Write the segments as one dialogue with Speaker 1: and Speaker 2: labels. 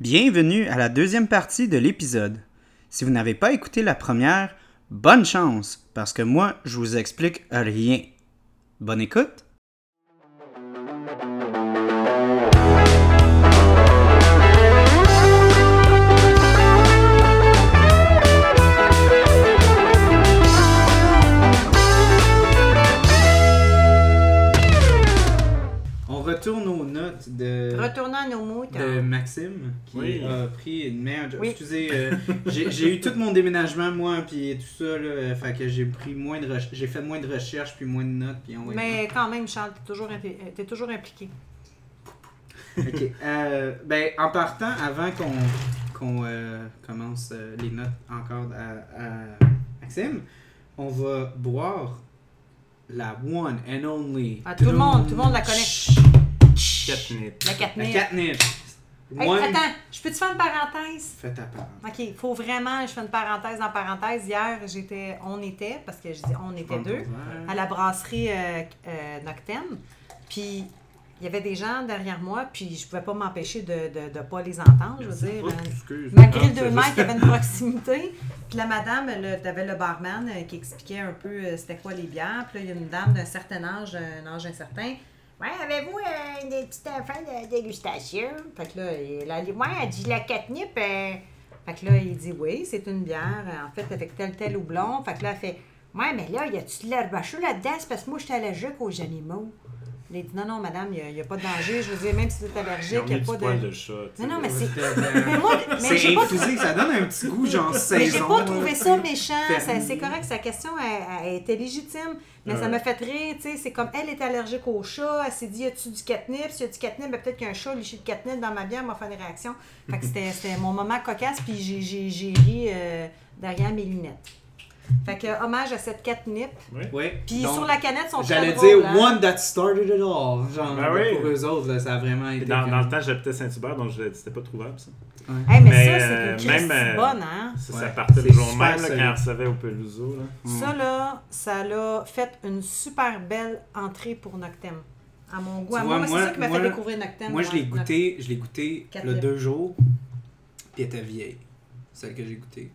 Speaker 1: Bienvenue à la deuxième partie de l'épisode. Si vous n'avez pas écouté la première, bonne chance, parce que moi, je vous explique rien. Bonne écoute! On retourne aux notes de...
Speaker 2: Retournons à nos mots.
Speaker 1: de Maxime qui
Speaker 3: Oui.
Speaker 1: a pris une merde.
Speaker 2: Oui.
Speaker 1: Excusez, euh, j'ai j'ai eu tout mon déménagement moi puis tout ça là, euh, fait que j'ai pris moins de reche- j'ai fait moins de recherches puis moins de notes puis on-
Speaker 2: Mais quand même, Charles, t'es toujours, impli- euh, t'es toujours impliqué.
Speaker 1: OK. Euh, ben en partant avant qu'on qu'on euh, commence euh, les notes encore à, à Maxime, on va boire la one and only.
Speaker 2: Ah, tout le monde, tout le monde la connaît.
Speaker 1: Chut,
Speaker 3: Quatre minutes.
Speaker 2: La
Speaker 1: La
Speaker 2: catnip.
Speaker 1: catnip.
Speaker 2: Hey,
Speaker 1: One-
Speaker 2: attends, je peux te faire une parenthèse?
Speaker 1: Fais ta part.
Speaker 2: OK, faut vraiment, je fais une parenthèse dans parenthèse. Hier, j'étais, on était, parce que je dis on était deux, à la brasserie euh, euh, Noctem. Puis, il y avait des gens derrière moi, puis je pouvais pas m'empêcher de ne pas les entendre, je veux dire.
Speaker 3: Oh,
Speaker 2: euh,
Speaker 3: excuse.
Speaker 2: Ma
Speaker 3: Non,
Speaker 2: grille de
Speaker 3: c'est
Speaker 2: mètres,
Speaker 3: juste-
Speaker 2: il y avait une proximité. Puis la madame, là, t'avais le barman euh, qui expliquait un peu euh, c'était quoi les bières. Puis là, il y a une dame d'un certain âge, un âge incertain. Ouais, avez-vous euh, des petites affaires de dégustation? Fait que là, il a dit, ouais, elle dit la catnip. euh. Fait que là, il dit, oui, c'est une bière, euh, en fait, avec tel, tel houblon. Fait que là, elle fait, ouais, mais là, y a-tu de l'herbe à chou là-dedans? C'est parce que moi, je suis allergique aux animaux. Il a dit, non, non, madame, il n'y a, pas de danger. Je veux dire, même si vous êtes allergique,
Speaker 3: Ils ont
Speaker 2: il n'y
Speaker 3: mis
Speaker 2: a
Speaker 3: du
Speaker 2: pas
Speaker 3: poil
Speaker 2: de.
Speaker 3: de chat. tu
Speaker 2: Non, non,
Speaker 3: sais.
Speaker 2: mais c'est.
Speaker 1: Euh, C'est
Speaker 2: Mais moi, mais j'ai pas
Speaker 1: infusé, ça donne un petit goût genre saison. euh,
Speaker 2: mais j'ai pas
Speaker 1: là.
Speaker 2: trouvé ça méchant.
Speaker 1: Fermier.
Speaker 2: ça- C'est correct, sa question elle- elle était légitime, mais ça
Speaker 3: Ouais.
Speaker 2: me fait rire. tu sais, C'est comme elle est allergique au chat, elle s'est dit y a-tu du catnip S'il y a du catnip, ben, peut-être qu'un chat léché de catnip dans ma bière m'a fait une réaction. Fait que c'était c'était mon moment cocasse, puis j'ai- j'ai j'ai ri euh, derrière mes lunettes. Fait que hommage à cette catnip.
Speaker 1: Ouais.
Speaker 2: Puis
Speaker 1: Donc,
Speaker 2: sur la canette, sont
Speaker 1: J'allais
Speaker 2: très
Speaker 1: dire
Speaker 2: drôles, hein.
Speaker 1: one that started it all. Genre,
Speaker 3: Ben oui.
Speaker 1: pour eux autres, là, ça a vraiment été.
Speaker 3: Dans,
Speaker 1: comme-
Speaker 3: dans le temps, j'habitais Saint-Hubert, donc je l'ai dit, c'était pas trouvable, ça.
Speaker 2: Hey, mais,
Speaker 3: Mais,
Speaker 2: ça,
Speaker 3: euh,
Speaker 2: c'est une
Speaker 3: même,
Speaker 2: même
Speaker 3: euh,
Speaker 2: bonne, hein?
Speaker 3: Ça,
Speaker 1: Ouais.
Speaker 3: ça partait
Speaker 1: C'est
Speaker 3: le jour
Speaker 1: super
Speaker 3: même là, quand
Speaker 1: solide.
Speaker 3: elle recevait au Peluso. Là.
Speaker 1: Mm.
Speaker 2: Ça, là, ça l'a fait une super belle entrée pour Noctem. À mon goût.
Speaker 1: Tu
Speaker 2: à
Speaker 1: vois,
Speaker 2: moi, moi,
Speaker 1: moi-
Speaker 2: c'est ça qui m'a
Speaker 1: moi-
Speaker 2: fait découvrir Noctem.
Speaker 1: Moi, je
Speaker 2: ouais.
Speaker 1: l'ai goûté, je l'ai goûté
Speaker 2: Quatre
Speaker 1: le
Speaker 2: mille.
Speaker 1: deux jours, puis elle était vieille, celle que j'ai goûtée.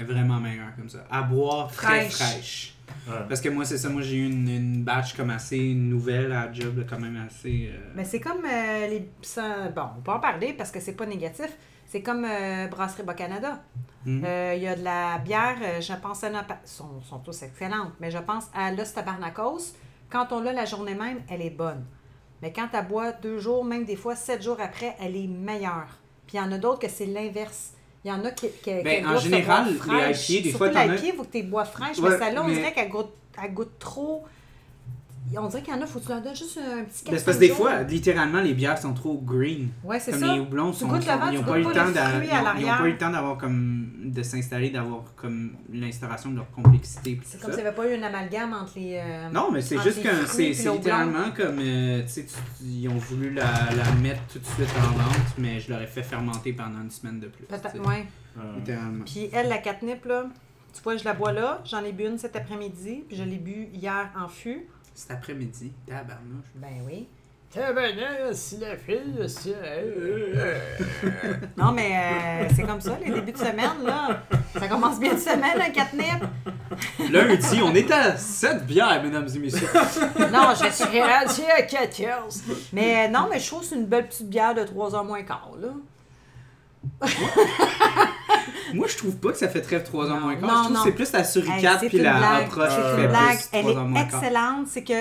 Speaker 1: Elle est vraiment meilleure comme ça. À boire très
Speaker 2: Fraîche.
Speaker 1: fraîche.
Speaker 3: Ouais.
Speaker 1: Parce que moi, c'est ça, moi j'ai eu une, une batch comme assez nouvelle à la job, là, quand même assez. euh,
Speaker 2: Mais c'est comme euh, les. ça- bon, on peut en parler parce que c'est pas négatif. C'est comme euh, Brasserie Bas-Canada.
Speaker 1: Mhm.
Speaker 2: Euh, Il y a de la bière, euh, je pense à. Ils sont, sont tous excellentes, mais je pense à Los Tabarnakos. Quand on l'a la journée même, elle est bonne. Mais quand tu bois deux jours, même des fois sept jours après, elle est meilleure. Puis il y en a d'autres que c'est l'inverse. Il y en a qui. qui- qui
Speaker 1: Ben, en
Speaker 2: doivent se
Speaker 1: général,
Speaker 2: boire
Speaker 1: les
Speaker 2: fraîche.
Speaker 1: IPA, des
Speaker 2: Surtout
Speaker 1: fois, t'en as-
Speaker 2: l'IPA, faut que tu bois fraîche.
Speaker 1: Ouais,
Speaker 2: mais celle-là, on
Speaker 1: mais-
Speaker 2: dirait qu'elle goûte, elle goûte trop. On dirait qu'il y en a, faut que tu leur donnes juste un petit
Speaker 1: Mais Ben, c'est parce que
Speaker 2: cinq
Speaker 1: des
Speaker 2: jours.
Speaker 1: fois, littéralement, les bières sont trop green.
Speaker 2: Ouais, c'est
Speaker 1: Comme
Speaker 2: ça.
Speaker 1: les houblons
Speaker 2: Tu
Speaker 1: sont,
Speaker 2: goûtes le
Speaker 1: sont-
Speaker 2: vent,
Speaker 1: ils
Speaker 2: tu
Speaker 1: n'ont
Speaker 2: goûtes
Speaker 1: pas eu le
Speaker 2: pas
Speaker 1: temps
Speaker 2: le
Speaker 1: d'a-
Speaker 2: fruit
Speaker 1: ils
Speaker 2: à
Speaker 1: ont- ils ont
Speaker 2: l'arrière.
Speaker 1: pas eu le temps d'avoir comme de s'installer, d'avoir comme l'instauration de leur complexité. puis
Speaker 2: C'est
Speaker 1: tout
Speaker 2: comme
Speaker 1: ça.
Speaker 2: s'il n'y avait pas eu un amalgame entre les. euh,
Speaker 1: Non, mais c'est
Speaker 2: entre
Speaker 1: juste
Speaker 2: les
Speaker 1: que
Speaker 2: fruits
Speaker 1: c'est
Speaker 2: puis
Speaker 1: c'est
Speaker 2: l'eau
Speaker 1: littéralement comme euh, tu sais, tu- ils ont voulu la, la mettre tout de suite en vente, mais je l'aurais fait fermenter pendant une semaine de plus.
Speaker 2: blonde.
Speaker 1: tu sais.
Speaker 2: Peut-être, ouais.
Speaker 3: Euh,
Speaker 1: Littéralement.
Speaker 2: Puis elle, la catnip, là, tu vois, je la bois là. J'en ai bu une cet après-midi, puis je l'ai bu hier en fût.
Speaker 1: Cet après-midi, tabarnouche.
Speaker 2: Ben oui.
Speaker 4: Tabarnak, si la fille, si...
Speaker 2: Non, mais euh, c'est comme ça, les débuts de semaine, là. Ça commence bien de semaine, un catnip.
Speaker 1: Lundi, on est à 7 bières, mesdames et messieurs.
Speaker 2: Non, je suis rendue à 14. Mais euh, non, mais je trouve que c'est une belle petite bière de 3 heures moins quart, là.
Speaker 1: Moi, je trouve pas que ça fait trêve 3 ans
Speaker 2: Non,
Speaker 1: moins quart.
Speaker 2: non,
Speaker 1: Je trouve
Speaker 2: non.
Speaker 1: que c'est plus la
Speaker 2: Hey,
Speaker 1: suricate
Speaker 2: c'est
Speaker 1: puis
Speaker 2: une
Speaker 1: la
Speaker 2: blague,
Speaker 1: approche
Speaker 2: c'est
Speaker 1: qui
Speaker 2: une
Speaker 1: fait
Speaker 2: blague.
Speaker 1: plus
Speaker 2: Elle
Speaker 1: 3 ans
Speaker 2: est
Speaker 1: moins quart.
Speaker 2: excellente. C'est que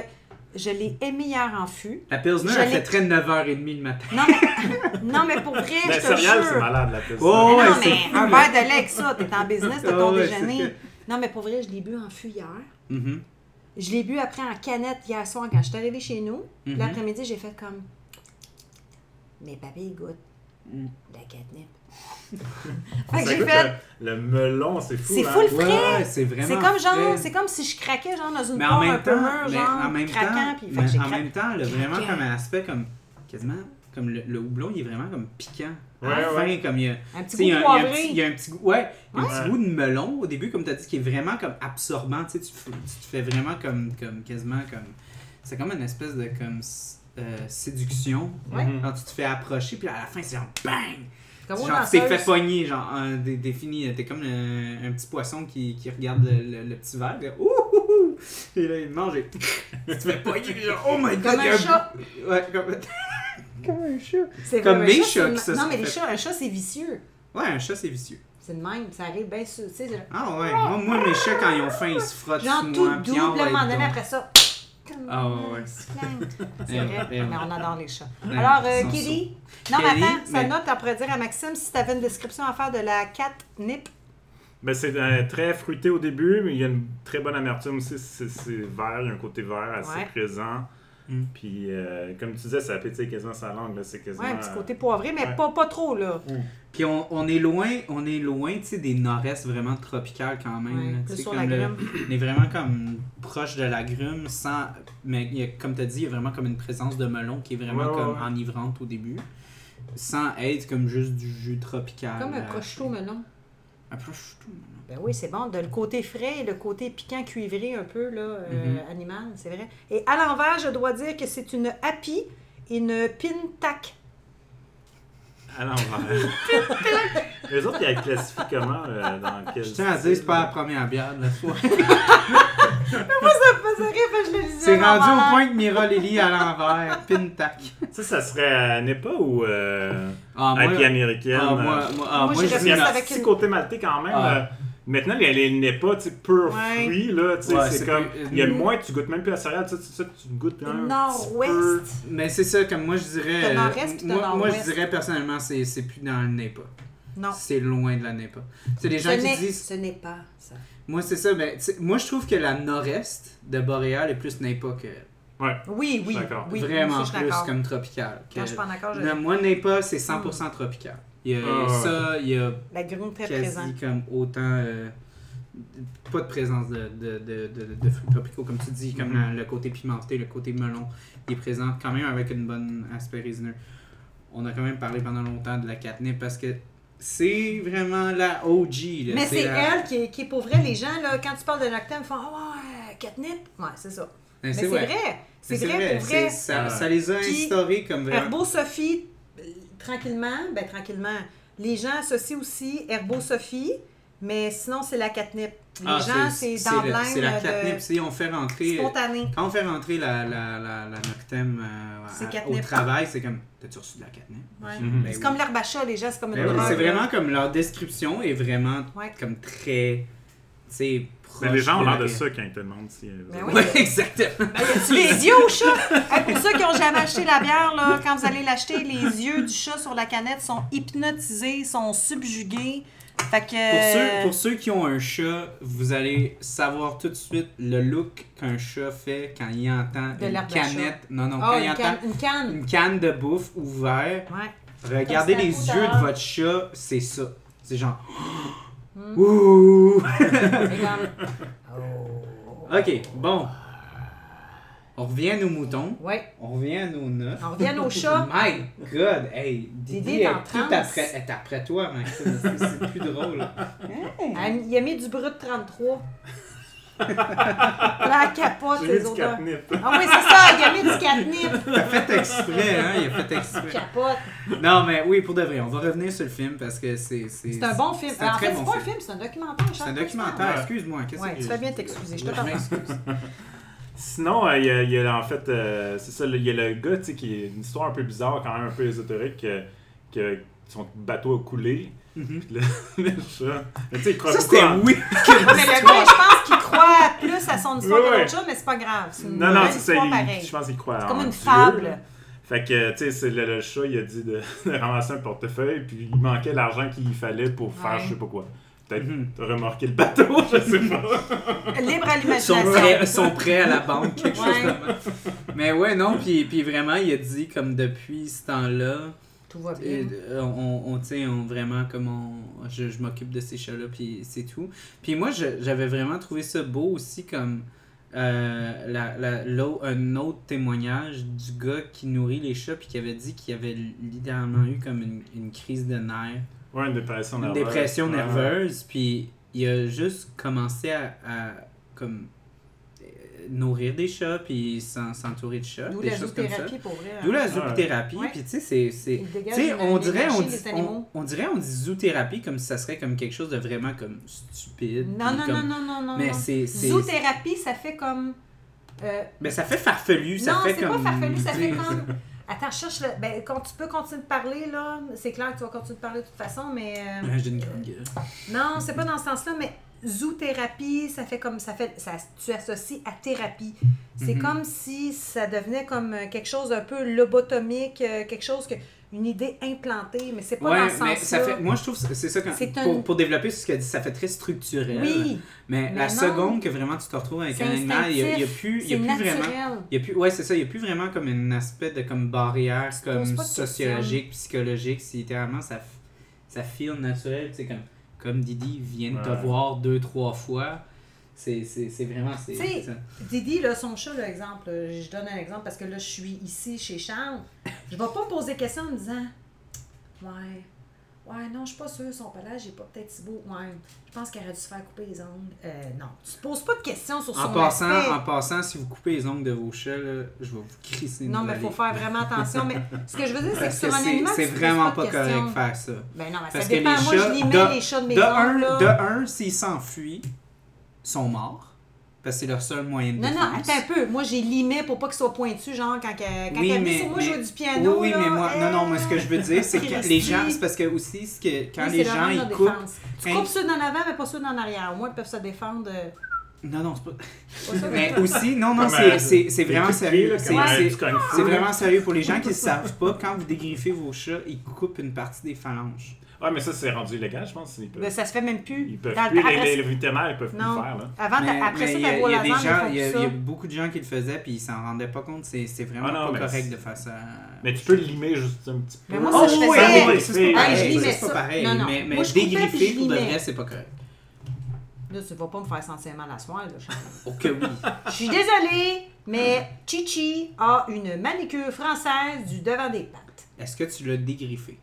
Speaker 2: je l'ai aimée hier en fût.
Speaker 1: La Pilsner,
Speaker 2: Je
Speaker 1: elle
Speaker 2: l'ai-
Speaker 1: fait très 9h30 le matin.
Speaker 2: Non, mais, non, mais pour vrai,
Speaker 3: Ben,
Speaker 2: je te
Speaker 3: céréales, c'est
Speaker 2: jure.
Speaker 3: malade, la piste.
Speaker 1: Oh,
Speaker 2: Mais
Speaker 1: ouais,
Speaker 2: non,
Speaker 1: c'est
Speaker 2: mais un verre de lait avec ça, t'es en business, t'as ton
Speaker 1: Ah ouais,
Speaker 2: déjeuner.
Speaker 1: c'est que-
Speaker 2: Non, mais pour vrai, je l'ai bu en fût hier.
Speaker 3: Mm-hmm.
Speaker 1: Mhm.
Speaker 2: Je l'ai bu après en canette hier soir quand je suis arrivée chez nous. Puis
Speaker 1: Mhm.
Speaker 2: L'après-midi, j'ai fait comme. Mais papy, il goûte.
Speaker 1: Mm.
Speaker 2: De la catnip.
Speaker 3: Ça
Speaker 2: fait que j'ai
Speaker 3: goûte euh,
Speaker 2: fait.
Speaker 3: le, le melon, c'est fou.
Speaker 2: C'est
Speaker 3: hein?
Speaker 2: fou le
Speaker 1: Ouais,
Speaker 2: frais.
Speaker 1: ouais, c'est vraiment.
Speaker 2: C'est comme genre,
Speaker 1: frais.
Speaker 2: c'est comme si je craquais genre dans une
Speaker 1: mais en
Speaker 2: poire un
Speaker 1: même
Speaker 2: peu
Speaker 1: temps,
Speaker 2: mûre,
Speaker 1: mais
Speaker 2: genre
Speaker 1: en même
Speaker 2: craquant,
Speaker 1: temps,
Speaker 2: puis fait que j'ai
Speaker 1: mais en
Speaker 2: craqué.
Speaker 1: même temps, elle a vraiment
Speaker 2: Craquant.
Speaker 1: comme un aspect comme quasiment comme le, le houblon, il est vraiment comme piquant.
Speaker 3: Ouais,
Speaker 1: à la fin, comme il y a,
Speaker 2: Un
Speaker 1: tu
Speaker 2: petit
Speaker 1: sais, il y a
Speaker 2: goût
Speaker 1: un- il y a un
Speaker 2: poivré.
Speaker 1: petit- il y a un petit goût, ouais, il y a un
Speaker 3: Ouais.
Speaker 1: petit goût de melon au début, comme tu as dit, qui est vraiment comme absorbant. Tu, sais, tu, f- tu te fais vraiment comme, comme quasiment comme, c'est comme une espèce de comme s- euh, séduction
Speaker 3: Mhm.
Speaker 1: quand tu te fais approcher, puis à la fin c'est genre bang.
Speaker 2: Comme aux
Speaker 1: Genre, tu t'es
Speaker 2: danseuses.
Speaker 1: fait pogner, genre, un dé- défini. euh, T'es comme le- un petit poisson qui, qui regarde le, le- le petit verre. là. Ouh, ouh, ouh. Et là, il mange et. tu te fais pogner, genre, oh my god!
Speaker 2: Comme
Speaker 1: il y a
Speaker 2: un chat.
Speaker 1: Ouais, comme. comme un chat.
Speaker 2: C'est
Speaker 1: Comme
Speaker 2: vrai, un
Speaker 1: les
Speaker 2: chat, c'est
Speaker 1: chats
Speaker 2: une-
Speaker 1: qui se
Speaker 2: Non,
Speaker 1: sont
Speaker 2: mais les
Speaker 1: fait-
Speaker 2: chats, un chat, c'est vicieux.
Speaker 1: Ouais, un chat, c'est vicieux.
Speaker 2: C'est le même, ça arrive bien sûr. tu sais, genre-
Speaker 1: Ah ouais, moi, moi, mes chats, quand ils ont faim, ils se frottent
Speaker 2: Oh. Genre
Speaker 1: sur
Speaker 2: tout
Speaker 1: moi. puis
Speaker 2: double,
Speaker 1: on va
Speaker 2: à un
Speaker 1: être
Speaker 2: moment donné,
Speaker 1: donc-
Speaker 2: après ça.
Speaker 1: Ah ouais, ouais.
Speaker 2: C'est vrai,
Speaker 1: Eh, eh,
Speaker 2: mais on adore les chats.
Speaker 1: Ouais,
Speaker 2: Alors, euh,
Speaker 1: ils sont
Speaker 2: Kitty, non, mais
Speaker 1: Kitty,
Speaker 2: attends, ça
Speaker 1: mais-
Speaker 2: note, on pourrait dire à Maxime si tu avais une description à faire de la catnip.
Speaker 3: Ben, c'est euh, très fruité au début, mais il y a une très bonne amertume aussi. C'est c'est vert, il y a un côté vert assez
Speaker 2: Ouais.
Speaker 3: présent.
Speaker 1: Mm.
Speaker 3: Puis, euh, comme tu disais, ça appétit quasiment sa langue. là, C'est quasiment.
Speaker 2: Ouais, un petit côté poivré, mais
Speaker 3: Ouais.
Speaker 2: pas, pas trop, là.
Speaker 1: Puis on, on est loin, on est loin, tu sais, des nord-est vraiment tropicales quand même.
Speaker 2: Ouais,
Speaker 1: là, tu
Speaker 2: plus
Speaker 1: sais,
Speaker 2: sur
Speaker 1: comme
Speaker 2: la
Speaker 1: le-
Speaker 2: grume.
Speaker 1: on est vraiment comme proche de la grume, sans, mais il y a- comme tu as dit, il y a vraiment comme une présence de melon qui est vraiment
Speaker 3: Ouais, ouais,
Speaker 1: comme
Speaker 3: ouais.
Speaker 1: enivrante au début, sans être comme juste du jus tropical.
Speaker 2: Comme un
Speaker 1: euh,
Speaker 2: prosciutto melon.
Speaker 1: Un prosciutto.
Speaker 2: Ben oui, c'est bon. De le côté frais et le côté piquant cuivré un peu, là, euh,
Speaker 1: Mhm.
Speaker 2: animal, c'est vrai. Et à l'envers, je dois dire que c'est une happy et une pintac.
Speaker 3: euh, À l'envers. Les autres, ils la classifient comment euh, dans quel.
Speaker 1: Je tiens à dire, c'est pas la première bière de la soirée.
Speaker 2: Ça me faisait rire, fait que je le disais.
Speaker 1: c'est
Speaker 2: à
Speaker 1: rendu
Speaker 2: l'envers.
Speaker 1: au point que Mira Lily à l'envers, pintac.
Speaker 3: Ça, ça serait à NEPA ou euh,
Speaker 1: Ah, moi,
Speaker 3: happy américaine?
Speaker 1: ah,
Speaker 3: euh,
Speaker 1: moi, moi, ah,
Speaker 2: Moi,
Speaker 1: moi,
Speaker 2: j'irais
Speaker 1: je
Speaker 3: Parce
Speaker 1: dis
Speaker 3: qu'il y
Speaker 2: plus
Speaker 3: a
Speaker 1: non.
Speaker 3: un
Speaker 2: avec
Speaker 3: petit
Speaker 2: une-
Speaker 3: côté maltais quand même.
Speaker 1: Ah.
Speaker 3: euh, maintenant, les, les NEPA, tu sais, pur
Speaker 2: Ouais.
Speaker 3: fruit, là, tu sais,
Speaker 1: Ouais, c'est
Speaker 3: c'est comme.
Speaker 1: plus-
Speaker 3: Il y a
Speaker 1: Mm.
Speaker 3: moins, tu goûtes même plus la céréale, tu sais, tu- ça, tu goûtes un petit peu.
Speaker 2: Nord-ouest.
Speaker 1: Mais c'est ça, comme moi je dirais.
Speaker 2: T'as
Speaker 1: euh,
Speaker 2: nord-est puis t'as
Speaker 1: moi, moi, je
Speaker 2: nord-ouest.
Speaker 1: dirais personnellement, c'est c'est plus dans le NEPA.
Speaker 2: Non.
Speaker 1: C'est loin de la NEPA. C'est des
Speaker 2: Ce
Speaker 1: gens qui
Speaker 2: n'est,
Speaker 1: disent.
Speaker 2: ce n'est pas ça.
Speaker 1: Moi, c'est ça, mais tu sais, moi je trouve que la nord-est de Boréal est plus NEPA que.
Speaker 3: Ouais.
Speaker 2: Oui, oui.
Speaker 3: Je suis d'accord.
Speaker 2: oui
Speaker 1: vraiment
Speaker 2: ça, je suis
Speaker 1: plus
Speaker 2: d'accord.
Speaker 1: comme tropical. que-
Speaker 2: Quand je suis pas d'accord, je Hmm.
Speaker 1: Non, moi, NEPA, c'est 100% tropical. Il y a, il y a
Speaker 3: Ah, ouais.
Speaker 1: ça, il y a
Speaker 2: La grume très
Speaker 1: quasi
Speaker 2: présente.
Speaker 1: comme autant. euh, pas de présence de, de, de, de, de fruits tropicaux, comme tu dis, comme
Speaker 2: Mm-hmm.
Speaker 3: Mhm.
Speaker 1: le côté pimenté, le côté melon, il est présent quand même avec une bonne aspect résineux. On a quand même parlé pendant longtemps de la catnip parce que c'est vraiment la OG. là.
Speaker 2: Mais c'est
Speaker 1: la- Ben,
Speaker 2: elle qui est, qui est pour vrai. Les gens, là, quand tu parles de Noctem, ils font Ah ouais, catnip. Ouais, c'est ça.
Speaker 1: Mais
Speaker 2: Mais
Speaker 1: c'est
Speaker 2: c'est
Speaker 1: vrai.
Speaker 2: vrai. C'est
Speaker 1: Mais
Speaker 2: vrai, pour
Speaker 1: C'est-
Speaker 2: vrai.
Speaker 1: Ça,
Speaker 3: Ah.
Speaker 1: ça les a
Speaker 2: Puis,
Speaker 1: instaurés comme vraiment.
Speaker 2: Herbo Sophie, euh, tranquillement, ben tranquillement. Les gens associent aussi Herbo Sophie, mais sinon, c'est la catnip. Les
Speaker 1: Ah,
Speaker 2: gens, c'est, dans
Speaker 1: le- C'est la
Speaker 2: l'âme
Speaker 1: catnip.
Speaker 2: de
Speaker 1: Si on fait rentrer. euh,
Speaker 2: spontané.
Speaker 1: Quand on fait rentrer la, la, la, la Noctem euh, à-
Speaker 2: C'est
Speaker 1: au
Speaker 2: catnip.
Speaker 1: travail, c'est comme T'as-tu reçu de la catnip
Speaker 2: Ouais.
Speaker 3: Mhm.
Speaker 1: Ben
Speaker 2: C'est
Speaker 1: oui.
Speaker 2: comme l'herbe à chat, les gens, c'est comme une
Speaker 1: Ben oui,
Speaker 2: drogue,
Speaker 1: c'est
Speaker 2: là.
Speaker 1: vraiment comme leur description est vraiment
Speaker 2: Ouais.
Speaker 1: comme très, tu sais, proche.
Speaker 3: Mais les gens ont l'air de
Speaker 1: la-
Speaker 3: ça quand ils te demandent si. euh,
Speaker 2: Ben
Speaker 3: vous
Speaker 2: oui.
Speaker 1: Ouais, exactement.
Speaker 2: Tu les yeux au chat! Hey, pour ceux qui n'ont jamais acheté la bière, là, quand vous allez l'acheter, les yeux du chat sur la canette sont hypnotisés, sont subjugués. Fait que. euh,
Speaker 1: Pour ceux, pour ceux qui ont un chat, vous allez savoir tout de suite le look qu'un chat fait quand il entend
Speaker 2: De
Speaker 1: une
Speaker 2: l'herbe à
Speaker 1: canette. Non, non,
Speaker 2: Oh,
Speaker 1: quand il
Speaker 2: une,
Speaker 1: entend
Speaker 2: canne, une canne.
Speaker 1: une canne de bouffe ouverte.
Speaker 2: Ouais.
Speaker 1: Regardez
Speaker 2: Comme
Speaker 1: les
Speaker 2: ça,
Speaker 1: yeux de
Speaker 2: couleur.
Speaker 1: votre chat, c'est ça. C'est genre.
Speaker 2: Hmm.
Speaker 1: Ouh!
Speaker 2: C'est comme-
Speaker 1: ok, bon. On revient à nos moutons.
Speaker 2: Ouais.
Speaker 1: On revient à nos neufs.
Speaker 2: On revient au chat.
Speaker 1: My God, hey, Didi
Speaker 2: Ah, Didi est
Speaker 1: est
Speaker 2: en
Speaker 1: tout
Speaker 2: transe.
Speaker 1: après, est après toi, Maxime. C'est- C'est plus drôle.
Speaker 2: Ah, Il a mis du brut 33. La capote,
Speaker 3: J'ai mis
Speaker 2: les
Speaker 3: du
Speaker 2: odeurs.
Speaker 3: catnip.
Speaker 2: Ah oui, c'est ça, il a mis du catnip.
Speaker 1: T'as fait exprès, hein? Il a fait exprès.
Speaker 2: Capote.
Speaker 1: Non, mais oui, pour de vrai, on va revenir sur le film parce que c'est.
Speaker 2: C'est un bon film.
Speaker 1: C'est un
Speaker 2: En
Speaker 1: très
Speaker 2: fait, c'est
Speaker 1: bon
Speaker 2: pas un
Speaker 1: film.
Speaker 2: film, c'est un documentaire.
Speaker 1: C'est un documentaire, excuse-moi. Qu'est-ce
Speaker 2: Ouais,
Speaker 1: que
Speaker 2: tu fais bien de t'excuser, je te
Speaker 1: Je
Speaker 2: pardonne.
Speaker 1: m'excuse.
Speaker 3: Sinon, euh, il y, a- il y a en fait, euh, c'est ça, il y a le gars, tu sais, qui est une histoire un peu bizarre, quand même un peu ésotérique, que, que son bateau a coulé.
Speaker 1: Mhm.
Speaker 3: Puis là, le chat. Mais tu sais, il croit
Speaker 1: Ça,
Speaker 3: beaucoup
Speaker 1: c'était
Speaker 3: en-
Speaker 1: oui.
Speaker 2: Mais le gars, je pense qu'il croit plus à son histoire
Speaker 3: Ouais,
Speaker 2: que
Speaker 3: ouais.
Speaker 2: l'autre chose, mais c'est pas grave. C'est une
Speaker 3: Non, non,
Speaker 2: vraie
Speaker 3: c'est ça,
Speaker 2: histoire
Speaker 3: il-
Speaker 2: pareille.
Speaker 3: je pense qu'il croit
Speaker 2: C'est comme
Speaker 3: en
Speaker 2: une
Speaker 3: Dieu,
Speaker 2: fable.
Speaker 3: là. Fait que, tu sais, c'est le, le chat, il a dit de, de ramasser un portefeuille, puis il manquait l'argent qu'il fallait pour faire
Speaker 2: Ouais.
Speaker 3: je sais pas quoi. Peut-être
Speaker 1: Mhm.
Speaker 3: remorquer le bateau, je sais pas.
Speaker 2: Libre à
Speaker 1: Ils sont
Speaker 2: l'imagination.
Speaker 1: prêts, sont prêts à la banque, quelque chose
Speaker 2: Ouais.
Speaker 1: comme ça. Mais ouais, non, puis, puis vraiment, il a dit, comme depuis ce temps-là,
Speaker 2: Tout va bien.
Speaker 1: Et, euh, on, on, tu sais, on vraiment comme on, je, je m'occupe de ces chats-là, puis c'est tout. Puis moi, je- j'avais vraiment trouvé ça beau aussi comme euh, la, la- l'au- un autre témoignage du gars qui nourrit les chats, puis qui avait dit qu'il avait littéralement eu comme une, une crise de nerfs,
Speaker 3: Ouais, une dépression
Speaker 1: une
Speaker 3: nerveuse.
Speaker 1: dépression
Speaker 3: Ouais.
Speaker 1: nerveuse, puis il a juste commencé à, à, comme euh, nourrir des chats, puis s'en- s'entourer de chats,
Speaker 2: D'où
Speaker 1: des
Speaker 2: la
Speaker 1: choses comme ça.
Speaker 2: zoothérapie pour vrai.
Speaker 1: D'où la
Speaker 3: Ouais.
Speaker 1: zoothérapie,
Speaker 2: Ouais.
Speaker 1: puis tu sais, c'est- c'est...
Speaker 2: Il dégage
Speaker 1: Tu sais,
Speaker 2: une
Speaker 1: on
Speaker 2: énergie
Speaker 1: dirait on,
Speaker 2: des
Speaker 1: dit, on,
Speaker 2: animaux.
Speaker 1: on dirait on dit zoothérapie comme si ça serait comme quelque chose de vraiment comme stupide.
Speaker 2: Non,
Speaker 1: puis
Speaker 2: non,
Speaker 1: comme-
Speaker 2: non, non, non, non.
Speaker 1: Mais
Speaker 2: non.
Speaker 1: c'est c'est-
Speaker 2: Zoothérapie, ça fait comme. euh,
Speaker 1: mais ça fait farfelu, ça
Speaker 2: non,
Speaker 1: fait
Speaker 2: c'est
Speaker 1: comme
Speaker 2: pas farfelu, ça
Speaker 1: tu
Speaker 2: fait
Speaker 1: sais,
Speaker 2: comme. Attends, cherche le. Ben, quand tu peux continuer de parler, là, c'est clair que tu vas continuer de parler de toute façon, mais. euh,
Speaker 1: Ouais, J'ai une grande gueule.
Speaker 2: Non, c'est pas dans ce sens-là, mais zoothérapie, ça fait comme ça fait ça tu associes à thérapie. C'est
Speaker 1: Mhm.
Speaker 2: comme si ça devenait comme euh, quelque chose un peu lobotomique, euh, quelque chose que une idée implantée, mais c'est pas
Speaker 1: Ouais,
Speaker 2: dans ce
Speaker 1: mais ça
Speaker 2: sens-là.
Speaker 1: fait moi je trouve que c'est ça quand,
Speaker 2: C'est un-
Speaker 1: pour, pour développer ce qu'elle dit, ça fait très structurel.
Speaker 2: Oui,
Speaker 1: Mais,
Speaker 2: Mais
Speaker 1: la
Speaker 2: non.
Speaker 1: seconde que vraiment tu te retrouves avec
Speaker 2: C'est
Speaker 1: un animal, il y a- il y a,
Speaker 2: instinctif,
Speaker 1: plus il y a
Speaker 2: c'est
Speaker 1: plus
Speaker 2: naturel.
Speaker 1: vraiment Il y a plus, ouais, c'est ça. Il n'y a plus vraiment comme un aspect de comme barrière
Speaker 2: poses
Speaker 1: comme
Speaker 2: pas de questions.
Speaker 1: sociologique, psychologique. C'est littéralement, ça, f- ça file naturel. tu sais, comme, comme Didi vient de te
Speaker 3: Ouais.
Speaker 1: voir deux, trois fois. C'est c'est- c'est vraiment. c'est-
Speaker 2: Tu sais,
Speaker 1: c'est ça.
Speaker 2: Didi, là, son chat, là, exemple, euh, je donne un exemple parce que là, je suis ici chez Charles. Je vais pas me poser des questions en me disant Ouais, ouais, non, je suis pas sûre, son pelage n'est pas peut-être si beau. Ouais, je pense qu'elle aurait dû se faire couper les ongles. Euh, non, tu te poses pas de questions sur
Speaker 1: En
Speaker 2: son
Speaker 1: passant,
Speaker 2: aspect.
Speaker 1: en passant, si vous coupez les ongles de vos chats, là, je vais vous crisser. une
Speaker 2: Non, mais il faut
Speaker 1: volée.
Speaker 2: faire vraiment attention. Mais ce que je veux dire, c'est que
Speaker 1: Parce que
Speaker 2: sur un
Speaker 1: c'est
Speaker 2: animal,
Speaker 1: c'est
Speaker 2: tu te poses
Speaker 1: vraiment
Speaker 2: pas,
Speaker 1: pas
Speaker 2: de questions.
Speaker 1: correct faire ça.
Speaker 2: Ben non, mais
Speaker 1: Parce
Speaker 2: ça
Speaker 1: que
Speaker 2: dépend.
Speaker 1: les
Speaker 2: Moi,
Speaker 1: chats,
Speaker 2: je limais
Speaker 1: de-
Speaker 2: les chats de mes
Speaker 1: De
Speaker 2: ongles.
Speaker 1: un,
Speaker 2: là.
Speaker 1: de un, s'ils s'enfuient, sont morts. Parce que c'est leur seul moyen de
Speaker 2: Non, non,
Speaker 1: défense.
Speaker 2: attends un peu. Moi, j'ai limé pour pas qu'il soit pointu, genre, quand, qu'elle- quand
Speaker 1: Oui,
Speaker 2: elle
Speaker 1: mais-
Speaker 2: sur moi
Speaker 1: mais-
Speaker 2: jouer du piano.
Speaker 1: Oui, oui,
Speaker 2: là,
Speaker 1: mais moi, non, non, moi, ce que je veux dire, c'est que les
Speaker 2: Christy.
Speaker 1: gens, c'est parce que aussi, ce que, quand
Speaker 2: Oui,
Speaker 1: les
Speaker 2: c'est leur
Speaker 1: gens,
Speaker 2: arme
Speaker 1: ils
Speaker 2: de
Speaker 1: coupent.
Speaker 2: défense. Tu
Speaker 1: Hein.
Speaker 2: coupes ceux d'en avant, mais pas ceux d'en arrière. Au moins, ils peuvent se défendre. euh,
Speaker 1: Non, non, c'est pas.
Speaker 2: pas ça.
Speaker 1: Mais aussi, non, non,
Speaker 3: Comme,
Speaker 1: c'est-
Speaker 3: euh,
Speaker 1: c'est c'est
Speaker 3: les
Speaker 1: vraiment
Speaker 3: coups de pied,
Speaker 1: sérieux.
Speaker 3: là,
Speaker 1: C'est-
Speaker 3: comme, euh,
Speaker 1: C'est
Speaker 3: du kung fu,
Speaker 1: c'est
Speaker 3: là.
Speaker 1: vraiment sérieux. Pour les gens qui ne savent pas, quand vous dégriffez vos chats, ils coupent une partie des phalanges.
Speaker 3: Ouais, Ah, mais ça, c'est rendu illégal, je pense. Ils peuvent,
Speaker 2: Mais Ben, ça se fait même plus.
Speaker 3: ils peuvent
Speaker 2: Dans le-
Speaker 3: plus,
Speaker 2: après-
Speaker 3: les, les vétérinaires, ils peuvent plus
Speaker 2: Non.
Speaker 3: le faire. Là.
Speaker 2: Avant,
Speaker 1: Mais-
Speaker 2: t'as- Ah, ben, après
Speaker 1: mais
Speaker 2: ça,
Speaker 1: il y a-
Speaker 2: t'as voulu
Speaker 1: Il y a des gens, il y a- il y a
Speaker 2: ça.
Speaker 1: beaucoup de gens qui le faisaient, puis ils s'en rendaient pas compte. C'est c'est vraiment
Speaker 3: Ah non,
Speaker 1: pas
Speaker 3: mais
Speaker 1: correct
Speaker 3: c'est-
Speaker 1: de faire ça.
Speaker 3: Mais tu peux limer juste un petit peu. Ah,
Speaker 2: Mais moi,
Speaker 1: Oh,
Speaker 2: ça, je
Speaker 1: oui, oui,
Speaker 2: faisais.
Speaker 1: oui,
Speaker 3: oui,
Speaker 1: ça,
Speaker 3: oui,
Speaker 1: c'est pas
Speaker 2: Ah, je
Speaker 1: pareil.
Speaker 2: limais
Speaker 1: ça, c'est pas
Speaker 2: ça.
Speaker 1: pareil.
Speaker 2: Non, non.
Speaker 1: Mais mais
Speaker 2: Moi, je coupais, puis
Speaker 1: dégriffer
Speaker 2: je
Speaker 1: pour de
Speaker 2: limais.
Speaker 1: vrai, c'est pas correct.
Speaker 2: Là, tu vas pas me faire sentir mal à soir, là, Charles.
Speaker 1: Oh, que oui.
Speaker 2: Je suis désolée, mais Chichi a une manicure française du devant des pattes.
Speaker 1: Est-ce que tu l'as dégriffé?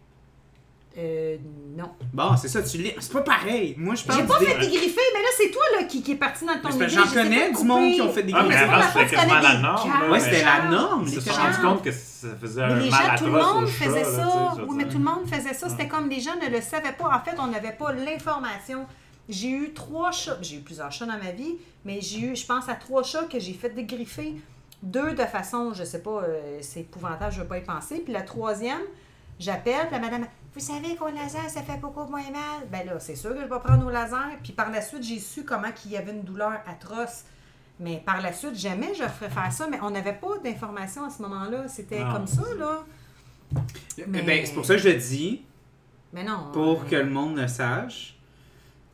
Speaker 2: Euh, non.
Speaker 1: Bon, c'est ça, tu lis. C'est pas pareil. Moi, je pense
Speaker 2: J'ai pas
Speaker 1: que-
Speaker 2: fait dégriffer, mais là, c'est toi là, qui, qui est parti dans ton
Speaker 1: Mais c'est
Speaker 2: idée.
Speaker 1: parce que J'en
Speaker 2: Je les ai
Speaker 1: connais
Speaker 2: fait
Speaker 1: du monde qui
Speaker 2: couper.
Speaker 1: ont fait des
Speaker 3: Ah,
Speaker 1: griffes.
Speaker 3: mais
Speaker 2: c'est
Speaker 3: avant,
Speaker 2: pas
Speaker 3: c'était
Speaker 2: parce qu'on
Speaker 3: quasiment
Speaker 2: avait
Speaker 3: la
Speaker 2: des
Speaker 3: norme.
Speaker 2: câbles.
Speaker 3: là,
Speaker 1: Ouais,
Speaker 3: mais-
Speaker 1: c'était la norme.
Speaker 3: Ils se sont
Speaker 1: littéralement.
Speaker 3: rendus compte que ça faisait
Speaker 2: Mais
Speaker 3: un
Speaker 2: les
Speaker 3: mal
Speaker 2: gens,
Speaker 3: atroce
Speaker 2: tout le monde
Speaker 3: aux chats,
Speaker 2: faisait
Speaker 3: là, tu sais,
Speaker 2: ça.
Speaker 3: je veux
Speaker 2: Oui, mais
Speaker 3: dire.
Speaker 2: tout le monde faisait ça. C'était comme les gens ne le savaient pas. En fait, on n'avait pas l'information. J'ai eu trois chats. J'ai eu plusieurs chats dans ma vie, mais j'ai eu, je pense, à trois chats que j'ai fait dégriffer. Deux de façon, je sais pas, euh, c'est épouvantable, je veux pas y penser. Puis la troisième, j'appelle, puis la madame, vous savez qu'au laser, ça fait beaucoup moins mal. Ben là, c'est sûr que je vais prendre au laser. Puis par la suite, j'ai su comment qu'il y avait une douleur atroce. Mais par la suite, jamais je ferais faire ça. Mais on n'avait pas d'informations à ce moment-là. C'était
Speaker 3: Non.
Speaker 2: comme ça, là.
Speaker 1: Eh ben, c'est pour ça que je le dis,
Speaker 2: Mais non.
Speaker 1: pour
Speaker 2: euh,
Speaker 1: que le monde le sache.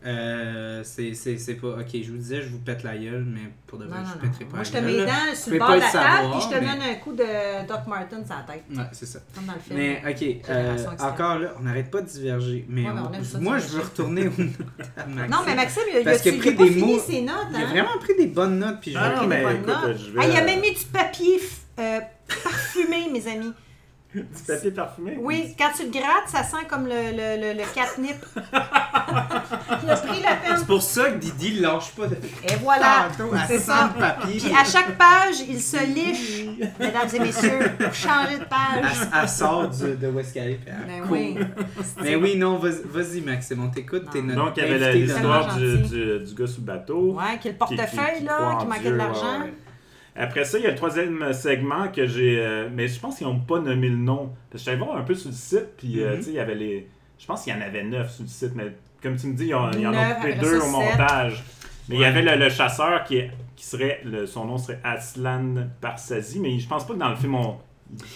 Speaker 1: Euh, c'est- c'est c'est pas. Ok, je vous disais, je vous pète la gueule, mais pour de
Speaker 2: Non,
Speaker 1: vrai,
Speaker 2: non,
Speaker 1: je
Speaker 2: non.
Speaker 1: pèterai pas
Speaker 2: Moi,
Speaker 1: la
Speaker 2: je te
Speaker 1: gueule,
Speaker 2: mets les
Speaker 1: là.
Speaker 2: dents
Speaker 1: Vous
Speaker 2: sur
Speaker 1: pouvez
Speaker 2: le bord
Speaker 1: pas
Speaker 2: de
Speaker 1: le
Speaker 2: la table,
Speaker 1: savoir,
Speaker 2: puis je te
Speaker 1: mais-
Speaker 2: donne un coup de Doc Martin sur la tête,
Speaker 1: Ouais, c'est ça.
Speaker 2: comme dans le film.
Speaker 1: Mais, ok, euh,
Speaker 2: Génération X.
Speaker 1: encore là, on n'arrête pas de diverger. Mais
Speaker 2: Ouais, mais
Speaker 1: on-
Speaker 2: on aime ça
Speaker 1: moi, je
Speaker 2: diverger.
Speaker 1: veux retourner au notes à euh, Maxime.
Speaker 2: Non, mais Maxime, il a, il a,
Speaker 1: Parce qu'il a
Speaker 2: il a
Speaker 1: pris
Speaker 2: pas
Speaker 1: des
Speaker 2: fini
Speaker 1: mots-
Speaker 2: ses notes,
Speaker 1: Il a
Speaker 2: hein?
Speaker 1: vraiment pris des bonnes notes, puis je
Speaker 3: Ah,
Speaker 1: veux-
Speaker 3: non,
Speaker 2: Il a
Speaker 3: mais
Speaker 2: pris des bonnes
Speaker 3: écoute,
Speaker 2: notes.
Speaker 3: je
Speaker 2: Ah,
Speaker 3: vais.
Speaker 2: il
Speaker 1: euh,
Speaker 2: a même mis du papier f- euh, parfumé, mes amis.
Speaker 3: Du papier parfumé.
Speaker 2: Oui, quand tu le grattes, ça sent comme le, le, le, le catnip. il a pris la peine.
Speaker 1: C'est pour ça que Didi lâche pas de
Speaker 2: Et voilà,
Speaker 1: tantôt à
Speaker 2: c'est
Speaker 1: 100
Speaker 2: ça.
Speaker 1: de papier.
Speaker 2: Puis à chaque page, il se liche, mesdames et messieurs, pour changer de page.
Speaker 1: Elle- Elle sort du- de West Calais, puis
Speaker 3: Ah,
Speaker 1: elle
Speaker 2: Ben
Speaker 1: court.
Speaker 2: oui.
Speaker 1: Mais oui, non, vas- vas-y, Maxime, on t'écoute, t'es notre
Speaker 3: Donc, il y avait la-
Speaker 1: invité d'honneur.
Speaker 3: l'histoire du,
Speaker 2: Tellement
Speaker 3: du, du gars sous le bateau.
Speaker 2: Ouais, qui a le
Speaker 3: qui- qui-
Speaker 2: portefeuille,
Speaker 3: qui croit
Speaker 2: là, qui
Speaker 3: en
Speaker 2: manquait
Speaker 3: Dieu,
Speaker 2: de
Speaker 3: ouais,
Speaker 2: l'argent.
Speaker 3: ouais. Après ça, il y a le troisième segment que j'ai. euh, mais je pense qu'ils n'ont pas nommé le nom. Parce que j'étais allé voir un peu sur le site, puis euh,
Speaker 1: Mhm.
Speaker 3: tu sais, il y avait les. Je pense qu'il y en avait neuf sur le site, mais comme tu me dis, ils en, ils en ont
Speaker 2: Neuf, après
Speaker 3: coupé deux
Speaker 2: ça,
Speaker 3: au
Speaker 2: sept.
Speaker 3: montage. Mais il y
Speaker 1: Ouais.
Speaker 3: avait le, le chasseur qui, est- qui serait. le- son nom serait Aslan Parsazi, mais je pense pas que dans le film on.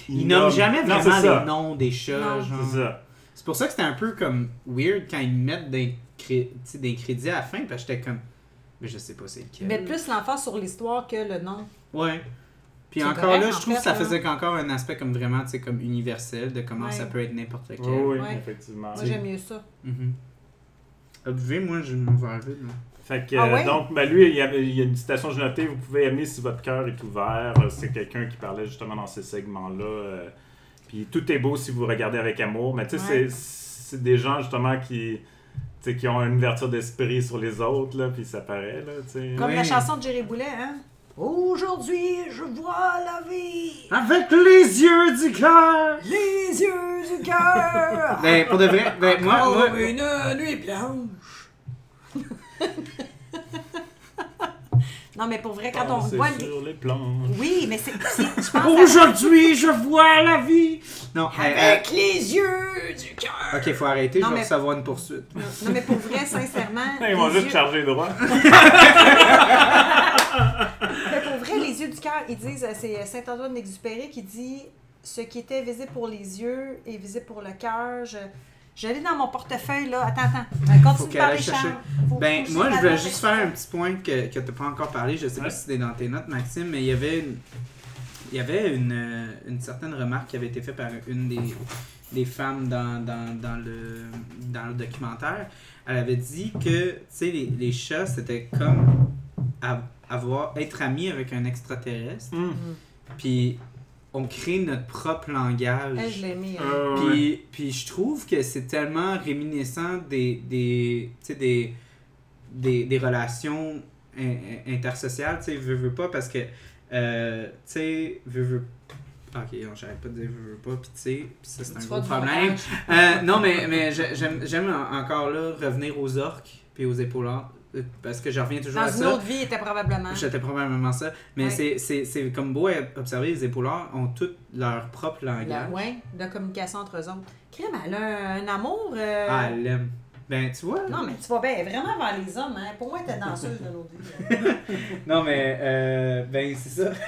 Speaker 1: Il nomme jamais
Speaker 3: Non,
Speaker 1: vraiment
Speaker 3: c'est ça.
Speaker 1: les noms des chats.
Speaker 2: Non.
Speaker 1: genre.
Speaker 3: C'est ça.
Speaker 1: C'est pour ça que c'était un peu comme weird quand ils mettent des, cré- tu sais, des crédits à la fin, parce que j'étais comme, mais je sais pas c'est lequel.
Speaker 2: Mais plus l'emphase sur l'histoire que le nom.
Speaker 1: Ouais. Puis
Speaker 2: C'est
Speaker 1: encore
Speaker 2: correct,
Speaker 1: là, je
Speaker 2: en
Speaker 1: trouve
Speaker 2: fait,
Speaker 1: que ça
Speaker 2: là.
Speaker 1: faisait qu'encore un aspect comme vraiment, tu sais, comme universel de comment
Speaker 2: Ouais.
Speaker 1: ça peut être n'importe lequel.
Speaker 3: Oui, oui,
Speaker 2: Ouais.
Speaker 3: effectivement.
Speaker 2: Moi, j'aime mieux ça.
Speaker 1: Mhm. Ah, buvez, moi, je m'en vais arriver. là.
Speaker 3: Fait que,
Speaker 2: Ah
Speaker 3: euh,
Speaker 2: ouais?
Speaker 3: donc, ben lui, il y, avait- il y a une citation que j'ai notée, vous pouvez aimer si votre cœur est ouvert. Euh, C'est quelqu'un qui parlait justement dans ces segments-là. euh, puis tout est beau si vous regardez avec amour. Mais tu sais,
Speaker 2: Ouais.
Speaker 3: c'est- c'est des gens justement qui, tu sais, qui ont une ouverture d'esprit sur les autres, là, puis ça paraît, là, tu sais.
Speaker 2: Comme
Speaker 1: Ouais.
Speaker 2: la chanson de Jerry Boulet, hein? Aujourd'hui, je vois la vie,
Speaker 1: Avec les yeux du cœur!
Speaker 2: les yeux du cœur.
Speaker 1: Ben, pour de vrai, ben, moi, moi,
Speaker 2: Comme une nuit blanche. non, mais pour vrai, quand on
Speaker 3: Danser
Speaker 2: voit le-
Speaker 3: hein. sur les planches.
Speaker 2: Oui, mais c'est. c'est- Je pense à...
Speaker 1: Aujourd'hui, je vois la vie! Non, hey, hey,
Speaker 2: Avec les yeux du cœur.
Speaker 1: ok, faut arrêter,
Speaker 2: Non,
Speaker 1: je vais
Speaker 2: mais-
Speaker 1: recevoir une poursuite.
Speaker 2: Non, mais pour vrai, sincèrement.
Speaker 3: Ils vont
Speaker 2: les
Speaker 3: juste
Speaker 2: yeux-
Speaker 3: charger le droit.
Speaker 2: Mais pour vrai, les yeux du cœur, ils disent, euh, c'est Saint Antoine d'Exupéry qui dit ce qui était visible pour les yeux est visible pour le cœur. Je, je l'ai dans mon portefeuille là. Attends, attends. Euh,
Speaker 1: Faut
Speaker 2: Continue de
Speaker 1: qu'elle
Speaker 2: parler,
Speaker 1: aille chercher.
Speaker 2: Charles. Faut-
Speaker 1: Ben,
Speaker 2: faut
Speaker 1: moi,
Speaker 2: que
Speaker 1: je
Speaker 2: j'y
Speaker 1: voulais
Speaker 2: parle.
Speaker 1: juste faire un petit point que, que t'as pas encore parlé. Je sais pas
Speaker 3: Ouais.
Speaker 1: si c'était dans tes notes, Maxime, mais il y avait une, il y avait une, euh, une certaine remarque qui avait été faite par une des, des femmes dans, dans, dans le, dans le documentaire. Elle avait dit que, tu sais, les, les chats, c'était comme av- avoir, être ami avec un extraterrestre.
Speaker 3: Hmm.
Speaker 1: Puis, on crée notre propre langage.
Speaker 2: Eh, je l'ai mis. hein.
Speaker 3: Euh, ouais.
Speaker 1: Puis, puis je trouve que c'est tellement réminiscent des, des, tu sais, des, des, des relations in- in- intersociales, tu sais, veux, veux pas, parce que, euh, tu sais, veux, veux... Ok, non, j'arrête pas de dire veux, veux pas, puis tu sais, puis ça c'est un
Speaker 2: Tu
Speaker 1: gros
Speaker 2: vois du
Speaker 1: problème.
Speaker 2: montage.
Speaker 1: Euh, non, mais, mais j'ai- j'aime j'aime en- encore là revenir aux orques, puis aux épaulards, euh, parce que je reviens toujours
Speaker 2: Dans
Speaker 1: à
Speaker 2: une
Speaker 1: ça.
Speaker 2: autre vie, il était probablement.
Speaker 1: J'étais probablement ça, mais
Speaker 2: Ouais.
Speaker 1: c'est- c'est c'est comme beau à observer, les épaulards ont toutes leur propre langage.
Speaker 2: Oui, de communication entre eux autres. Crème, elle a un, un amour. euh,
Speaker 1: Ah, elle l'aime. Ben, tu vois.
Speaker 2: Non, mais tu vas bien, elle est vraiment vers les hommes. Hein. Pour moi, elle était danseuse de nos vies.
Speaker 1: Non, mais, euh, ben, c'est ça.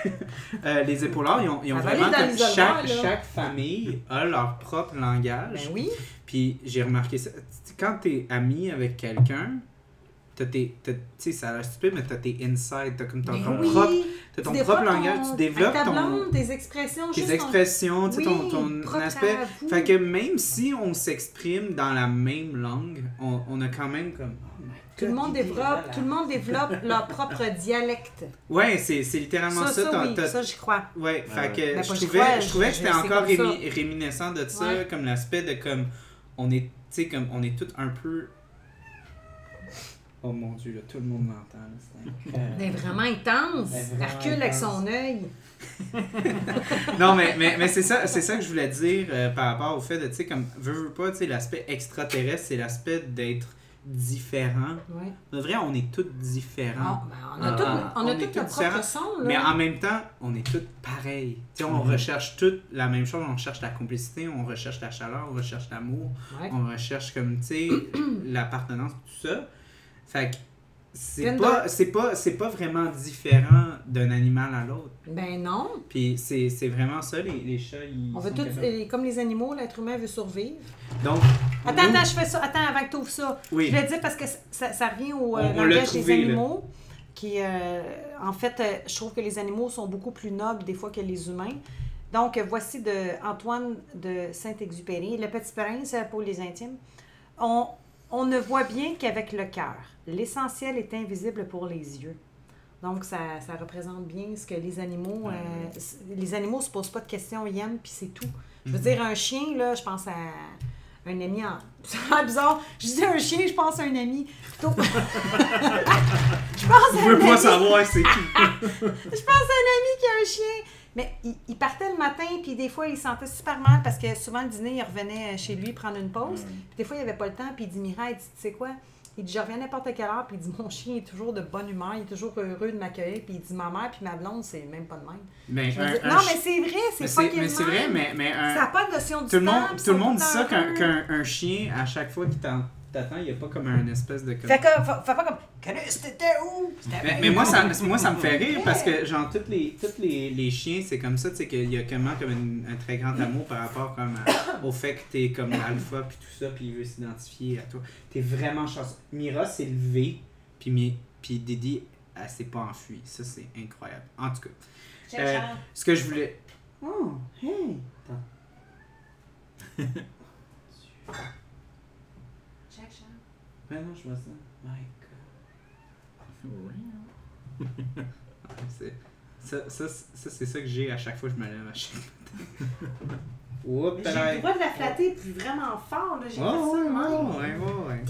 Speaker 1: Euh, les épaulards, ils ont, ils ont
Speaker 2: Ça va
Speaker 1: vraiment.
Speaker 2: aller dans
Speaker 1: comme
Speaker 2: les
Speaker 1: chaque,
Speaker 2: organes, là.
Speaker 1: chaque famille a leur propre
Speaker 2: Ben
Speaker 1: langage.
Speaker 2: oui.
Speaker 1: Puis j'ai remarqué ça. Tu- Quand t'es ami avec quelqu'un, t'as tes. t'as- Tu sais, ça a l'air stupide, mais t'as tes insides. T'as comme ton,
Speaker 2: Ben
Speaker 1: ton
Speaker 2: oui.
Speaker 1: propre. T'as
Speaker 2: Tu
Speaker 1: ton
Speaker 2: développes
Speaker 1: propre langage.
Speaker 2: ton-
Speaker 1: Tu développes
Speaker 2: avec ta
Speaker 1: ton.
Speaker 2: blonde, tes expressions,
Speaker 1: Tes
Speaker 2: juste ton-
Speaker 1: expressions, tu sais, ton,
Speaker 2: Oui,
Speaker 1: ton
Speaker 2: propre à
Speaker 1: aspect.
Speaker 2: vous.
Speaker 1: Fait que même si on s'exprime dans la même langue, on, on a quand même comme. Oh my
Speaker 2: Tout le
Speaker 1: God,
Speaker 2: monde
Speaker 1: il est
Speaker 2: développe, tout le monde développe leur propre dialecte.
Speaker 1: Ouais, c'est c'est littéralement
Speaker 2: Ça,
Speaker 1: ça.
Speaker 2: ça,
Speaker 1: t'as-
Speaker 2: oui,
Speaker 1: t'as-
Speaker 2: ça, j'y crois.
Speaker 1: Ouais, fait que
Speaker 2: Ben,
Speaker 1: je,
Speaker 2: pas je
Speaker 1: trouvais,
Speaker 2: crois,
Speaker 1: je trouvais que
Speaker 2: je-
Speaker 1: c'était
Speaker 2: je sais
Speaker 1: encore
Speaker 2: comme ça.
Speaker 1: rémi- réminiscent de ça,
Speaker 2: Ouais.
Speaker 1: comme l'aspect de comme on est, tu sais, comme on est tous un peu. Oh mon dieu, là, tout le monde l'entend. là, c'est incroyable.
Speaker 2: Elle est vraiment intense.
Speaker 1: Elle est vraiment
Speaker 2: Elle recule avec
Speaker 1: intense.
Speaker 2: son œil.
Speaker 1: non, mais, mais, mais c'est ça, c'est ça que je voulais dire euh, par rapport au fait de, tu sais, comme veux, veux pas, tu sais, l'aspect extraterrestre, c'est l'aspect d'être différent.
Speaker 2: Ouais.
Speaker 1: De vrai, on est tous
Speaker 2: Ah,
Speaker 1: différents.
Speaker 2: ben, on
Speaker 1: Ah,
Speaker 2: a tout,
Speaker 1: ah,
Speaker 2: on
Speaker 1: on
Speaker 2: a
Speaker 1: est
Speaker 2: tout
Speaker 1: tous
Speaker 2: notre propre
Speaker 1: différents.
Speaker 2: son.
Speaker 1: Mais
Speaker 2: Là.
Speaker 1: en même temps, on est tous pareils. Tu sais, on
Speaker 3: Mhm.
Speaker 1: recherche toutes la même chose, on recherche la complicité, on recherche la chaleur, on recherche l'amour.
Speaker 2: Ouais.
Speaker 1: on recherche comme tu sais l'appartenance tout ça fait que c'est
Speaker 2: Tinder.
Speaker 1: pas c'est pas c'est pas vraiment différent d'un animal à l'autre
Speaker 2: Ben non.
Speaker 1: puis c'est c'est vraiment ça les, les chats ils
Speaker 2: On veut
Speaker 1: sont
Speaker 2: tout,
Speaker 1: capables.
Speaker 2: euh, comme les animaux, l'être humain veut survivre.
Speaker 1: donc
Speaker 2: Attends,
Speaker 1: nous-
Speaker 2: attends, je fais ça. Attends, avant que tu ouvres ça.
Speaker 1: oui
Speaker 2: Je le dis parce que ça, ça revient au euh,
Speaker 1: On- on l'a
Speaker 2: langage des
Speaker 1: trouvé, là.
Speaker 2: animaux. Qui, euh, en fait, euh, je trouve que les animaux sont beaucoup plus nobles des fois que les humains. Donc, euh, voici de Antoine de Saint-Exupéry, Le Petit Prince euh, pour les intimes. On, on ne voit bien qu'avec le cœur. L'essentiel est invisible pour les yeux. Donc, ça, ça représente bien ce que les animaux... euh, s- les animaux se posent pas de questions, ils aiment, puis c'est tout. Je
Speaker 1: Mhm.
Speaker 2: veux dire, un chien, là, je pense à un ami en... C'est bizarre. Je dis un chien, je pense à un ami. Plutôt... je pense à
Speaker 1: je
Speaker 2: un
Speaker 1: veux pas
Speaker 2: ami.
Speaker 1: savoir c'est qui
Speaker 2: Je pense à un ami qui a un chien. Mais il, il partait le matin, puis des fois, il sentait super mal parce que souvent, le dîner, il revenait chez lui prendre une pause.
Speaker 1: Mm.
Speaker 2: Puis des fois, il avait pas le temps, puis il dit Mireille, il dit, tu sais quoi Il dit Je reviens à n'importe quelle heure, puis il dit Mon chien est toujours de bonne humeur, il est toujours heureux de m'accueillir, puis il dit Ma mère, puis ma blonde, c'est même pas de même.
Speaker 1: mais
Speaker 2: Je me
Speaker 1: un-
Speaker 2: dis,
Speaker 1: un
Speaker 2: non,
Speaker 1: ch-
Speaker 2: mais c'est vrai,
Speaker 1: mais
Speaker 2: c'est pas
Speaker 1: c'est
Speaker 2: qu'il
Speaker 1: mais c'est vrai mais mais un-
Speaker 2: Ça n'a pas de notion du
Speaker 1: tout le
Speaker 2: temps.
Speaker 1: monde
Speaker 2: puis
Speaker 1: tout le
Speaker 2: ils sont
Speaker 1: monde dit
Speaker 2: tout
Speaker 1: ça
Speaker 2: le temps
Speaker 1: qu'un
Speaker 2: heureux.
Speaker 1: qu'un un chien à chaque fois qu'il t'en- t'attend il y a pas comme un espèce de comme-
Speaker 2: Fait que, fa- fais pas comme, Chris, t'étais où? C'était
Speaker 1: Mais,
Speaker 2: bien
Speaker 1: mais moi,
Speaker 2: bon.
Speaker 1: ça, moi, ça me fait rire parce que, genre, tous les, toutes les, les chiens, c'est comme ça, tu sais, qu'il y a comment, comme une- un très grand amour par rapport comme à- au fait que t'es comme alpha, puis tout ça, puis il veut s'identifier à toi. T'es vraiment chanceux. Mira s'est levée, puis, Mi- puis Didi, elle s'est pas enfuie. Ça, c'est incroyable. En tout cas,
Speaker 2: Check,
Speaker 1: Euh,
Speaker 2: Charles.
Speaker 1: ce que je voulais. Oh, hey! Attends.
Speaker 2: Check, Charles.
Speaker 1: Ben non, je vois ça. My God. C'est- Ça, ça, ça c'est ça que j'ai à chaque fois que je me lève à chaque matin. Oups,
Speaker 2: J'ai le droit de la flatter puis vraiment fort, là. J'ai
Speaker 1: Ben, Ouais,
Speaker 2: fait ça.
Speaker 1: ouais,
Speaker 2: ouais.
Speaker 1: ouais, ouais,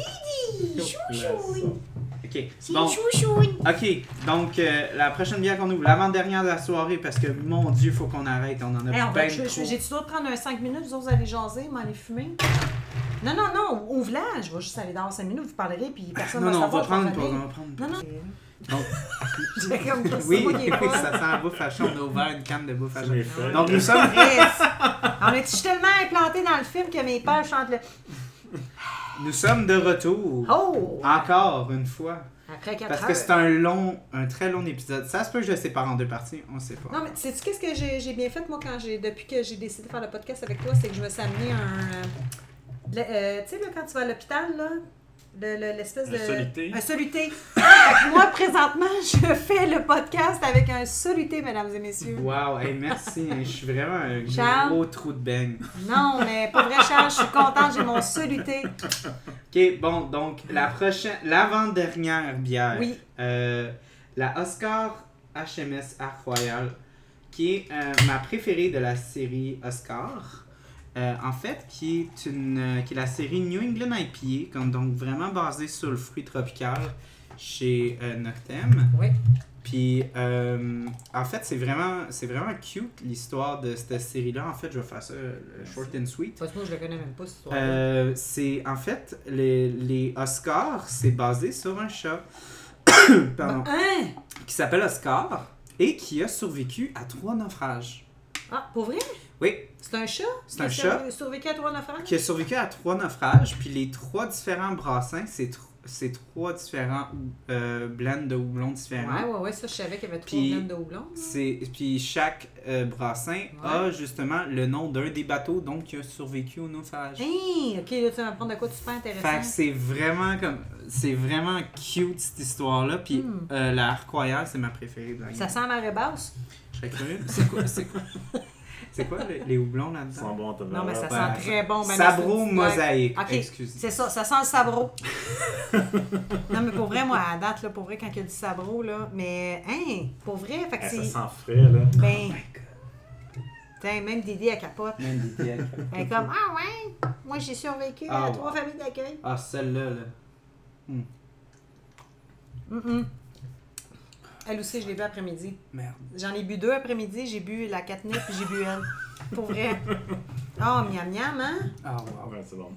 Speaker 1: ouais. Didi!
Speaker 2: chouchou.
Speaker 1: Ok.
Speaker 2: C'est
Speaker 1: Bon.
Speaker 2: chouchoune.
Speaker 1: Ok, donc euh, la prochaine bière qu'on ouvre, l'avant-dernière de la soirée, parce que mon dieu, faut qu'on arrête, on en a
Speaker 2: Hey, Eh,
Speaker 1: plein
Speaker 2: on va-
Speaker 1: ben
Speaker 2: je- je-
Speaker 1: trop.
Speaker 2: J'ai-tu le droit de prendre un 5 minutes? Vous autres, vous allez jaser, m'en aller fumer? Non, non, non, ouvre-la. Je vais juste aller dans 5 minutes, vous parlerez, puis personne
Speaker 1: Non,
Speaker 2: va
Speaker 1: non, on va
Speaker 2: savoir, je vais
Speaker 1: prendre
Speaker 2: en
Speaker 1: une pause,
Speaker 2: aller.
Speaker 1: on va prendre une
Speaker 2: Non,
Speaker 1: pause.
Speaker 2: non.
Speaker 1: Donc-
Speaker 2: J'ai comme ça,
Speaker 1: Oui,
Speaker 2: moi qui est
Speaker 1: oui,
Speaker 2: folle.
Speaker 1: ça sent la bouffe à chaud, on a ouvert une canne de bouffe à
Speaker 3: Ah C'est
Speaker 1: chaud.
Speaker 3: mes feuilles.
Speaker 1: Donc nous sommes...
Speaker 2: Yes. On est tellement implanté dans le film que mes pères chantent le
Speaker 1: Nous sommes de retour.
Speaker 2: Oh!
Speaker 1: Encore une fois.
Speaker 2: Après 4
Speaker 1: Ah. Parce
Speaker 2: heures.
Speaker 1: que c'est un long, un très long épisode. Ça se peut que je le sépare en deux parties, on sait pas.
Speaker 2: Non, mais sais-tu qu'est-ce que j'ai j'ai bien fait, moi, quand j'ai depuis que j'ai décidé de faire le podcast avec toi? C'est que je me suis amené un. euh, le- euh, tu sais, là, quand tu vas à l'hôpital, là, le- le- l'espèce
Speaker 3: Un
Speaker 2: de.
Speaker 3: soluté.
Speaker 2: Un soluté. Ah, Fait que moi, présentement, je fais le podcast avec un soluté, mesdames et messieurs.
Speaker 1: Wow, hey, merci, hein, je suis vraiment un
Speaker 2: Charles?
Speaker 1: gros trou de beigne.
Speaker 2: Non, mais pas vrai, Charles, je suis contente, j'ai mon soluté.
Speaker 1: Ok, bon, donc la prochaine, l'avant-dernière bière.
Speaker 2: Oui.
Speaker 1: Euh, la Oscar HMS Arc Royal, qui est euh, ma préférée de la série Oscar. Euh, en fait, qui est, une, euh, qui est la série New England IPA, comme donc vraiment basée sur le fruit tropical chez euh, Noctem.
Speaker 2: Oui.
Speaker 1: Puis, euh, en fait, c'est vraiment, c'est vraiment cute l'histoire de cette série-là. En fait, je vais faire ça euh, short and sweet.
Speaker 2: Tu vois, moi, je le connais même pas, cette histoire.
Speaker 1: Euh, c'est en fait les, les Oscars, c'est basé sur un chat pardon,
Speaker 2: Hein?
Speaker 1: qui s'appelle Oscar et qui a survécu à trois naufrages.
Speaker 2: Ah, pour vrai?
Speaker 1: Oui,
Speaker 2: C'est un chat?
Speaker 1: c'est un
Speaker 2: Qui a
Speaker 1: chat
Speaker 2: survé- Survécu à trois naufrages?
Speaker 1: qui a survécu à trois naufrages, puis les trois différents brassins, c'est tr- c'est trois différents euh, blends de houblon différents.
Speaker 2: Ouais, ouais, ouais, ça, je savais qu'il y avait trois
Speaker 1: ben, Puis-
Speaker 2: graines de houblon.
Speaker 1: C'est puis chaque euh, brassin a justement le nom d'un des bateaux donc qui a survécu au naufrage.
Speaker 2: Hein, ok, là, tu vas prendre de quoi de super
Speaker 1: Fait que
Speaker 2: intéressant.
Speaker 1: c'est vraiment comme c'est vraiment cute cette histoire là puis
Speaker 2: Hmm.
Speaker 1: euh, la Arcoyale c'est ma préférée de la
Speaker 2: Ça
Speaker 1: gamme.
Speaker 2: sent la marée basse?
Speaker 1: Je serais curieux. C'est quoi c'est quoi C'est quoi les, les houblons
Speaker 3: Ça sent
Speaker 1: là-dedans
Speaker 3: bon, t'as
Speaker 2: Non, mais ça
Speaker 1: ben,
Speaker 2: sent très bon. ben,
Speaker 1: Sabro
Speaker 2: c'est une petite blague.
Speaker 1: mosaïque.
Speaker 2: Ok,
Speaker 1: Excusez.
Speaker 2: C'est ça, ça sent le sabro. non, mais pour vrai, moi, à date, là, pour vrai, quand il y a du sabro, là, mais, hein, pour vrai, fait que
Speaker 3: Eh,
Speaker 2: c'est.
Speaker 3: Ça sent frais, là.
Speaker 2: Ben,
Speaker 1: Oh My God.
Speaker 2: putain, même Didi, elle capote.
Speaker 1: Même des dièges.
Speaker 2: Elle est comme, ah ouais, moi, j'ai survécu
Speaker 1: Ah,
Speaker 2: à
Speaker 1: ouais.
Speaker 2: trois familles d'accueil.
Speaker 1: Ah celle-là là.
Speaker 2: Mm-mm. Elle aussi, je l'ai bu après-midi.
Speaker 1: Merde.
Speaker 2: J'en ai bu deux après-midi, j'ai bu la catnip, puis j'ai bu elle. Pour vrai. Oh, miam miam, hein?
Speaker 1: Ah wow.
Speaker 3: Ouais, c'est bon.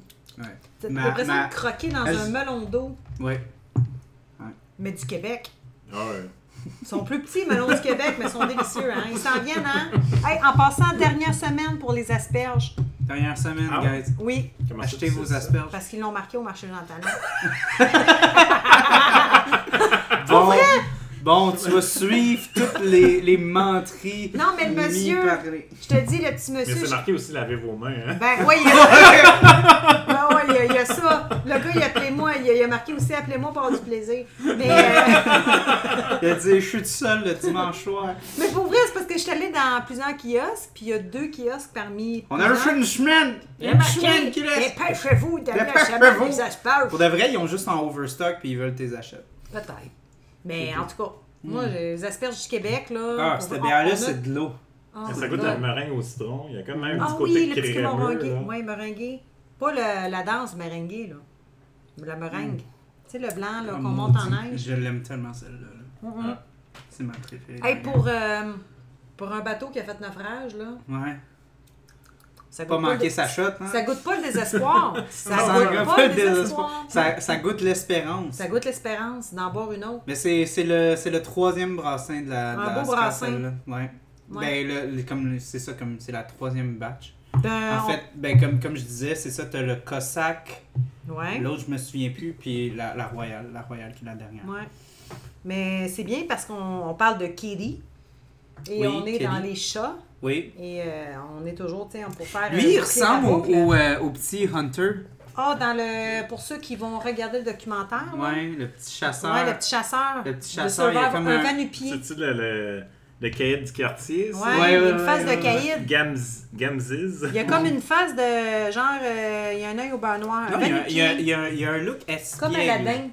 Speaker 2: T'as
Speaker 1: Ma-
Speaker 2: l'impression
Speaker 1: ma-
Speaker 2: de croquer dans
Speaker 1: Elle-
Speaker 2: un melon d'eau,
Speaker 1: Ouais.
Speaker 2: mais du Québec.
Speaker 3: Ah ouais.
Speaker 2: Ils sont plus petits, melons du Québec, mais ils sont délicieux, hein? Ils s'en viennent, hein? Hey, en passant, dernière semaine pour les asperges.
Speaker 1: Dernière semaine
Speaker 3: Ah ouais?
Speaker 1: guys.
Speaker 2: Oui,
Speaker 3: Comment ça,
Speaker 1: Achetez
Speaker 3: tu sais
Speaker 1: vos
Speaker 3: ça?
Speaker 1: asperges.
Speaker 2: parce qu'ils l'ont marqué au marché Jean Talon.
Speaker 1: Bon, bon, tu vas suivre toutes les, les menteries.
Speaker 2: Non, mais le
Speaker 1: mis
Speaker 2: monsieur-
Speaker 1: par les-
Speaker 2: Je te dis, le petit
Speaker 3: Mais
Speaker 2: monsieur...
Speaker 3: c'est
Speaker 2: je-
Speaker 3: marqué aussi laver vos mains, hein.
Speaker 2: Ben, ouais, il y a, Ben ouais, il y a- il y a ça. Le gars, il a appelé-moi, il, a- il a marqué aussi appelez-moi pour avoir du plaisir. Mais, euh,
Speaker 1: Il a dit, je suis tout seul le dimanche soir.
Speaker 2: mais pour vrai, c'est parce que je suis allée dans plusieurs kiosques, puis il y a deux kiosques parmi.
Speaker 1: On a reçu une semaine! Une semaine qui reste!
Speaker 2: Dépêchez-vous, dernière
Speaker 1: Dépêchez-vous.
Speaker 2: semaine les asperges.
Speaker 1: Pour de vrai, ils ont juste en overstock puis ils veulent tes achats.
Speaker 2: Peut-être. Mais en tout cas, moi, les asperges du Québec, là.
Speaker 1: Ah,
Speaker 2: on-
Speaker 1: cette
Speaker 2: on-
Speaker 1: bière-là,
Speaker 2: on a-
Speaker 1: c'est de l'eau.
Speaker 2: Ah,
Speaker 3: Ça
Speaker 2: c'est
Speaker 3: goûte
Speaker 2: bon.
Speaker 3: la meringue au citron. Il y a quand même un
Speaker 2: Ah
Speaker 3: petit
Speaker 2: oui,
Speaker 3: côté
Speaker 2: le petit meringué.
Speaker 3: crémeux. là.
Speaker 2: Oui, meringué. Pas le- la danse meringuée, là. La meringue. Tu
Speaker 3: Hmm.
Speaker 2: sais, le blanc,
Speaker 3: Ah,
Speaker 2: là,
Speaker 1: Oh,
Speaker 2: qu'on
Speaker 1: mon
Speaker 2: monte en
Speaker 1: Dieu,
Speaker 2: neige.
Speaker 1: Je l'aime tellement celle-là. là.
Speaker 2: Mhm.
Speaker 1: C'est ma préférée.
Speaker 2: Hey, pour, euh, pour un bateau qui a fait naufrage, là.
Speaker 1: Ouais.
Speaker 2: Ça goûte
Speaker 1: Pas manquer
Speaker 2: le-
Speaker 1: sa shot, hein?
Speaker 2: Ça goûte pas le désespoir. Ça
Speaker 1: Ça
Speaker 2: goûte
Speaker 1: goûte
Speaker 2: pas le désespoir.
Speaker 1: Ça, ça goûte l'espérance.
Speaker 2: Ça goûte l'espérance d'en boire une autre.
Speaker 1: Mais c'est c'est le, c'est le troisième brassin de la.
Speaker 2: Un
Speaker 1: de la
Speaker 2: beau
Speaker 1: Oscar,
Speaker 2: brassin.
Speaker 1: celle-là. Ouais.
Speaker 2: Ouais.
Speaker 1: Ben, le- le- comme le- c'est ça, comme c'est la troisième batch.
Speaker 2: Ben,
Speaker 1: en
Speaker 2: on-
Speaker 1: fait, ben, comme, comme je disais, c'est ça, t'as le Cossack,
Speaker 2: Ouais.
Speaker 1: l'autre, je me souviens plus, puis la, la Royale, la Royale qui est la dernière.
Speaker 2: Ouais. Mais c'est bien parce qu'on on parle de Kitty. Et
Speaker 1: Oui,
Speaker 2: on est
Speaker 1: Kitty.
Speaker 2: dans les chats.
Speaker 1: Oui.
Speaker 2: Et euh, on est toujours, tu sais, pour faire. euh,
Speaker 1: Lui, il
Speaker 2: boucler
Speaker 1: ressemble
Speaker 2: la
Speaker 1: au,
Speaker 2: boucle.
Speaker 1: au, euh, au petit Hunter.
Speaker 2: Ah, dans le. Pour ceux qui vont regarder le documentaire. là.
Speaker 1: Ouais, le petit chasseur.
Speaker 2: Ah Ouais, le petit chasseur.
Speaker 1: Le petit chasseur, il y a
Speaker 2: survivor,
Speaker 1: comme
Speaker 2: un
Speaker 1: un-
Speaker 2: vanupier.
Speaker 3: C'est-tu le, le, le caïd du quartier?
Speaker 2: Ouais,
Speaker 3: ça?
Speaker 1: Ouais,
Speaker 2: il y a
Speaker 1: ouais,
Speaker 2: une
Speaker 1: ouais,
Speaker 2: face
Speaker 1: ouais,
Speaker 2: de
Speaker 1: ouais.
Speaker 2: caïd.
Speaker 3: Gamz- Gamzis.
Speaker 2: Il y a comme une face de genre, euh, il y a un œil au beurre noir.
Speaker 1: Non,
Speaker 2: Un
Speaker 1: il y a- il y, a-
Speaker 2: vanupier.
Speaker 1: il y a- il y a un look espiègle.
Speaker 2: Comme Aladdin.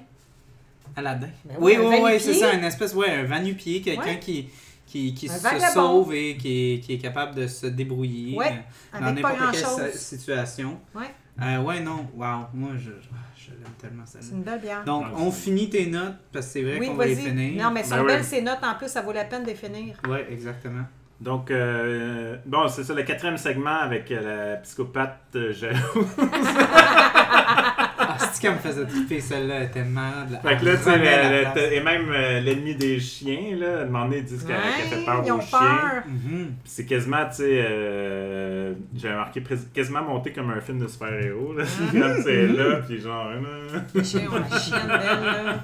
Speaker 1: Aladdin.
Speaker 2: Ben
Speaker 1: Oui,
Speaker 2: oui, un
Speaker 1: oui, oui,
Speaker 2: vanupier.
Speaker 1: c'est ça, une espèce, ouais, un vanupier, quelqu'un
Speaker 2: Ouais.
Speaker 1: qui, qui, qui
Speaker 2: Un
Speaker 1: se
Speaker 2: vagabond.
Speaker 1: sauve et qui est, qui est capable de se débrouiller
Speaker 2: Ouais,
Speaker 1: euh, dans
Speaker 2: avec pas
Speaker 1: n'importe quelle
Speaker 2: grand-chose.
Speaker 1: sa- situation.
Speaker 2: Ouais.
Speaker 1: Euh, ouais, non, wow, moi je, je l'aime tellement
Speaker 2: C'est
Speaker 1: celle-là.
Speaker 2: une belle bière.
Speaker 1: Donc,
Speaker 3: Ouais,
Speaker 1: on
Speaker 3: c'est-
Speaker 1: finit tes notes parce que c'est vrai
Speaker 2: oui,
Speaker 1: qu'on va les
Speaker 2: vas-y.
Speaker 1: finir.
Speaker 2: Non, mais
Speaker 3: Ben
Speaker 2: sont
Speaker 3: oui.
Speaker 2: belles ces notes en plus, ça vaut la peine de les finir.
Speaker 1: Ouais, exactement.
Speaker 3: Donc, euh, bon, c'est ça, le quatrième segment avec euh, la psychopathe euh, jalouse.
Speaker 1: Ah, c'est qu'elle me faisait triper celle-là, elle était malade.
Speaker 3: Fait que là,
Speaker 1: Elle
Speaker 3: tu sais,
Speaker 1: prenait la
Speaker 3: le- le-
Speaker 1: place.
Speaker 3: et même euh, l'ennemi des chiens, là, à un moment donné, ils disent qu'elle qu'elle fait peur
Speaker 2: ils ont
Speaker 3: aux chiens.
Speaker 2: peur.
Speaker 1: Mhm.
Speaker 3: Puis C'est quasiment, tu sais, euh, j'avais marqué pres- quasiment monté comme un film de super-héros, là.
Speaker 2: Ah.
Speaker 3: Comme c'est là, puis genre, euh,
Speaker 2: Les chiens ont la chienne belle, là.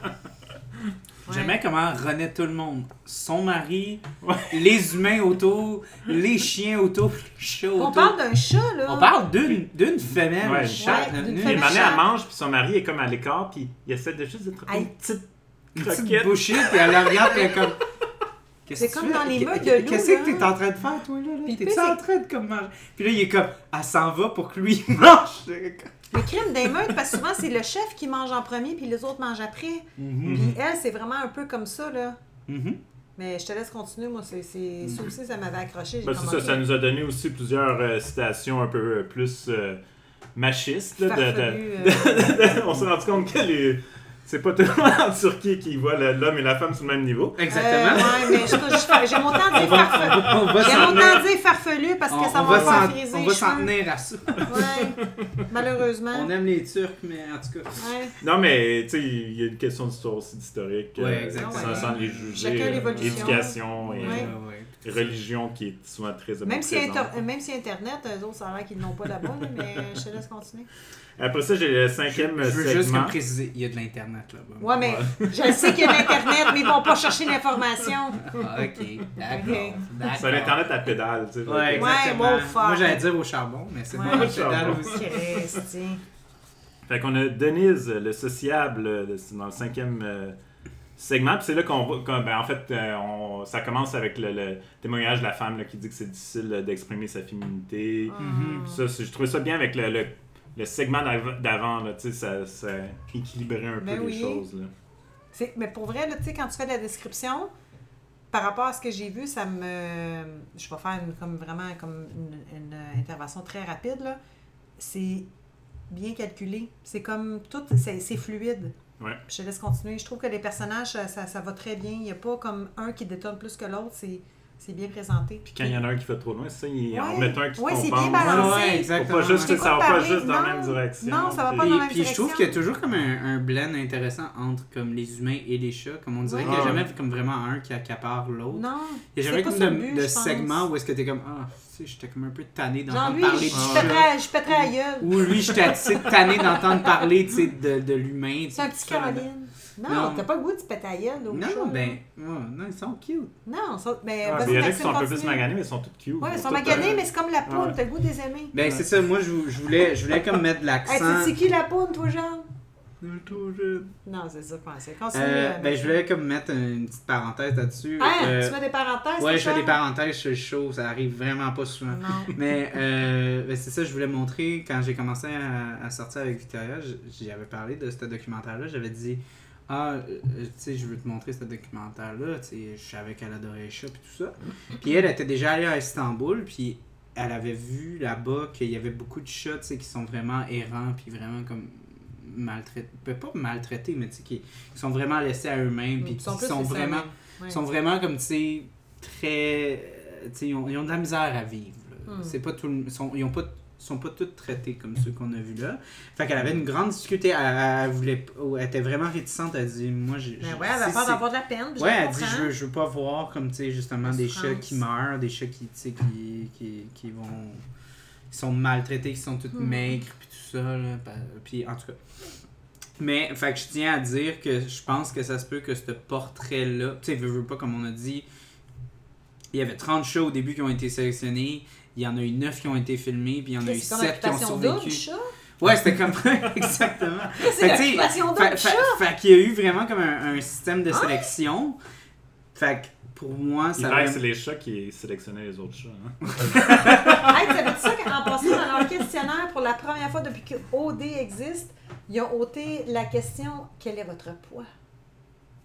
Speaker 2: Ouais.
Speaker 1: J'aimais comment renaît tout le monde. Son mari,
Speaker 3: Ouais.
Speaker 1: les humains autour, les chiens autour, les chats autour.
Speaker 2: On parle d'un chat, là.
Speaker 1: On parle d'une, d'une femelle
Speaker 3: Ouais.
Speaker 1: chatte.
Speaker 2: Ouais, d'une
Speaker 1: une-
Speaker 2: femelle
Speaker 3: Et
Speaker 1: une-
Speaker 3: maintenant,
Speaker 2: méchant.
Speaker 3: elle mange, puis son mari est comme à l'écart, puis il essaie de juste de trouver
Speaker 2: Aïe.
Speaker 3: une petite
Speaker 1: une petite
Speaker 3: croquette.
Speaker 1: bouchée, puis elle la regarde, puis elle est comme. Qu'est-ce
Speaker 2: C'est
Speaker 1: que
Speaker 2: comme
Speaker 1: tu fais?
Speaker 2: dans les
Speaker 1: Qu'est-
Speaker 2: meutes de loup,
Speaker 1: Qu'est-ce que
Speaker 2: là.
Speaker 1: t'es en train de faire, toi, là?
Speaker 2: Puis
Speaker 1: là?
Speaker 2: le
Speaker 1: T'es-tu
Speaker 2: pire,
Speaker 1: en train de comme manger? Puis là, il est comme. Elle s'en va pour que lui il mange.
Speaker 2: Le crime des meutes, parce que souvent, c'est le chef qui mange en premier, puis les autres mangent après.
Speaker 3: Mm-hmm.
Speaker 1: Mhm.
Speaker 2: Puis elle, c'est vraiment un peu comme ça, là.
Speaker 1: Mhm.
Speaker 2: Mais je te laisse continuer, moi, c'est, c'est... ça aussi, ça m'avait accroché. j'ai
Speaker 3: Mm-hmm. Ben, c'est ça,
Speaker 2: commencé.
Speaker 3: ça nous a donné aussi plusieurs euh, citations un peu euh, plus euh, machistes. là, de- de-
Speaker 2: Farfelu, euh.
Speaker 3: de- de- on s'est rendu compte que les- c'est pas tout le monde en Turquie qui voit le- l'homme et la femme sur le même niveau.
Speaker 1: Exactement.
Speaker 2: Euh, ouais, mais je, je- j'ai mon temps de dire farfelu.
Speaker 1: On va
Speaker 2: J'ai
Speaker 1: s'en
Speaker 2: mon
Speaker 1: tenir-
Speaker 2: temps de dire farfelu parce que
Speaker 1: on-
Speaker 2: ça
Speaker 1: on
Speaker 2: va me faire
Speaker 1: s'en-
Speaker 2: friser
Speaker 1: on
Speaker 2: les
Speaker 1: va s'en
Speaker 2: cheveux. Hein?
Speaker 1: tenir à ça.
Speaker 2: Ouais, malheureusement.
Speaker 1: On aime les Turcs, mais en tout cas.
Speaker 2: Ouais.
Speaker 3: Non, mais tu sais, il y a une question d'histoire aussi, d'historique.
Speaker 1: Ouais,
Speaker 3: euh,
Speaker 1: exactement.
Speaker 3: Sans, sans les juger.
Speaker 2: Chacun
Speaker 3: euh,
Speaker 2: l'évolution.
Speaker 3: Éducation et
Speaker 2: Ouais.
Speaker 3: euh, religion qui est souvent très
Speaker 2: Même si,
Speaker 3: omniprésente.
Speaker 2: inter- même si Internet, eux autres, ça a l'air qu'ils n'ont pas là-bas, là, mais je te laisse continuer.
Speaker 3: Après ça, j'ai le cinquième
Speaker 1: Je veux juste
Speaker 3: segment.
Speaker 1: comme préciser, il y a de l'Internet là-bas.
Speaker 2: Ouais, mais je sais qu'il y a l'Internet, mais ils vont pas chercher l'information.
Speaker 1: Ah, ok, d'accord.
Speaker 2: Ok.
Speaker 1: d'accord.
Speaker 3: C'est l'internet à pédale, tu sais.
Speaker 1: Ouais,
Speaker 2: Ouais,
Speaker 1: exactement.
Speaker 2: wow, fuck.
Speaker 1: Moi, j'allais dire au charbon, mais c'est
Speaker 2: Ouais.
Speaker 1: bon, c'est dans le-
Speaker 2: Christy.
Speaker 3: Fait qu'on a Denise, le sociable, euh, c'est dans le cinquième euh, segment. Puis c'est là qu'on voit, qu'on- ben, en fait, euh, on- ça commence avec le, le témoignage de la femme là, qui dit que c'est difficile euh, d'exprimer sa féminité.
Speaker 1: Mhm.
Speaker 3: Puis ça, c'est- je trouvais ça bien avec le, le- le segment d'av- d'avant, là, tu sais, ça, ça équilibrait un
Speaker 2: Ben
Speaker 3: peu
Speaker 2: oui.
Speaker 3: les choses. là.
Speaker 2: C'est- Mais pour vrai, là, tu sais, quand tu fais la description, par rapport à ce que j'ai vu, ça me. Je vais faire une- comme vraiment comme une, une intervention très rapide. là. C'est bien calculé. C'est comme tout, c'est c'est fluide.
Speaker 3: Ouais.
Speaker 2: Je te laisse continuer. Je trouve que les personnages, ça, ça- ça va très bien. Il n'y a pas comme un qui détonne plus que l'autre. C'est c'est bien présenté.
Speaker 3: Puis quand il y en a un qui fait trop loin, c'est ça, il en
Speaker 2: Ouais.
Speaker 3: remet un qui
Speaker 2: Ouais, c'est bien
Speaker 3: compense.
Speaker 2: balancé.
Speaker 1: Ouais, ouais,
Speaker 3: Faut
Speaker 1: exactement.
Speaker 3: pas juste que
Speaker 2: T'écoutes
Speaker 3: ça va pas
Speaker 2: parler,
Speaker 3: juste dans la
Speaker 2: non.
Speaker 3: même direction.
Speaker 2: Non, ça va
Speaker 3: puis-
Speaker 2: pas
Speaker 1: Puis,
Speaker 2: dans la même
Speaker 1: puis je trouve
Speaker 2: direction.
Speaker 1: qu'il y a toujours comme un, un blend intéressant entre comme les humains et les chats. Comme on dirait
Speaker 2: Ouais.
Speaker 1: qu'il n'y a
Speaker 3: Ah,
Speaker 1: jamais comme vraiment un qui accapare l'autre. Il n'y
Speaker 2: Non.
Speaker 1: a
Speaker 2: c'est
Speaker 1: jamais
Speaker 2: pas
Speaker 1: comme
Speaker 2: ça
Speaker 1: de,
Speaker 2: le but,
Speaker 1: de
Speaker 2: je pense.
Speaker 1: segment où est-ce que t'es comme Ah, tu sais, j'étais comme un peu tanné
Speaker 2: Genre,
Speaker 1: d'entendre
Speaker 2: lui,
Speaker 1: parler
Speaker 2: je,
Speaker 1: du
Speaker 2: je,
Speaker 1: chat.
Speaker 2: pèterais, je pèterais la gueule.
Speaker 1: Ou lui, j'étais assez tanné d'entendre parler tu sais, de, de l'humain.
Speaker 2: C'est un petit Caroline. Non,
Speaker 1: hein. Non.
Speaker 2: t'as pas le goût de se péter la gueule. au chat,
Speaker 1: Non,
Speaker 2: là.
Speaker 1: ben, ouais, non, ils sont cute.
Speaker 2: Non, ça, mais
Speaker 3: Ah,
Speaker 2: vas-y,
Speaker 3: puis il y en a qui
Speaker 2: Maxime,
Speaker 3: sont un peu plus
Speaker 2: continue.
Speaker 3: maganés, mais ils sont toutes cute.
Speaker 2: Ouais, ils sont
Speaker 3: Toutes,
Speaker 2: maganés,
Speaker 3: euh,
Speaker 2: mais c'est comme la poune, t'as le goût des aimer.
Speaker 1: Ben, c'est ça, moi, je, vou- je voulais, je voulais comme mettre de
Speaker 2: Hey, tu
Speaker 1: l'accent.
Speaker 2: sais qui la poune, toi, Jean?
Speaker 1: Euh,
Speaker 2: Non, c'est ça, je pensais. Continue. euh,
Speaker 1: ben, je voulais comme mettre une petite parenthèse là-dessus.
Speaker 2: Hein,
Speaker 1: Euh,
Speaker 2: tu fais des parenthèses?
Speaker 1: ouais,
Speaker 2: c'est
Speaker 1: je fais
Speaker 2: ça?
Speaker 1: des parenthèses sur le show, ça arrive vraiment pas souvent.
Speaker 2: Non.
Speaker 1: Mais euh, ben, c'est ça, je voulais montrer quand j'ai commencé à, à sortir avec Victoria, j- j'y avais parlé de ce documentaire-là. J'avais dit Ah, euh, tu sais, je veux te montrer ce documentaire-là. Tu sais, je savais qu'elle adorait les chats et tout ça. Puis elle était déjà allée à Istanbul, puis elle avait vu là-bas qu'il y avait beaucoup de chats tu sais, qui sont vraiment errants, puis vraiment comme maltraités. Pas maltraités, mais tu sais, qui, qui sont vraiment laissés à eux-mêmes, puis
Speaker 2: Ils
Speaker 1: qui
Speaker 2: sont
Speaker 1: sont,
Speaker 2: plus laissés à
Speaker 1: vraiment
Speaker 2: Ouais.
Speaker 1: sont vraiment comme, tu sais, très. euh, Tu sais, ils ont, ils ont de la misère à vivre. là.
Speaker 2: Mm.
Speaker 1: C'est pas tout le- sont, ils ont pas sont pas tous traités comme ceux qu'on a vus là. Fait qu'elle avait une grande difficulté. Elle, elle- elle voulait, p- elle était vraiment réticente. Elle dit Moi, j'ai. j'ai-
Speaker 2: Ben ouais, elle va
Speaker 1: si
Speaker 2: pas
Speaker 1: c'est-
Speaker 2: d'avoir de la peine. puis je
Speaker 1: Ouais,
Speaker 2: la
Speaker 1: elle dit
Speaker 2: comprends.
Speaker 1: je veux, je veux pas voir comme tu sais justement
Speaker 2: La
Speaker 1: des chats
Speaker 2: souffrance.
Speaker 1: qui meurent, des chats qui tu sais qui, qui, qui vont qui sont maltraités, qui sont toutes
Speaker 2: Mm.
Speaker 1: maigres puis tout ça là, pa- puis en tout cas. Mais fait que je tiens à dire que je pense que ça se peut que ce portrait là, tu sais veux, veux pas comme on a dit, il y avait 30 chats au début qui ont été sélectionnés, il y en a eu 9 qui ont été filmés, puis il y en a eu
Speaker 2: C'est comme
Speaker 1: 7 qui ont
Speaker 2: l'occupation double,
Speaker 1: survécu.
Speaker 2: chat.
Speaker 1: Ouais, c'était comme exactement.
Speaker 2: C'est
Speaker 1: tu sais,
Speaker 2: l'occupation
Speaker 1: Fait, fait-
Speaker 2: double, chat. Ah.
Speaker 1: fait qu'il y a eu vraiment comme un, un système de sélection. Fait que pour moi,
Speaker 3: Il
Speaker 1: ça
Speaker 3: paraît
Speaker 1: va.
Speaker 3: que c'est les chats qui sélectionnaient les autres chats. hein.
Speaker 2: Hey, tu savais ça qu'en passant dans leur questionnaire, pour la première fois depuis que OD existe, ils ont ôté la question « Quel est votre poids?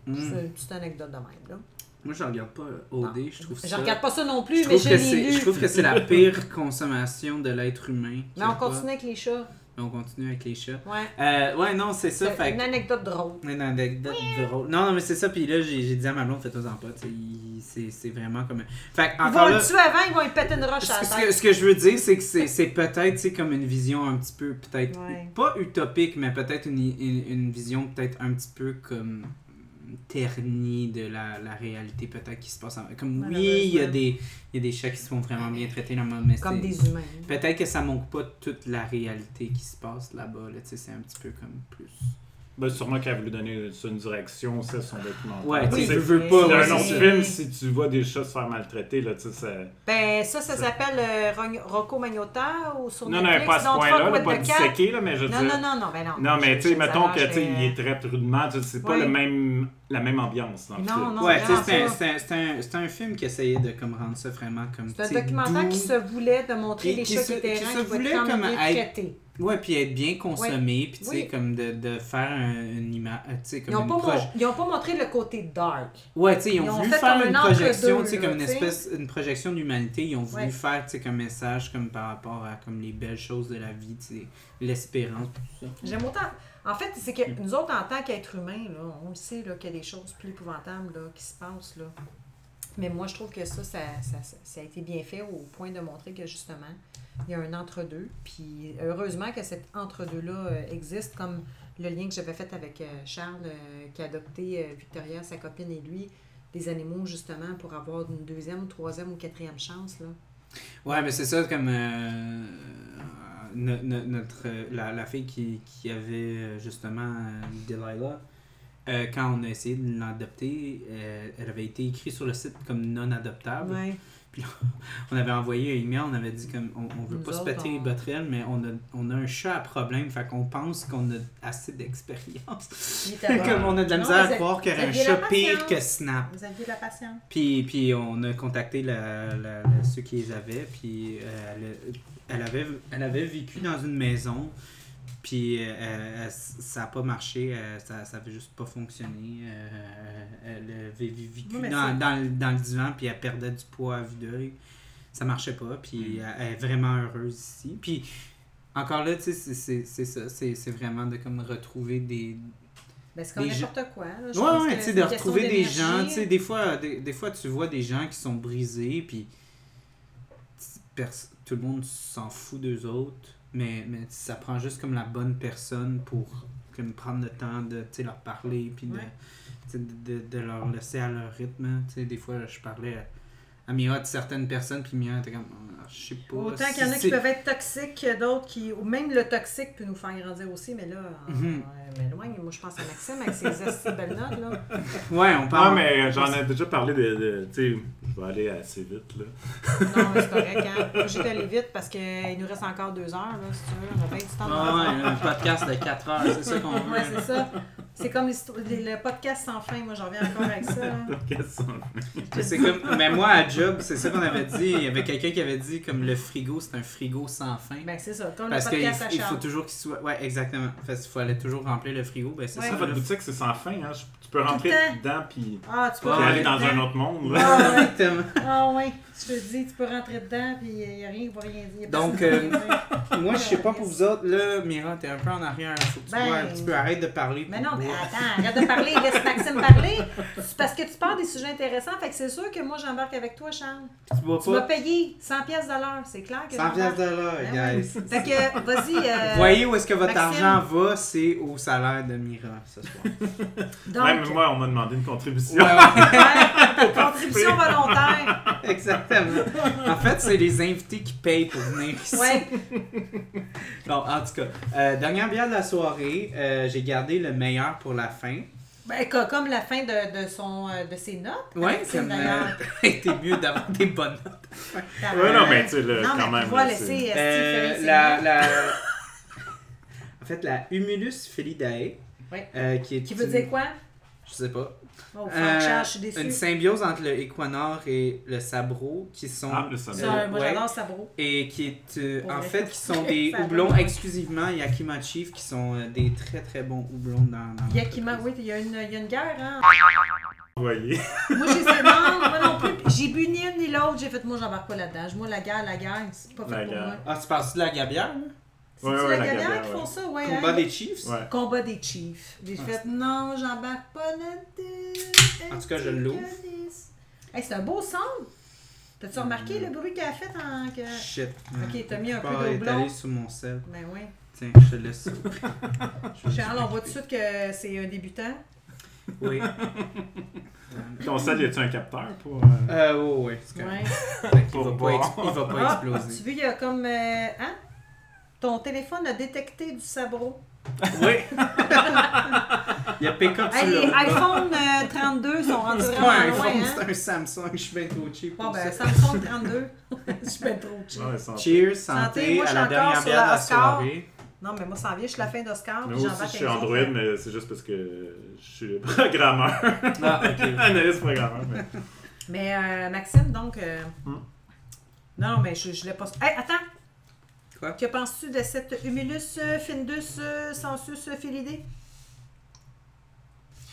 Speaker 3: Hmm.
Speaker 1: Mm.
Speaker 2: C'est une petite anecdote de même, là.
Speaker 1: Moi, je regarde pas OD, je trouve
Speaker 2: Je
Speaker 1: ça.
Speaker 2: regarde pas ça non plus,
Speaker 1: je
Speaker 2: mais
Speaker 1: trouve
Speaker 2: je
Speaker 1: que
Speaker 2: l'ai
Speaker 1: c'est,
Speaker 2: lu.
Speaker 1: je trouve que c'est la pire consommation de l'être humain.
Speaker 2: Mais on continue avec les chats.
Speaker 1: Mais on continue avec les chats.
Speaker 2: Ouais.
Speaker 1: Euh, ouais, non, c'est ça.
Speaker 2: C'est
Speaker 1: Fait
Speaker 2: une
Speaker 1: que-
Speaker 2: anecdote drôle.
Speaker 1: une anecdote drôle. Non, non, mais c'est ça. Puis là, j'ai j'ai dit à ma blonde, fais-toi en pas. tu sais, il- C'est c'est vraiment comme. Fait que
Speaker 2: Ils vont
Speaker 1: encore là.
Speaker 2: le tuer avant, ils vont lui péter une roche à
Speaker 1: Ce
Speaker 2: la
Speaker 1: ce que,
Speaker 2: tête.
Speaker 1: ce que je veux dire, c'est que c'est c'est peut-être tu sais, comme une vision un petit peu, peut-être
Speaker 2: Ouais.
Speaker 1: pas utopique, mais peut-être une, une, une vision peut-être un petit peu comme ternie de la, la réalité peut-être qui se passe. en- Comme oui, il y, a
Speaker 2: Malheureusement.
Speaker 1: des, il y a des chats qui se font vraiment bien traiter là-bas, mais
Speaker 2: Comme
Speaker 1: c'est-
Speaker 2: des humains.
Speaker 1: peut-être que ça manque pas toute la réalité qui se passe là-bas. Là, tu sais, c'est un petit peu comme plus.
Speaker 3: Ben, sûrement qu'elle a voulu donner ça une direction aussi à son documentaire.
Speaker 1: Ouais, tu
Speaker 3: C'est-
Speaker 1: sais,
Speaker 2: Oui,
Speaker 1: veux,
Speaker 3: c'est
Speaker 1: veux pas. ouais,
Speaker 2: c'est
Speaker 3: un
Speaker 1: c'est
Speaker 3: long
Speaker 1: ça.
Speaker 3: film, si tu vois des chats se faire maltraiter, là, tu sais, ça...
Speaker 2: Ben, ça, ça s'appelle euh, Rogn- Rocco Magnota ou sur
Speaker 3: Non, non,
Speaker 2: Netflix.
Speaker 3: pas à ce
Speaker 2: donc
Speaker 3: point-là,
Speaker 2: trois
Speaker 3: là,
Speaker 2: boîtes
Speaker 3: pas
Speaker 2: de quatre.
Speaker 3: disséqué, là, mais je veux
Speaker 2: Non,
Speaker 3: dire-
Speaker 2: non, non, non, ben non.
Speaker 3: Non, mais tu sais, mettons que, tu sais, il est
Speaker 2: très...
Speaker 3: très rudement, tu sais, c'est pas
Speaker 2: Ouais.
Speaker 3: le même, la même ambiance dans le
Speaker 2: Non,
Speaker 3: film.
Speaker 2: non,
Speaker 1: Ouais,
Speaker 2: c'est
Speaker 1: tu sais,
Speaker 2: vraiment
Speaker 1: c'est un-
Speaker 2: ça.
Speaker 1: c'est un- c'est un, c'est un film qui essayait de comme, rendre ça vraiment comme. tu
Speaker 2: C'est
Speaker 1: sais,
Speaker 2: un documentaire
Speaker 1: doux.
Speaker 2: qui se voulait de montrer
Speaker 1: Qui-
Speaker 2: les
Speaker 1: qui
Speaker 2: chats
Speaker 1: se-
Speaker 2: qui étaient
Speaker 1: qui
Speaker 2: errants,
Speaker 1: se
Speaker 2: qui
Speaker 1: voulait
Speaker 2: voulaient quand
Speaker 1: comme
Speaker 2: même
Speaker 1: être-
Speaker 2: bien traités.
Speaker 1: Ouais, puis être bien consommé, puis tu sais,
Speaker 2: Oui.
Speaker 1: comme de, de faire un- une image, tu sais,
Speaker 2: Ils
Speaker 1: comme
Speaker 2: n'ont
Speaker 1: une
Speaker 2: pas,
Speaker 1: proje-
Speaker 2: mon- ils ont pas montré le côté dark.
Speaker 1: Ouais, tu sais, ils ont
Speaker 2: ils ont
Speaker 1: voulu
Speaker 2: fait
Speaker 1: faire
Speaker 2: comme
Speaker 1: une
Speaker 2: un entre-deux,
Speaker 1: projection, tu sais,
Speaker 2: là,
Speaker 1: comme une
Speaker 2: tu sais.
Speaker 1: espèce, une projection d'humanité. Ils ont voulu
Speaker 2: Ouais.
Speaker 1: faire, tu sais, comme message, comme par rapport à comme les belles choses de la vie, tu sais, l'espérance, tout ça.
Speaker 2: J'aime autant. En fait, c'est que nous autres, en tant qu'êtres humains, là, on le sait là, qu'il y a des choses plus épouvantables là, qui se passent. Là. Mais moi, je trouve que ça ça, ça, ça- ça a été bien fait au point de montrer que justement, il y a un entre-deux. Puis heureusement que cet entre-deux-là euh, existe, comme le lien que j'avais fait avec euh, Charles, euh, qui a adopté euh, Victoria, sa copine et lui, des animaux justement pour avoir une deuxième, troisième ou quatrième chance. Là.
Speaker 1: Ouais, mais c'est ça, comme euh, no- no- notre, euh, la, la fille qui, qui avait euh, justement euh, Delilah, euh, quand on a essayé de l'adopter, euh, elle avait été écrite sur le site comme non adoptable.
Speaker 2: Ouais.
Speaker 1: On avait envoyé un email, on avait dit comme on, on veut
Speaker 2: Nous
Speaker 1: pas se
Speaker 2: autres,
Speaker 1: péter les
Speaker 2: on-
Speaker 1: botterelles, mais on a, on a un chat à problème, fait qu'on pense qu'on a assez d'expérience.
Speaker 2: Il est à bord.
Speaker 1: comme on a de la
Speaker 2: Non,
Speaker 1: misère
Speaker 2: vous
Speaker 1: à
Speaker 2: êtes-
Speaker 1: croire qu'il y aurait un
Speaker 2: aviez la
Speaker 1: chat pire
Speaker 2: patience.
Speaker 1: que Snap.
Speaker 2: Vous aviez la patience.
Speaker 1: Puis, puis on a contacté la, la- la- ceux qui les avaient, puis euh, elle, elle avait, elle avait vécu dans une maison, puis euh, elle- elle- ça n'a pas marché, euh, ça ça avait juste pas fonctionné. euh, elle avait vi- vécu
Speaker 2: Oui, mais
Speaker 1: dans,
Speaker 2: c'est-
Speaker 1: dans le- dans le divan, puis elle perdait du poids à vue d'œil. Ça marchait pas, puis
Speaker 2: Mm.
Speaker 1: elle, elle est vraiment heureuse ici. Puis encore là, tu sais, c'est- c'est c'est ça, c'est c'est vraiment de comme retrouver des,
Speaker 2: Ben, c'est comme
Speaker 1: Des gens-
Speaker 2: n'importe quoi. Là. Je pense
Speaker 1: Ouais, ouais,
Speaker 2: que
Speaker 1: tu
Speaker 2: c'est
Speaker 1: sais, de
Speaker 2: une question
Speaker 1: retrouver des
Speaker 2: d'énergie.
Speaker 1: gens, tu sais, des fois, des, des fois, tu vois des gens qui sont brisés, puis pers- tout le monde s'en fout d'eux autres, mais, mais ça prend juste comme la bonne personne pour comme, prendre le temps de, tu sais, leur parler, puis de,
Speaker 2: Ouais.
Speaker 1: tu sais, de, de- de leur laisser à leur rythme, hein. tu sais, des fois, je parlais à, à Mira de certaines personnes, puis Mira était comme, Ah, je sais pas,
Speaker 2: Autant qu'il y en a
Speaker 1: si
Speaker 2: qui
Speaker 1: c'est-
Speaker 2: peuvent être toxiques, que d'autres qui. Ou même le toxique peut nous faire grandir aussi, mais là, euh, on-
Speaker 1: Mhm.
Speaker 2: on m'éloigne. Moi, je pense à Maxime avec ses assez belles notes, là.
Speaker 1: Ouais, on
Speaker 3: Non,
Speaker 1: parle...
Speaker 3: mais euh, j'en ai déjà parlé de, de- tu sais, je vais aller assez vite, là.
Speaker 2: Non, c'est correct, hein. Moi, J'étais allée vite parce qu'il nous reste encore deux heures, là, si tu veux. On a bien du temps
Speaker 1: Ouais,
Speaker 2: de faire
Speaker 1: ouais, un podcast de 4 heures, c'est ça qu'on
Speaker 2: ça. Ouais,
Speaker 1: veut.
Speaker 2: c'est ça. C'est comme l'histoire- le podcast sans fin. Moi, j'en reviens encore avec ça. hein.
Speaker 3: Qu'est-ce que ça-
Speaker 1: Mais C'est comme, mais moi, à Job, c'est ça qu'on avait dit. Il y avait quelqu'un qui avait dit comme le frigo, c'est un frigo sans fin.
Speaker 2: Ben, c'est ça. Comme
Speaker 1: Parce
Speaker 2: le
Speaker 1: qu'il
Speaker 2: podcast à
Speaker 1: il faut
Speaker 2: Charles.
Speaker 1: toujours qu'il soit. Ouais, exactement. Parce qu'il fallait toujours remplir le frigo. Ben, c'est
Speaker 2: Ouais.
Speaker 1: ça.
Speaker 3: Ça,
Speaker 1: là.
Speaker 3: votre boutique, c'est sans fin, hein. Je- Tu peux rentrer
Speaker 2: Tout le temps.
Speaker 3: dedans, puis
Speaker 2: Ah, tu peux
Speaker 1: Ouais,
Speaker 3: puis aller
Speaker 2: rentrer
Speaker 1: tout
Speaker 3: dans
Speaker 2: dedans.
Speaker 3: un autre monde, là.
Speaker 2: Ah, ouais.
Speaker 1: Exactement.
Speaker 2: Ah ouais, je te dis, tu peux rentrer dedans, puis il n'y a rien qui va rien dire.
Speaker 1: Donc,
Speaker 2: Personne
Speaker 1: euh,
Speaker 2: va rien dire.
Speaker 1: Moi, je sais pas pour vous autres, là, Mira, t'es un peu en arrière. Faut que tu
Speaker 2: Ben.
Speaker 1: bois un petit peu. Arrête de parler.
Speaker 2: Mais non, mais
Speaker 1: Bois.
Speaker 2: attends, arrête de parler, laisse Maxime parler. C'est parce que tu parles des sujets intéressants, fait que c'est sûr que moi j'embarque avec toi, Charles.
Speaker 1: Tu bois
Speaker 2: Tu m'as
Speaker 1: pas.
Speaker 2: payé 100 pièces de l'heure, c'est clair que
Speaker 1: 100 pièces de
Speaker 2: j'embarque. Ben
Speaker 1: l'heure,
Speaker 2: oui.
Speaker 1: guys.
Speaker 2: Fait que, vas-y. euh,
Speaker 1: Voyez où est-ce que votre
Speaker 2: Maxime.
Speaker 1: argent va, c'est au salaire de Mira ce soir.
Speaker 2: donc,
Speaker 3: Même moi, on m'a demandé une contribution.
Speaker 1: Ouais, ouais,
Speaker 2: ouais, contribution volontaire.
Speaker 1: exactement. En fait, c'est les invités qui payent pour venir ici.
Speaker 2: Ouais.
Speaker 1: Bon, en tout cas, euh, dernière bière de la soirée, euh, j'ai gardé le meilleur pour la fin.
Speaker 2: Ben, co- comme la fin de, de son, euh, de ses notes.
Speaker 1: Ouais,
Speaker 2: c'est
Speaker 1: ça m'a
Speaker 2: d'ailleurs.
Speaker 1: été euh, mieux d'avoir des bonnes notes.
Speaker 3: Ouais, non, mais tu sais, là,
Speaker 2: Non,
Speaker 3: quand
Speaker 2: mais
Speaker 3: même.
Speaker 2: pouvoir
Speaker 3: là,
Speaker 2: laisser
Speaker 3: c'est-
Speaker 1: Euh,
Speaker 2: euh, Steve faire ses
Speaker 1: la,
Speaker 2: notes.
Speaker 1: la... En fait, la Humulus Felidae,
Speaker 2: Ouais.
Speaker 1: euh, qui est
Speaker 2: Qui veut
Speaker 1: une-
Speaker 2: dire quoi?
Speaker 1: Je sais pas.
Speaker 2: Oh, fuck,
Speaker 1: Euh,
Speaker 2: Charles, je suis déçue.
Speaker 1: Une symbiose entre le Equanor et le Sabro, qui sont...
Speaker 3: Ah, le Sabro.
Speaker 2: Ça,
Speaker 1: euh,
Speaker 2: moi,
Speaker 1: ouais.
Speaker 2: j'adore Sabro.
Speaker 1: Et qui est, euh,
Speaker 2: Pour
Speaker 1: en
Speaker 2: vrai.
Speaker 1: fait, qui sont des
Speaker 2: Ça
Speaker 1: houblons
Speaker 2: donne-
Speaker 1: exclusivement Yakima Chief, qui sont euh, des très très bons houblons dans... dans
Speaker 2: Yakima, oui, il y, a une- il y a une guerre, hein.
Speaker 3: Voyez.
Speaker 2: Moi, j'ai dit non, moi non plus. Puis J'ai bu ni une ni l'autre. J'ai fait, moi, j'embarque pas là-dedans. Moi, la guerre, la guerre, c'est pas fait
Speaker 3: La
Speaker 2: pour
Speaker 3: guerre.
Speaker 2: moi.
Speaker 1: Ah, tu parles de la gabière, là?
Speaker 2: C'est-tu
Speaker 3: Ouais, ouais,
Speaker 2: la
Speaker 3: la
Speaker 2: Gavière
Speaker 3: Gavière,
Speaker 2: qui
Speaker 3: ouais.
Speaker 2: font ça? Ouais,
Speaker 1: Combat
Speaker 2: hein?
Speaker 1: des Chiefs.
Speaker 3: Ouais.
Speaker 2: Combat des Chiefs. J'ai
Speaker 1: Ouais.
Speaker 2: fait non, j'embarque pas là-dedans.
Speaker 1: En tout cas, je l'ouvre.
Speaker 2: Hey, c'est un beau son.
Speaker 3: Mm.
Speaker 2: T'as-tu remarqué le bruit qu'elle a fait en. Que...
Speaker 1: Shit.
Speaker 2: Ok, t'as mis un peu
Speaker 1: Ah,
Speaker 2: de
Speaker 1: il est allé
Speaker 2: houblon.
Speaker 1: sur mon sel.
Speaker 2: Ben oui.
Speaker 1: Tiens, je te laisse ça. Ah,
Speaker 2: Charles, on voit tout de suite que c'est un débutant.
Speaker 1: Oui.
Speaker 3: Ton sel, y a-tu un capteur pour. euh,
Speaker 1: Euh, ouais, ouais, c'est correct.
Speaker 2: Ouais.
Speaker 1: Il va
Speaker 3: Pour
Speaker 1: pas,
Speaker 3: boire.
Speaker 1: ex- il va pas
Speaker 2: Ah, tu
Speaker 1: exploser.
Speaker 2: vois, il y a comme. euh, hein? Ton téléphone a détecté du sabreau.
Speaker 1: Oui. il y a pick-up sur
Speaker 2: Hey, les
Speaker 1: le.
Speaker 2: iPhone euh, 32 sont rendus
Speaker 1: C'est pas un
Speaker 2: vraiment
Speaker 1: iPhone,
Speaker 2: loin, hein?
Speaker 1: c'est un Samsung. Je suis bien trop cheap.
Speaker 2: Bon,
Speaker 1: pour
Speaker 2: ben,
Speaker 1: ça.
Speaker 2: Samsung 32. Je suis pas trop cheap.
Speaker 3: ouais, sans-
Speaker 1: Cheers,
Speaker 2: Santé,
Speaker 1: santé,
Speaker 2: moi,
Speaker 1: à la
Speaker 2: je suis encore
Speaker 1: dernière
Speaker 2: sur
Speaker 1: bière de
Speaker 2: la
Speaker 1: la
Speaker 2: Oscar.
Speaker 1: soirée.
Speaker 2: Non, mais moi, ça en vient, je suis la fin d'Oscar. puis
Speaker 3: Mais Moi
Speaker 2: j'embarque
Speaker 3: aussi, je suis
Speaker 2: avec les
Speaker 3: Android,
Speaker 2: autres.
Speaker 3: mais c'est juste parce que je suis programmeur,
Speaker 1: Ah, ok.
Speaker 3: analyste programmeur. mais-
Speaker 2: Mais euh, Maxime, donc. euh,
Speaker 3: Hmm.
Speaker 2: Non, non, mais je, je l'ai pas. Hey, attends!
Speaker 1: Quoi?
Speaker 2: Que penses-tu de cette Humulus euh, Findus euh, Sensus euh, Philidé?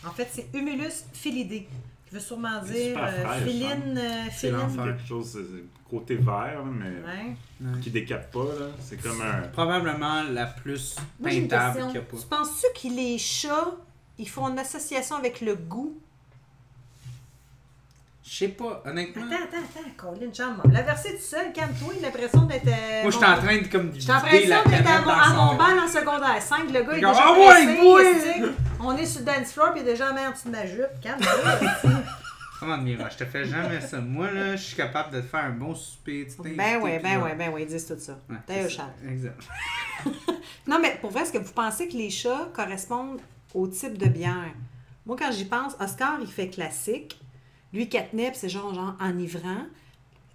Speaker 2: En fait, c'est Humulus Philidé, qui veut sûrement
Speaker 3: C'est
Speaker 2: dire
Speaker 3: super
Speaker 2: euh,
Speaker 3: fraîche, hein.
Speaker 2: Philine. euh,
Speaker 1: C'est
Speaker 2: Philine.
Speaker 1: l'enfer.
Speaker 3: Quelque chose, c'est côté vert, mais
Speaker 2: Ouais.
Speaker 1: Ouais.
Speaker 3: qui décape pas, là. C'est comme un.
Speaker 1: Probablement la plus
Speaker 2: Moi, j'ai une
Speaker 1: peintable
Speaker 2: question.
Speaker 1: qu'il y a pas.
Speaker 2: Tu penses-tu que les chats, ils font une association avec le goût?
Speaker 1: Je sais pas, honnêtement.
Speaker 2: Attends, attends, attends, Colin, Charles, la versée tout seul, calme-toi, j'ai l'impression d'être. euh,
Speaker 1: Moi, je suis
Speaker 2: mon-
Speaker 1: en train de comme
Speaker 2: J'ai l'impression d'être à, mon- à mon
Speaker 1: bal.
Speaker 2: bal en secondaire 5. Le gars, il est
Speaker 1: Comme,
Speaker 2: déjà
Speaker 1: Ah ouais,
Speaker 2: pressé,
Speaker 1: oui!
Speaker 2: il se dit, On est sur le dance floor, puis il est déjà en main en dessous de ma jupe. Calme-toi.
Speaker 1: Comment Mira, je te fais jamais ça. Moi, là, je suis capable de te faire un bon souper. tu sais,
Speaker 2: ben oui,
Speaker 1: puis
Speaker 2: ben
Speaker 1: là-
Speaker 2: oui, ben oui, ils disent tout ça.
Speaker 1: Ouais,
Speaker 2: T'as
Speaker 1: c'est
Speaker 2: eu
Speaker 1: ça.
Speaker 2: Charles.
Speaker 1: Exact.
Speaker 2: Non, mais pour vrai, est-ce que vous pensez que les chats correspondent au type de bière? Moi, quand j'y pense, Oscar, il fait classique. Lui, catnip, c'est genre, genre enivrant.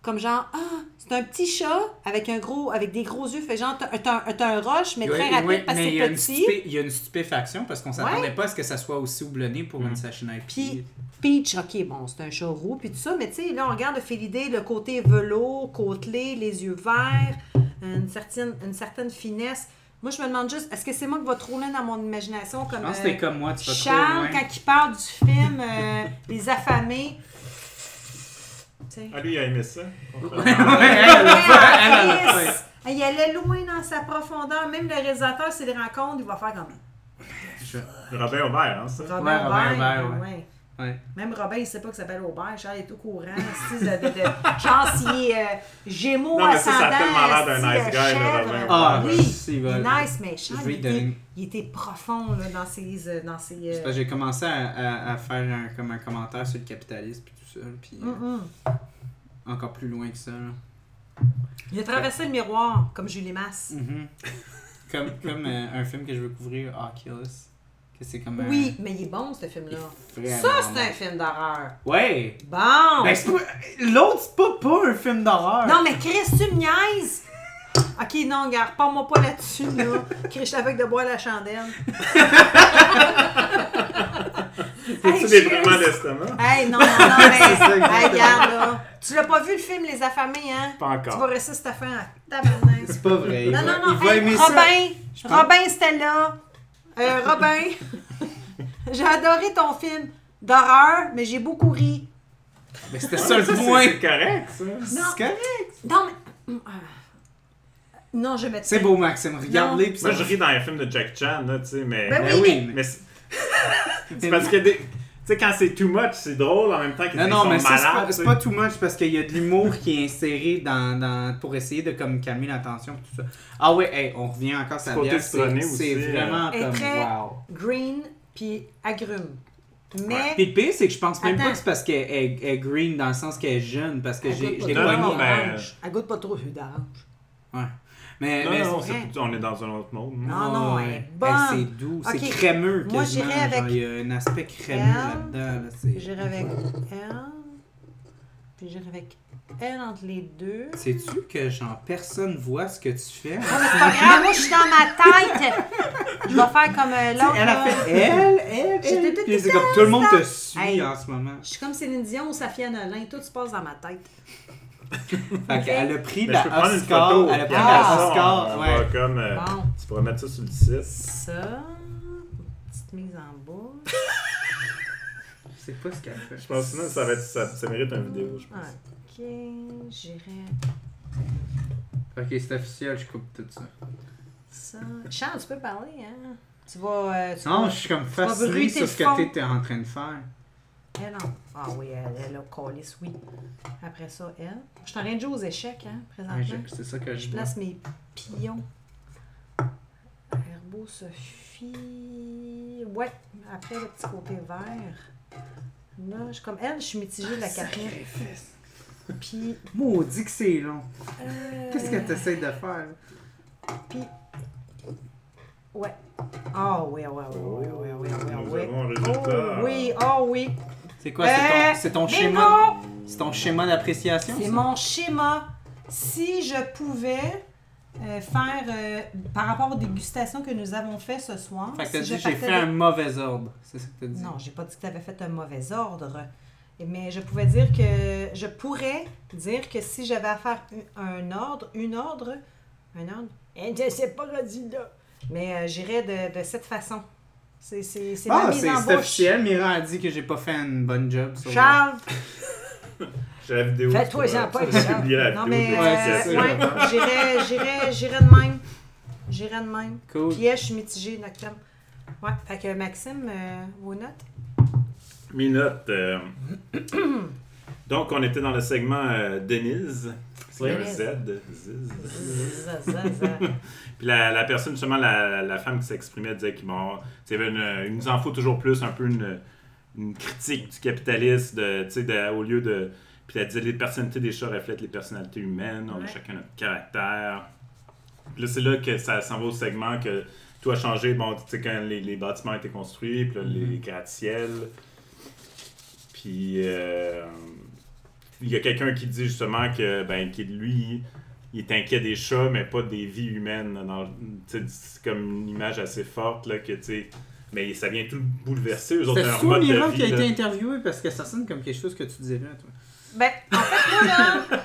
Speaker 2: Comme genre, ah, c'est un petit chat avec un gros, avec des gros yeux. Fait genre, t'as t'as un, t'as un rush, mais très
Speaker 1: Ouais,
Speaker 2: rapide
Speaker 1: ouais,
Speaker 2: parce que
Speaker 1: mais il y,
Speaker 2: c'est
Speaker 1: a une
Speaker 2: petit.
Speaker 1: stupé- il y a une stupéfaction parce qu'on s'attendait pas à ce que ça soit aussi houblonné pour une session IP.
Speaker 2: Puis Peach, ok, bon, c'est un chat roux, puis tout ça, mais tu sais, là, on regarde le félidé, le côté velours, côtelé, les yeux verts, une certaine, une certaine finesse. Moi, je me demande juste, est-ce que c'est moi qui va trop loin dans mon imagination comme.
Speaker 1: je pense que
Speaker 2: euh,
Speaker 1: t'es comme moi, tu vas trop loin.
Speaker 2: Charles, quand il parle du film euh, Les Affamés. Tu sais.
Speaker 3: Ah, lui, il a aimé ça. contrairement
Speaker 1: Ouais,
Speaker 3: à-
Speaker 1: elle, elle a faim, elle a
Speaker 2: Chris!
Speaker 1: faim.
Speaker 2: Il allait loin dans sa profondeur. Même le réalisateur, s'il les rencontre, il va faire comme.
Speaker 1: Je-
Speaker 3: Robin Aubert, hein, ça.
Speaker 2: Robin
Speaker 1: Ouais, Robin
Speaker 2: Aubert,
Speaker 1: Aubert,
Speaker 2: ouais.
Speaker 1: Ouais.
Speaker 2: Même Robin, il sait pas qu'il s'appelle Aubert. Charles est au courant. esti, de- de- de- genre, s'il est euh, Gémeaux
Speaker 3: Non, mais ça, ça a
Speaker 2: ascendant,
Speaker 3: tellement l'air d'un
Speaker 2: esti,
Speaker 3: nice
Speaker 2: de
Speaker 3: guy, là,
Speaker 2: chèvre.
Speaker 3: Robin
Speaker 1: Ah,
Speaker 2: oui,
Speaker 1: s'il
Speaker 2: il
Speaker 1: va-
Speaker 2: est nice, mais Charles,
Speaker 1: Je vais
Speaker 2: il
Speaker 1: lui donner-
Speaker 2: était, il était profond là, dans ses... euh, Dans ses euh,
Speaker 1: C'est parce que j'ai commencé à, à- à faire un, comme un commentaire sur le capitalisme puis tout ça, puis euh,
Speaker 2: hum, hum.
Speaker 1: encore plus loin que ça. là.
Speaker 2: Il a traversé le miroir, comme Julie Masse.
Speaker 1: Mhm. comme comme euh, un film que je veux couvrir, Oculus, que c'est comme un-
Speaker 2: Oui, mais il est bon, ce film-là.
Speaker 1: Ben, Vraiment
Speaker 2: Ça, c'est un
Speaker 1: bon.
Speaker 2: film d'horreur.
Speaker 1: Ouais!
Speaker 2: Bon!
Speaker 1: Ben, c'est pas- L'autre, c'est pas, pas un film d'horreur!
Speaker 2: Non, mais Chris, tu me niaises! Ok, non, regarde, parle-moi pas là-dessus, là. Chris, je suis avec de boire la chandelle.
Speaker 3: C'est-tu des vraiment d'estomac?
Speaker 2: Hey, non, non, non, mais.
Speaker 1: ça,
Speaker 2: hey,
Speaker 1: exactement.
Speaker 2: regarde, là. Tu l'as pas vu le film Les Affamés, hein?
Speaker 3: Pas encore.
Speaker 2: Tu vas rester sur ta fin à tabarnak.
Speaker 1: C'est pas vrai. Il
Speaker 2: Non,
Speaker 1: va,
Speaker 2: non, non.
Speaker 1: il va
Speaker 2: hey,
Speaker 1: aimer ça.
Speaker 2: Robin,
Speaker 1: pense-
Speaker 2: Robin, c'était là. Euh, Robin, j'ai adoré ton film d'horreur, mais j'ai beaucoup ri.
Speaker 1: Mais c'était ça le
Speaker 3: Ça, c'est-
Speaker 1: point.
Speaker 3: C'est correct, ça.
Speaker 2: Non.
Speaker 1: C'est correct.
Speaker 2: Non, mais. Hum, euh, Non, je vais
Speaker 1: C'est beau, Maxime. Regarde-les. puis ça
Speaker 3: Moi, je
Speaker 1: va-
Speaker 3: ris dans les films de Jack Chan, là, tu sais, mais.
Speaker 2: Ben
Speaker 1: Ben
Speaker 2: Oui,
Speaker 1: oui, mais-
Speaker 3: Mais c'est c'est parce que des. Tu sais, quand c'est too much, c'est drôle en même temps qu'ils
Speaker 1: Non,
Speaker 3: ils
Speaker 1: non,
Speaker 3: sont
Speaker 1: mais ça, c'est
Speaker 3: malades.
Speaker 1: pas, c'est
Speaker 3: tu
Speaker 1: pas too much parce qu'il y a de l'humour qui est inséré dans, dans- pour essayer de comme calmer la tension et tout ça. Ah ouais, hey, on revient encore sur la
Speaker 3: Côté
Speaker 1: bière.
Speaker 3: citronné
Speaker 1: C'est
Speaker 3: aussi,
Speaker 1: c'est
Speaker 3: euh.
Speaker 1: vraiment
Speaker 2: Et
Speaker 1: comme
Speaker 2: très-
Speaker 1: wow.
Speaker 2: Green puis agrumes. Mais.
Speaker 3: Ouais.
Speaker 1: Puis le pire, c'est que je pense même
Speaker 2: Attends.
Speaker 1: pas que c'est parce qu'elle est, est green dans le sens qu'elle est jeune, parce que
Speaker 2: elle goûte
Speaker 1: j'ai-
Speaker 2: pas
Speaker 1: je l'ai
Speaker 3: Non,
Speaker 2: trop
Speaker 1: poignée.
Speaker 3: non, mais-
Speaker 2: d'orange. Elle goûte pas trop d'orange.
Speaker 1: Ouais. Mais,
Speaker 3: sais.
Speaker 1: mais-
Speaker 3: Non, non,
Speaker 2: c'est vrai.
Speaker 3: c'est- on est dans un autre monde.
Speaker 2: Ah Non. elle est
Speaker 1: Hey,
Speaker 2: bonne.
Speaker 1: c'est doux,
Speaker 2: Ok.
Speaker 1: c'est crémeux
Speaker 2: Moi,
Speaker 1: quasiment.
Speaker 2: j'irais avec-
Speaker 1: genre, Il y a un aspect crémeux
Speaker 2: Elle.
Speaker 1: là-dedans. là, c'est-
Speaker 2: J'irai avec elle. Puis j'irai avec elle entre les deux.
Speaker 1: Sais-tu que genre personne voit ce que tu fais?
Speaker 2: Ah, mais c'est pas grave, moi je suis dans ma tête. Je vais faire comme euh, l'autre.
Speaker 1: Elle a
Speaker 2: là.
Speaker 1: fait elle, elle,
Speaker 2: J'étais
Speaker 1: elle.
Speaker 2: toute
Speaker 1: Puis c'est comme tout le monde te suit
Speaker 2: Hey.
Speaker 1: en ce moment.
Speaker 2: Je suis comme Céline Dion ou Safia Nolin, tout se passe dans ma tête.
Speaker 1: Fait qu'elle a pris
Speaker 3: Mais
Speaker 1: la
Speaker 3: je peux prendre une
Speaker 1: Ah, Oscar.
Speaker 3: photo.
Speaker 1: elle a pris
Speaker 3: puis
Speaker 2: Ah.
Speaker 1: la
Speaker 3: après ça,
Speaker 1: Oscar.
Speaker 3: on
Speaker 1: ouais.
Speaker 3: va comme. euh,
Speaker 2: Bon,
Speaker 3: Tu pourrais mettre ça sur le site.
Speaker 2: ça. Petite mise en bouche.
Speaker 1: Je sais pas ce qu'elle fait.
Speaker 3: Je pense que sinon, ça, va être, ça, ça mérite une vidéo, je pense.
Speaker 2: Ok, j'irai.
Speaker 1: Ok, c'est officiel, je coupe tout ça.
Speaker 2: Ça. Charles, tu peux parler, hein? Tu vas. euh, tu
Speaker 1: Non,
Speaker 2: vas-
Speaker 1: je suis comme
Speaker 2: vas
Speaker 1: fasciné
Speaker 2: brûler tes
Speaker 1: sur ce
Speaker 2: fonds.
Speaker 1: que t'étais en train de faire.
Speaker 2: Elle, non. Ah oui, elle, elle a collé, oui. Après ça, elle. Je suis en train de jouer aux échecs, hein,
Speaker 1: Ouais,
Speaker 2: présentement.
Speaker 1: je- c'est ça que je
Speaker 2: Je
Speaker 1: vois.
Speaker 2: place mes pions. Herbeau Sophie. Ouais, après le petit côté vert. Là, je suis comme elle, je suis mitigée de la Catherine.
Speaker 1: Sacrifice.
Speaker 2: Puis.
Speaker 1: Maudit que c'est long.
Speaker 2: euh,
Speaker 1: Qu'est-ce que t'essayes de faire?
Speaker 2: Puis. Ouais. Ah oui, ouais, ouais, ouais, ouais, ouais,
Speaker 3: Nous
Speaker 2: ouais, ouais.
Speaker 3: avons un résultat.
Speaker 2: Ah Oh oui, oh oui.
Speaker 1: C'est quoi? C'est
Speaker 2: Euh,
Speaker 1: ton, c'est ton
Speaker 2: bingo!
Speaker 1: schéma? C'est ton schéma d'appréciation?
Speaker 2: C'est
Speaker 1: ça?
Speaker 2: mon schéma. Si je pouvais euh, faire, euh, par rapport aux dégustations que nous avons fait ce soir,
Speaker 1: Fait que t'as
Speaker 2: si je
Speaker 1: dit j'ai
Speaker 2: partais
Speaker 1: fait
Speaker 2: de-
Speaker 1: un mauvais ordre. C'est ça que t'as dit?
Speaker 2: Non, j'ai pas dit que tu avais fait un mauvais ordre. Mais je pouvais dire que je pourrais dire que si j'avais à faire un- un ordre, une ordre, un ordre, Eh,
Speaker 4: Et de ces paradis-là.
Speaker 2: mais euh, j'irais de, de cette façon. C'est c'est c'est ma
Speaker 1: Ah,
Speaker 2: mise
Speaker 1: c'est
Speaker 2: en
Speaker 1: c'est
Speaker 2: bouche.
Speaker 1: officiel. Mira a dit que j'ai pas fait une bonne job sur le-
Speaker 2: Charles,
Speaker 3: J'ai la vidéo. euh,
Speaker 4: Fais-toi
Speaker 3: tu pourras-
Speaker 4: en pas,
Speaker 3: tu pourras
Speaker 4: Charles.
Speaker 3: publier la
Speaker 2: non mais
Speaker 3: vidéo de
Speaker 2: euh,
Speaker 1: c'est
Speaker 3: l'utilisation.
Speaker 1: ça.
Speaker 2: ouais, j'irais j'irais j'irais de même, j'irais de même.
Speaker 1: Cool.
Speaker 2: Puis euh, je suis mitigée, Noctem. Ouais, fait que Maxime, euh, vos notes.
Speaker 3: Mes notes. euh, Donc, on était dans le segment euh, Denise. C'est
Speaker 2: Oui.
Speaker 3: un Z. Ziz.
Speaker 2: Zazaza.
Speaker 3: Puis la, la personne, justement, la, la femme qui s'exprimait disait qu'il bon, tu sais, une- il nous en faut toujours plus, un peu une, une critique du capitalisme, de, tu sais, de- au lieu de. Puis elle disait les personnalités des chats reflètent les personnalités humaines, on
Speaker 2: Ouais.
Speaker 3: a chacun notre caractère. Puis là, c'est là que ça s'en va au segment que tout a changé. Bon, tu sais, quand les, les bâtiments étaient construits, puis là, les
Speaker 1: Mm-hmm.
Speaker 3: gratte-ciel. Puis euh, il y a quelqu'un qui dit justement que, ben, que lui, il est inquiet des chats, mais pas des vies humaines. dans- tu sais, c'est comme une image assez forte, là, que tu sais. Mais ça vient tout bouleverser, eux autres,
Speaker 1: C'est
Speaker 3: leur
Speaker 1: soit
Speaker 3: mode de
Speaker 1: Mira
Speaker 3: vie,
Speaker 1: qui a
Speaker 3: là.
Speaker 1: été interviewé parce que ça sonne comme quelque chose que tu dirais, toi.
Speaker 2: Ben, en fait, moi,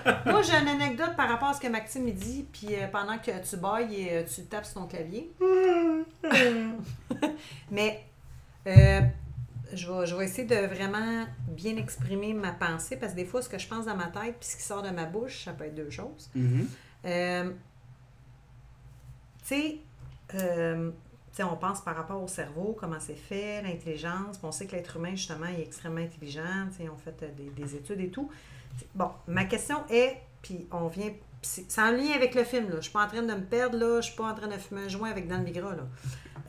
Speaker 2: là, moi, j'ai une anecdote par rapport à ce que Maxime il dit, puis euh, pendant que tu bailles et euh, tu tapes sur ton clavier. Mais euh, je, vais, je vais essayer de vraiment bien exprimer ma pensée, parce que des fois, ce que je pense dans ma tête puis ce qui sort de ma bouche, ça peut être deux choses.
Speaker 1: Mm-hmm.
Speaker 2: Euh, tu sais, euh, tu sais, on pense par rapport au cerveau, comment c'est fait, l'intelligence. Puis On sait que l'être humain, justement, il est extrêmement intelligent. Tu sais, on fait euh, des, des études et tout. Bon, ma question est, puis on vient... puis C'est c'est en lien avec le film, là. Je suis pas en train de me perdre, là. Je suis pas en train de fumer un joint avec Dan Vigra, là.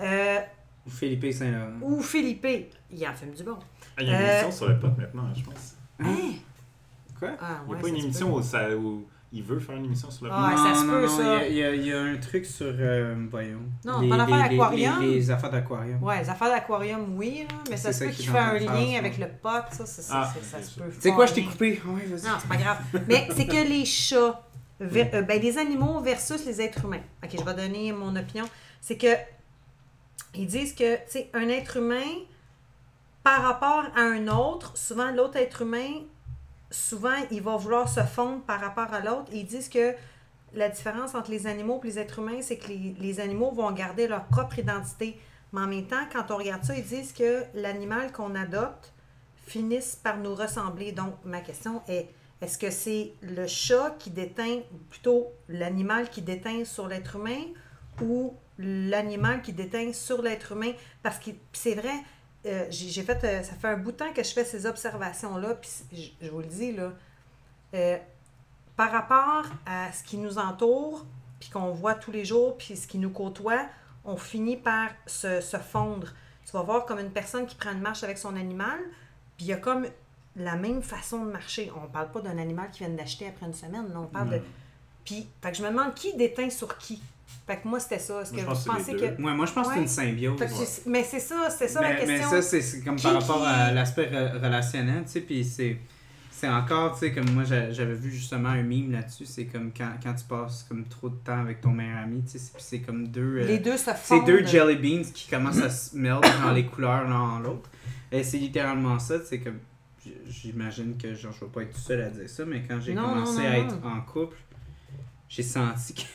Speaker 2: Euh,
Speaker 1: Ou Philippe Saint-Laurent.
Speaker 2: ou Philippe, il en fume du bon.
Speaker 3: Ah, Il y a une
Speaker 2: Euh,
Speaker 3: émission sur le pot maintenant, je pense.
Speaker 1: Quoi?
Speaker 2: Ah,
Speaker 3: Il n'y a
Speaker 2: ouais,
Speaker 3: pas une
Speaker 2: ça se
Speaker 3: émission
Speaker 2: peut.
Speaker 3: où, ça, où il veut faire une émission sur le pot.
Speaker 2: Ah, ça se peut, ça.
Speaker 1: Il y, a- il y a un truc sur. euh, voyons.
Speaker 2: Non, pas l'affaire aquarium.
Speaker 1: Les, les affaires d'aquarium.
Speaker 2: Ouais, les affaires d'aquarium, oui, là, mais
Speaker 1: C'est
Speaker 2: ça se
Speaker 1: ça
Speaker 2: peut
Speaker 1: qu'ils
Speaker 2: qu'il
Speaker 1: sont
Speaker 2: fait
Speaker 1: en train
Speaker 2: un
Speaker 1: de faire,
Speaker 2: lien
Speaker 1: ça.
Speaker 2: avec le pote, ça, ça, ça,
Speaker 3: Ah,
Speaker 2: ça, ça
Speaker 3: ok,
Speaker 2: se
Speaker 3: ça.
Speaker 2: peut.
Speaker 1: Tu sais quoi, je t'ai
Speaker 2: fort
Speaker 1: coupé. Ouais, vas-y.
Speaker 2: bien. Non, c'est pas grave. Mais c'est que les chats, ver- euh, ben, les animaux versus les êtres humains. Ok, je vais donner mon opinion. C'est que ils disent que, tu sais, un être humain, par rapport à un autre, souvent l'autre être humain, souvent il va vouloir se fondre par rapport à l'autre. Ils disent que la différence entre les animaux et les êtres humains, c'est que les, les animaux vont garder leur propre identité. Mais en même temps, quand on regarde ça, ils disent que l'animal qu'on adopte finisse par nous ressembler. Donc, ma question est, est-ce que c'est le chat qui déteint, ou plutôt l'animal qui déteint sur l'être humain, ou l'animal qui déteint sur l'être humain? Parce que puis c'est vrai, euh, j'ai j'ai fait, euh, ça fait un bout de temps que je fais ces observations-là, puis c'est- je, je vous le dis, là, euh, par rapport à ce qui nous entoure, puis qu'on voit tous les jours, puis ce qui nous côtoie, on finit par se, se fondre. Tu vas voir comme une personne qui prend une marche avec son animal, puis il y a comme la même façon de marcher. On parle pas d'un animal qui vient d'acheter après une semaine, là, on parle de... Puis, fait que je me demande qui déteint sur qui. Fait que moi, c'était ça. Est-ce
Speaker 3: Moi,
Speaker 2: que
Speaker 3: je
Speaker 2: vous
Speaker 3: pense que
Speaker 2: pensez
Speaker 3: c'est les
Speaker 2: que...
Speaker 3: deux.
Speaker 1: Ouais, moi, je pense que c'est une
Speaker 2: Ouais.
Speaker 1: symbiose.
Speaker 2: Fait que c'est- mais c'est ça, c'est ça la
Speaker 1: mais, mais
Speaker 2: question.
Speaker 1: ça, c'est c'est comme
Speaker 2: Qui-
Speaker 1: par rapport
Speaker 2: qui-
Speaker 1: à l'aspect re- relationnel, tu sais, puis c'est... C'est encore, tu sais, comme moi, j'a- j'avais vu justement un mime là-dessus, c'est comme quand, quand tu passes comme trop de temps avec ton meilleur ami, tu sais, c'est- puis c'est comme deux... euh,
Speaker 2: les deux se
Speaker 1: c'est
Speaker 2: fondent.
Speaker 1: deux jelly beans qui commencent à se mêler dans les couleurs l'un en l'autre. Et c'est littéralement ça, c'est comme... j- J'imagine que genre, je vais pas être tout seul à dire ça, mais quand j'ai
Speaker 2: Non,
Speaker 1: commencé
Speaker 2: non, non,
Speaker 1: à être
Speaker 2: non.
Speaker 1: en couple, j'ai senti que...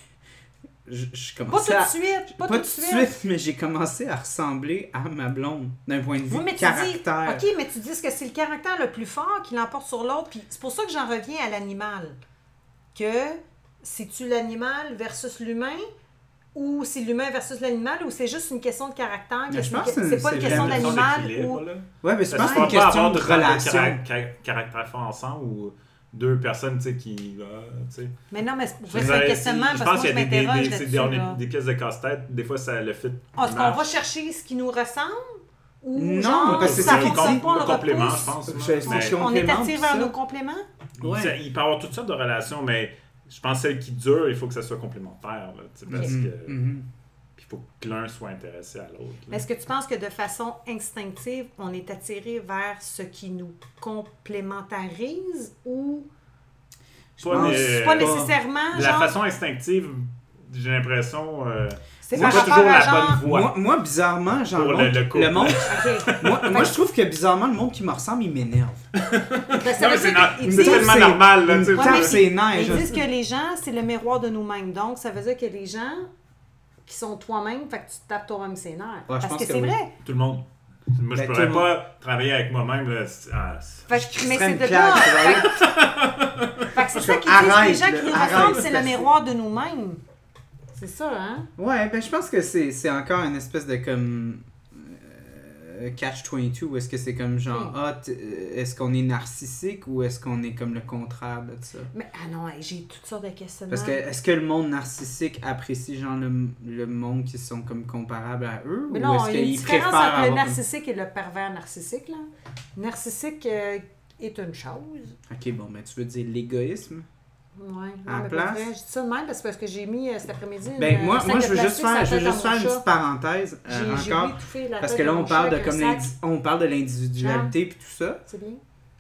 Speaker 1: Je, je
Speaker 2: Pas tout
Speaker 1: commençais à
Speaker 2: de suite, pas,
Speaker 1: pas, tout de suite, mais j'ai commencé à ressembler à ma blonde d'un point de vue
Speaker 2: Oui, mais tu
Speaker 1: caractère.
Speaker 2: dis, ok, mais tu dis que c'est le caractère le plus fort qui l'emporte sur l'autre, puis c'est pour ça que j'en reviens à l'animal. Que si tu l'animal versus l'humain, ou c'est l'humain versus l'animal, ou c'est juste une question de caractère,
Speaker 1: Mais je
Speaker 2: c'est une
Speaker 1: pense
Speaker 2: que-
Speaker 1: que
Speaker 2: c'est pas une
Speaker 1: c'est
Speaker 2: question
Speaker 1: vraiment-
Speaker 2: d'animal ou...
Speaker 1: Ouais, mais je pense que c'est une
Speaker 3: Parce qu'on va
Speaker 1: question
Speaker 3: avoir
Speaker 1: de
Speaker 3: deux gens qui ont
Speaker 1: relation.
Speaker 3: des carac- carac- caractères forts ensemble ou deux personnes tu sais, qui. euh, tu sais.
Speaker 2: Mais non, mais c'est pour vrai,
Speaker 3: Je
Speaker 2: c'est un
Speaker 3: dirais,
Speaker 2: questionnement,
Speaker 3: je
Speaker 2: parce
Speaker 3: pense
Speaker 2: que moi, je
Speaker 3: qu'il y a des- des,
Speaker 2: m'interroge
Speaker 3: tu sais,
Speaker 2: là-dessus,
Speaker 3: des- on est-
Speaker 2: là.
Speaker 3: des pièces de casse-tête, des fois ça le fit.
Speaker 2: Ah, Est-ce qu'on
Speaker 3: marche.
Speaker 2: va chercher ce qui nous ressemble? Ou
Speaker 1: Non,
Speaker 2: genre,
Speaker 1: parce que
Speaker 2: ça
Speaker 1: c'est
Speaker 2: fonctionne
Speaker 1: fictif,
Speaker 2: pas, on
Speaker 3: le
Speaker 2: le
Speaker 3: complément,
Speaker 2: repousse?
Speaker 3: je pense.
Speaker 1: Je
Speaker 3: moi.
Speaker 1: sais pas
Speaker 3: Mais-
Speaker 1: si on-
Speaker 2: On est
Speaker 1: Complément,
Speaker 2: attiré
Speaker 1: puis
Speaker 2: vers
Speaker 1: ça.
Speaker 2: nos compléments?
Speaker 1: Ouais.
Speaker 3: Ça- Il peut y avoir toutes sortes de relations, mais je pense que celle qui dure, il faut que ça soit complémentaire. là, tu sais, parce
Speaker 1: Mhm,
Speaker 3: que
Speaker 1: mhm.
Speaker 3: il faut que l'un soit intéressé à l'autre. là.
Speaker 2: Mais Est-ce que tu penses que de façon instinctive, on est attiré vers ce qui nous complémentarise ou
Speaker 1: Je
Speaker 3: Pas
Speaker 1: pense
Speaker 3: des-
Speaker 2: c'est
Speaker 3: Euh,
Speaker 1: pas-
Speaker 2: pas nécessairement
Speaker 3: De la
Speaker 2: genre
Speaker 3: façon instinctive, j'ai l'impression. euh,
Speaker 2: c'est
Speaker 3: c'est pas
Speaker 2: par
Speaker 3: toujours
Speaker 2: rapport à
Speaker 3: la
Speaker 2: genre
Speaker 3: bonne voie.
Speaker 1: Moi, moi, bizarrement, j'en
Speaker 3: Pour le-
Speaker 1: montre-
Speaker 3: le couple.
Speaker 1: monde.
Speaker 2: OK.
Speaker 1: moi, moi, je trouve que bizarrement, le monde qui me ressemble, il m'énerve.
Speaker 2: Ben, ça
Speaker 3: Non, mais
Speaker 2: veut
Speaker 3: c'est
Speaker 2: dire
Speaker 3: na-
Speaker 2: qu'ils
Speaker 3: c'est
Speaker 2: disent-
Speaker 3: tellement
Speaker 1: c'est-
Speaker 3: normal. Là, tu sais,
Speaker 1: Ouais,
Speaker 3: je-
Speaker 1: mais- c'est nain,
Speaker 2: Ils
Speaker 1: je-
Speaker 2: disent que les gens, c'est le miroir de nous-mêmes. Donc, ça veut dire que les gens qui sont toi-même, fait que tu te tapes toi-même ses nerfs.
Speaker 1: Ouais, je
Speaker 2: Parce
Speaker 1: pense
Speaker 2: que,
Speaker 1: que
Speaker 2: c'est
Speaker 1: oui.
Speaker 2: vrai.
Speaker 3: Tout le monde.
Speaker 1: Ben,
Speaker 3: Moi, je
Speaker 1: tout
Speaker 3: pourrais
Speaker 1: le
Speaker 3: pas travailler avec moi-même. là, c'est- ah, c'est-
Speaker 2: Fait que- mais
Speaker 1: serais
Speaker 2: c'est
Speaker 1: une
Speaker 2: de là.
Speaker 1: claque, tu vois.
Speaker 2: Fait que- fait que c'est ça qu'ils disent. Les
Speaker 1: Arrête,
Speaker 2: gens qui nous
Speaker 1: là,
Speaker 2: ressemblent,
Speaker 1: arrête,
Speaker 2: c'est le
Speaker 1: parce-
Speaker 2: miroir de nous-mêmes. C'est ça, hein?
Speaker 1: Ouais, ben je pense que c'est c'est encore une espèce de comme euh, catch 22 où est-ce que c'est comme genre
Speaker 2: Mm.
Speaker 1: ah, t- euh, est-ce qu'on est narcissique ou est-ce qu'on est comme le contraire de ça
Speaker 2: Mais, ah non, hey, j'ai toutes sortes de questionnements.
Speaker 1: parce que est-ce que le monde narcissique apprécie genre le, le monde qui sont comme comparables à eux
Speaker 2: Mais
Speaker 1: ou
Speaker 2: non,
Speaker 1: est-ce
Speaker 2: il y a une
Speaker 1: qu'ils
Speaker 2: différence
Speaker 1: préfèrent
Speaker 2: entre le
Speaker 1: avoir
Speaker 2: narcissique et le pervers narcissique. Là. Narcissique euh, est une chose.
Speaker 1: une- ok bon ben tu veux dire l'égoïsme
Speaker 2: Ouais, non,
Speaker 1: À
Speaker 2: mais
Speaker 1: place?
Speaker 2: pas vrai. Je dis ça de même parce, parce que j'ai mis euh, cet après-midi. une-
Speaker 1: ben
Speaker 2: un
Speaker 1: moi
Speaker 2: sac
Speaker 1: moi
Speaker 2: de
Speaker 1: je veux juste
Speaker 2: plastique sur la
Speaker 1: faire je veux
Speaker 2: tête à
Speaker 1: juste faire une
Speaker 2: mon chat.
Speaker 1: petite parenthèse euh,
Speaker 2: J'ai- j'ai
Speaker 1: encore
Speaker 2: étouffé la
Speaker 1: parce
Speaker 2: tête
Speaker 1: que là
Speaker 2: de
Speaker 1: on
Speaker 2: mon
Speaker 1: parle
Speaker 2: chat
Speaker 1: de
Speaker 2: avec
Speaker 1: comme
Speaker 2: un sac.
Speaker 1: l'indi- on parle de l'individualité puis tout ça
Speaker 2: C'est bien.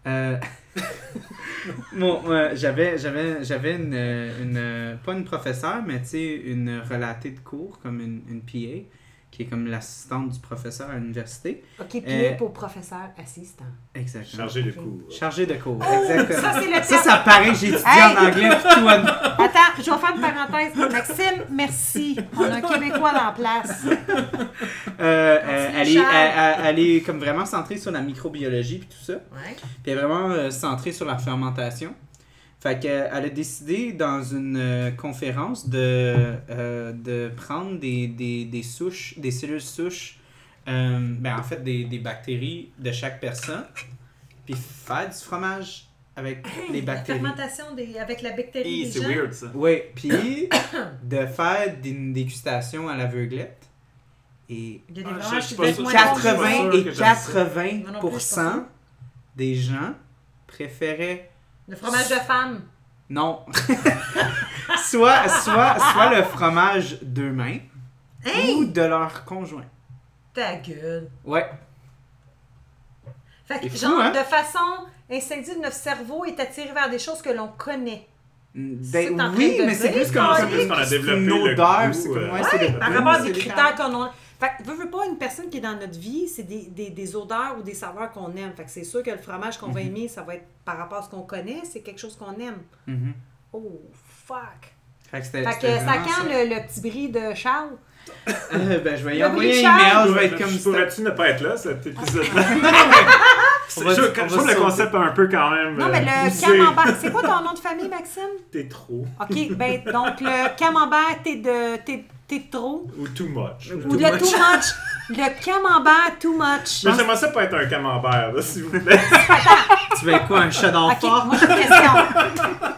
Speaker 1: Euh, bon, ouais, j'avais, j'avais, j'avais une, euh, une, euh, pas une professeure, mais tu sais, une relatée de cours, comme une, une PA, qui est comme l'assistante du professeur à l'université.
Speaker 2: OK, puis
Speaker 1: Euh,
Speaker 2: là, pour professeur assistant.
Speaker 1: Exactement.
Speaker 3: Charger le coup.
Speaker 1: Chargée de cours, exactement.
Speaker 2: Oh, ça, c'est le
Speaker 1: ça,
Speaker 2: terme.
Speaker 1: ça paraît que j'ai étudié
Speaker 2: Hey!
Speaker 1: en anglais pis tout. en-
Speaker 2: Attends, je vais faire une parenthèse. Maxime, merci. On a un Québécois dans la place.
Speaker 1: Euh, euh, elle, est,
Speaker 2: Merci, Charles.
Speaker 1: elle- elle- elle est comme vraiment centrée sur la microbiologie puis tout ça.
Speaker 2: Ouais.
Speaker 1: Puis elle est vraiment euh, centrée sur la fermentation. Fait qu'elle a décidé dans une euh, conférence de, euh, de prendre des, des, des souches, des cellules souches, euh, ben en fait des, des bactéries de chaque personne, puis faire du fromage avec les bactéries.
Speaker 2: fermentation des, avec la bactérie
Speaker 3: Hey, C'est weird ça.
Speaker 1: Oui, puis de faire des dégustations à l'aveuglette. Et
Speaker 2: Il y a
Speaker 3: Ah,
Speaker 2: des
Speaker 3: je-
Speaker 2: fromages
Speaker 3: je
Speaker 2: qui
Speaker 3: suis pas
Speaker 2: goûtent
Speaker 3: sûr.
Speaker 2: moins bon que d'autres.
Speaker 1: 80
Speaker 3: je suis
Speaker 1: et
Speaker 3: pas sûr que j'aime ça.
Speaker 1: 80
Speaker 2: Non, non plus, je suis pas sûre.
Speaker 1: des gens préféraient
Speaker 2: Le fromage de femme.
Speaker 1: Non. soit, soit, soit le fromage d'eux-mêmes ou de leur conjoint.
Speaker 2: Ta gueule.
Speaker 1: Ouais.
Speaker 2: Fait que,
Speaker 1: C'est fou,
Speaker 2: genre,
Speaker 1: hein?
Speaker 2: de façon instinctive, notre cerveau est attiré vers des choses que l'on connaît. C'est en
Speaker 1: Ben,
Speaker 2: train
Speaker 1: oui,
Speaker 2: de
Speaker 1: mais c'est
Speaker 2: dire,
Speaker 1: plus comme
Speaker 2: Colin.
Speaker 1: c'est plus
Speaker 3: Parce qu'on a développé
Speaker 1: une
Speaker 3: le
Speaker 1: odeur,
Speaker 3: goût,
Speaker 1: c'est comme
Speaker 3: euh,
Speaker 1: ouais, c'est
Speaker 3: ouais,
Speaker 1: des-
Speaker 2: Par rapport à
Speaker 1: c'est
Speaker 2: des critères qu'on a. Fait que, veux, veux pas, une personne qui est dans notre vie, c'est des, des, des odeurs ou des saveurs qu'on aime. Fait que c'est sûr que le fromage qu'on va aimer, ça va être par rapport à ce qu'on connaît, c'est quelque chose qu'on aime.
Speaker 1: Mhm.
Speaker 2: Oh, fuck!
Speaker 1: Fait que c'était-
Speaker 2: Fait que
Speaker 1: c'était
Speaker 2: ça
Speaker 1: vraiment
Speaker 2: quand le, le petit bris de Charles?
Speaker 1: Euh, ben, je vais y
Speaker 2: Le
Speaker 1: envoyer un
Speaker 2: Richard.
Speaker 1: email, je vais être comme
Speaker 3: Je
Speaker 1: ça.
Speaker 3: Pourrais-tu ne pas être là cet épisode-là?
Speaker 1: On
Speaker 3: Je
Speaker 1: va-
Speaker 3: je- je
Speaker 1: on va
Speaker 3: trouve le
Speaker 1: sauter.
Speaker 3: concept un peu quand même.
Speaker 2: Non, mais
Speaker 3: euh,
Speaker 2: le
Speaker 3: poussé.
Speaker 2: camembert. C'est quoi ton nom de famille, Maxime?
Speaker 3: T'es trop.
Speaker 2: OK, ben donc le camembert, t'es de. T'es, t'es trop.
Speaker 3: Ou too much.
Speaker 2: Ou le too much. Le camembert too much.
Speaker 3: Mais j'aimerais ça pas être un camembert, là, s'il vous plaît.
Speaker 1: Tu veux être quoi, un chat
Speaker 2: OK,
Speaker 1: d'enfant?
Speaker 2: moi j'ai une question.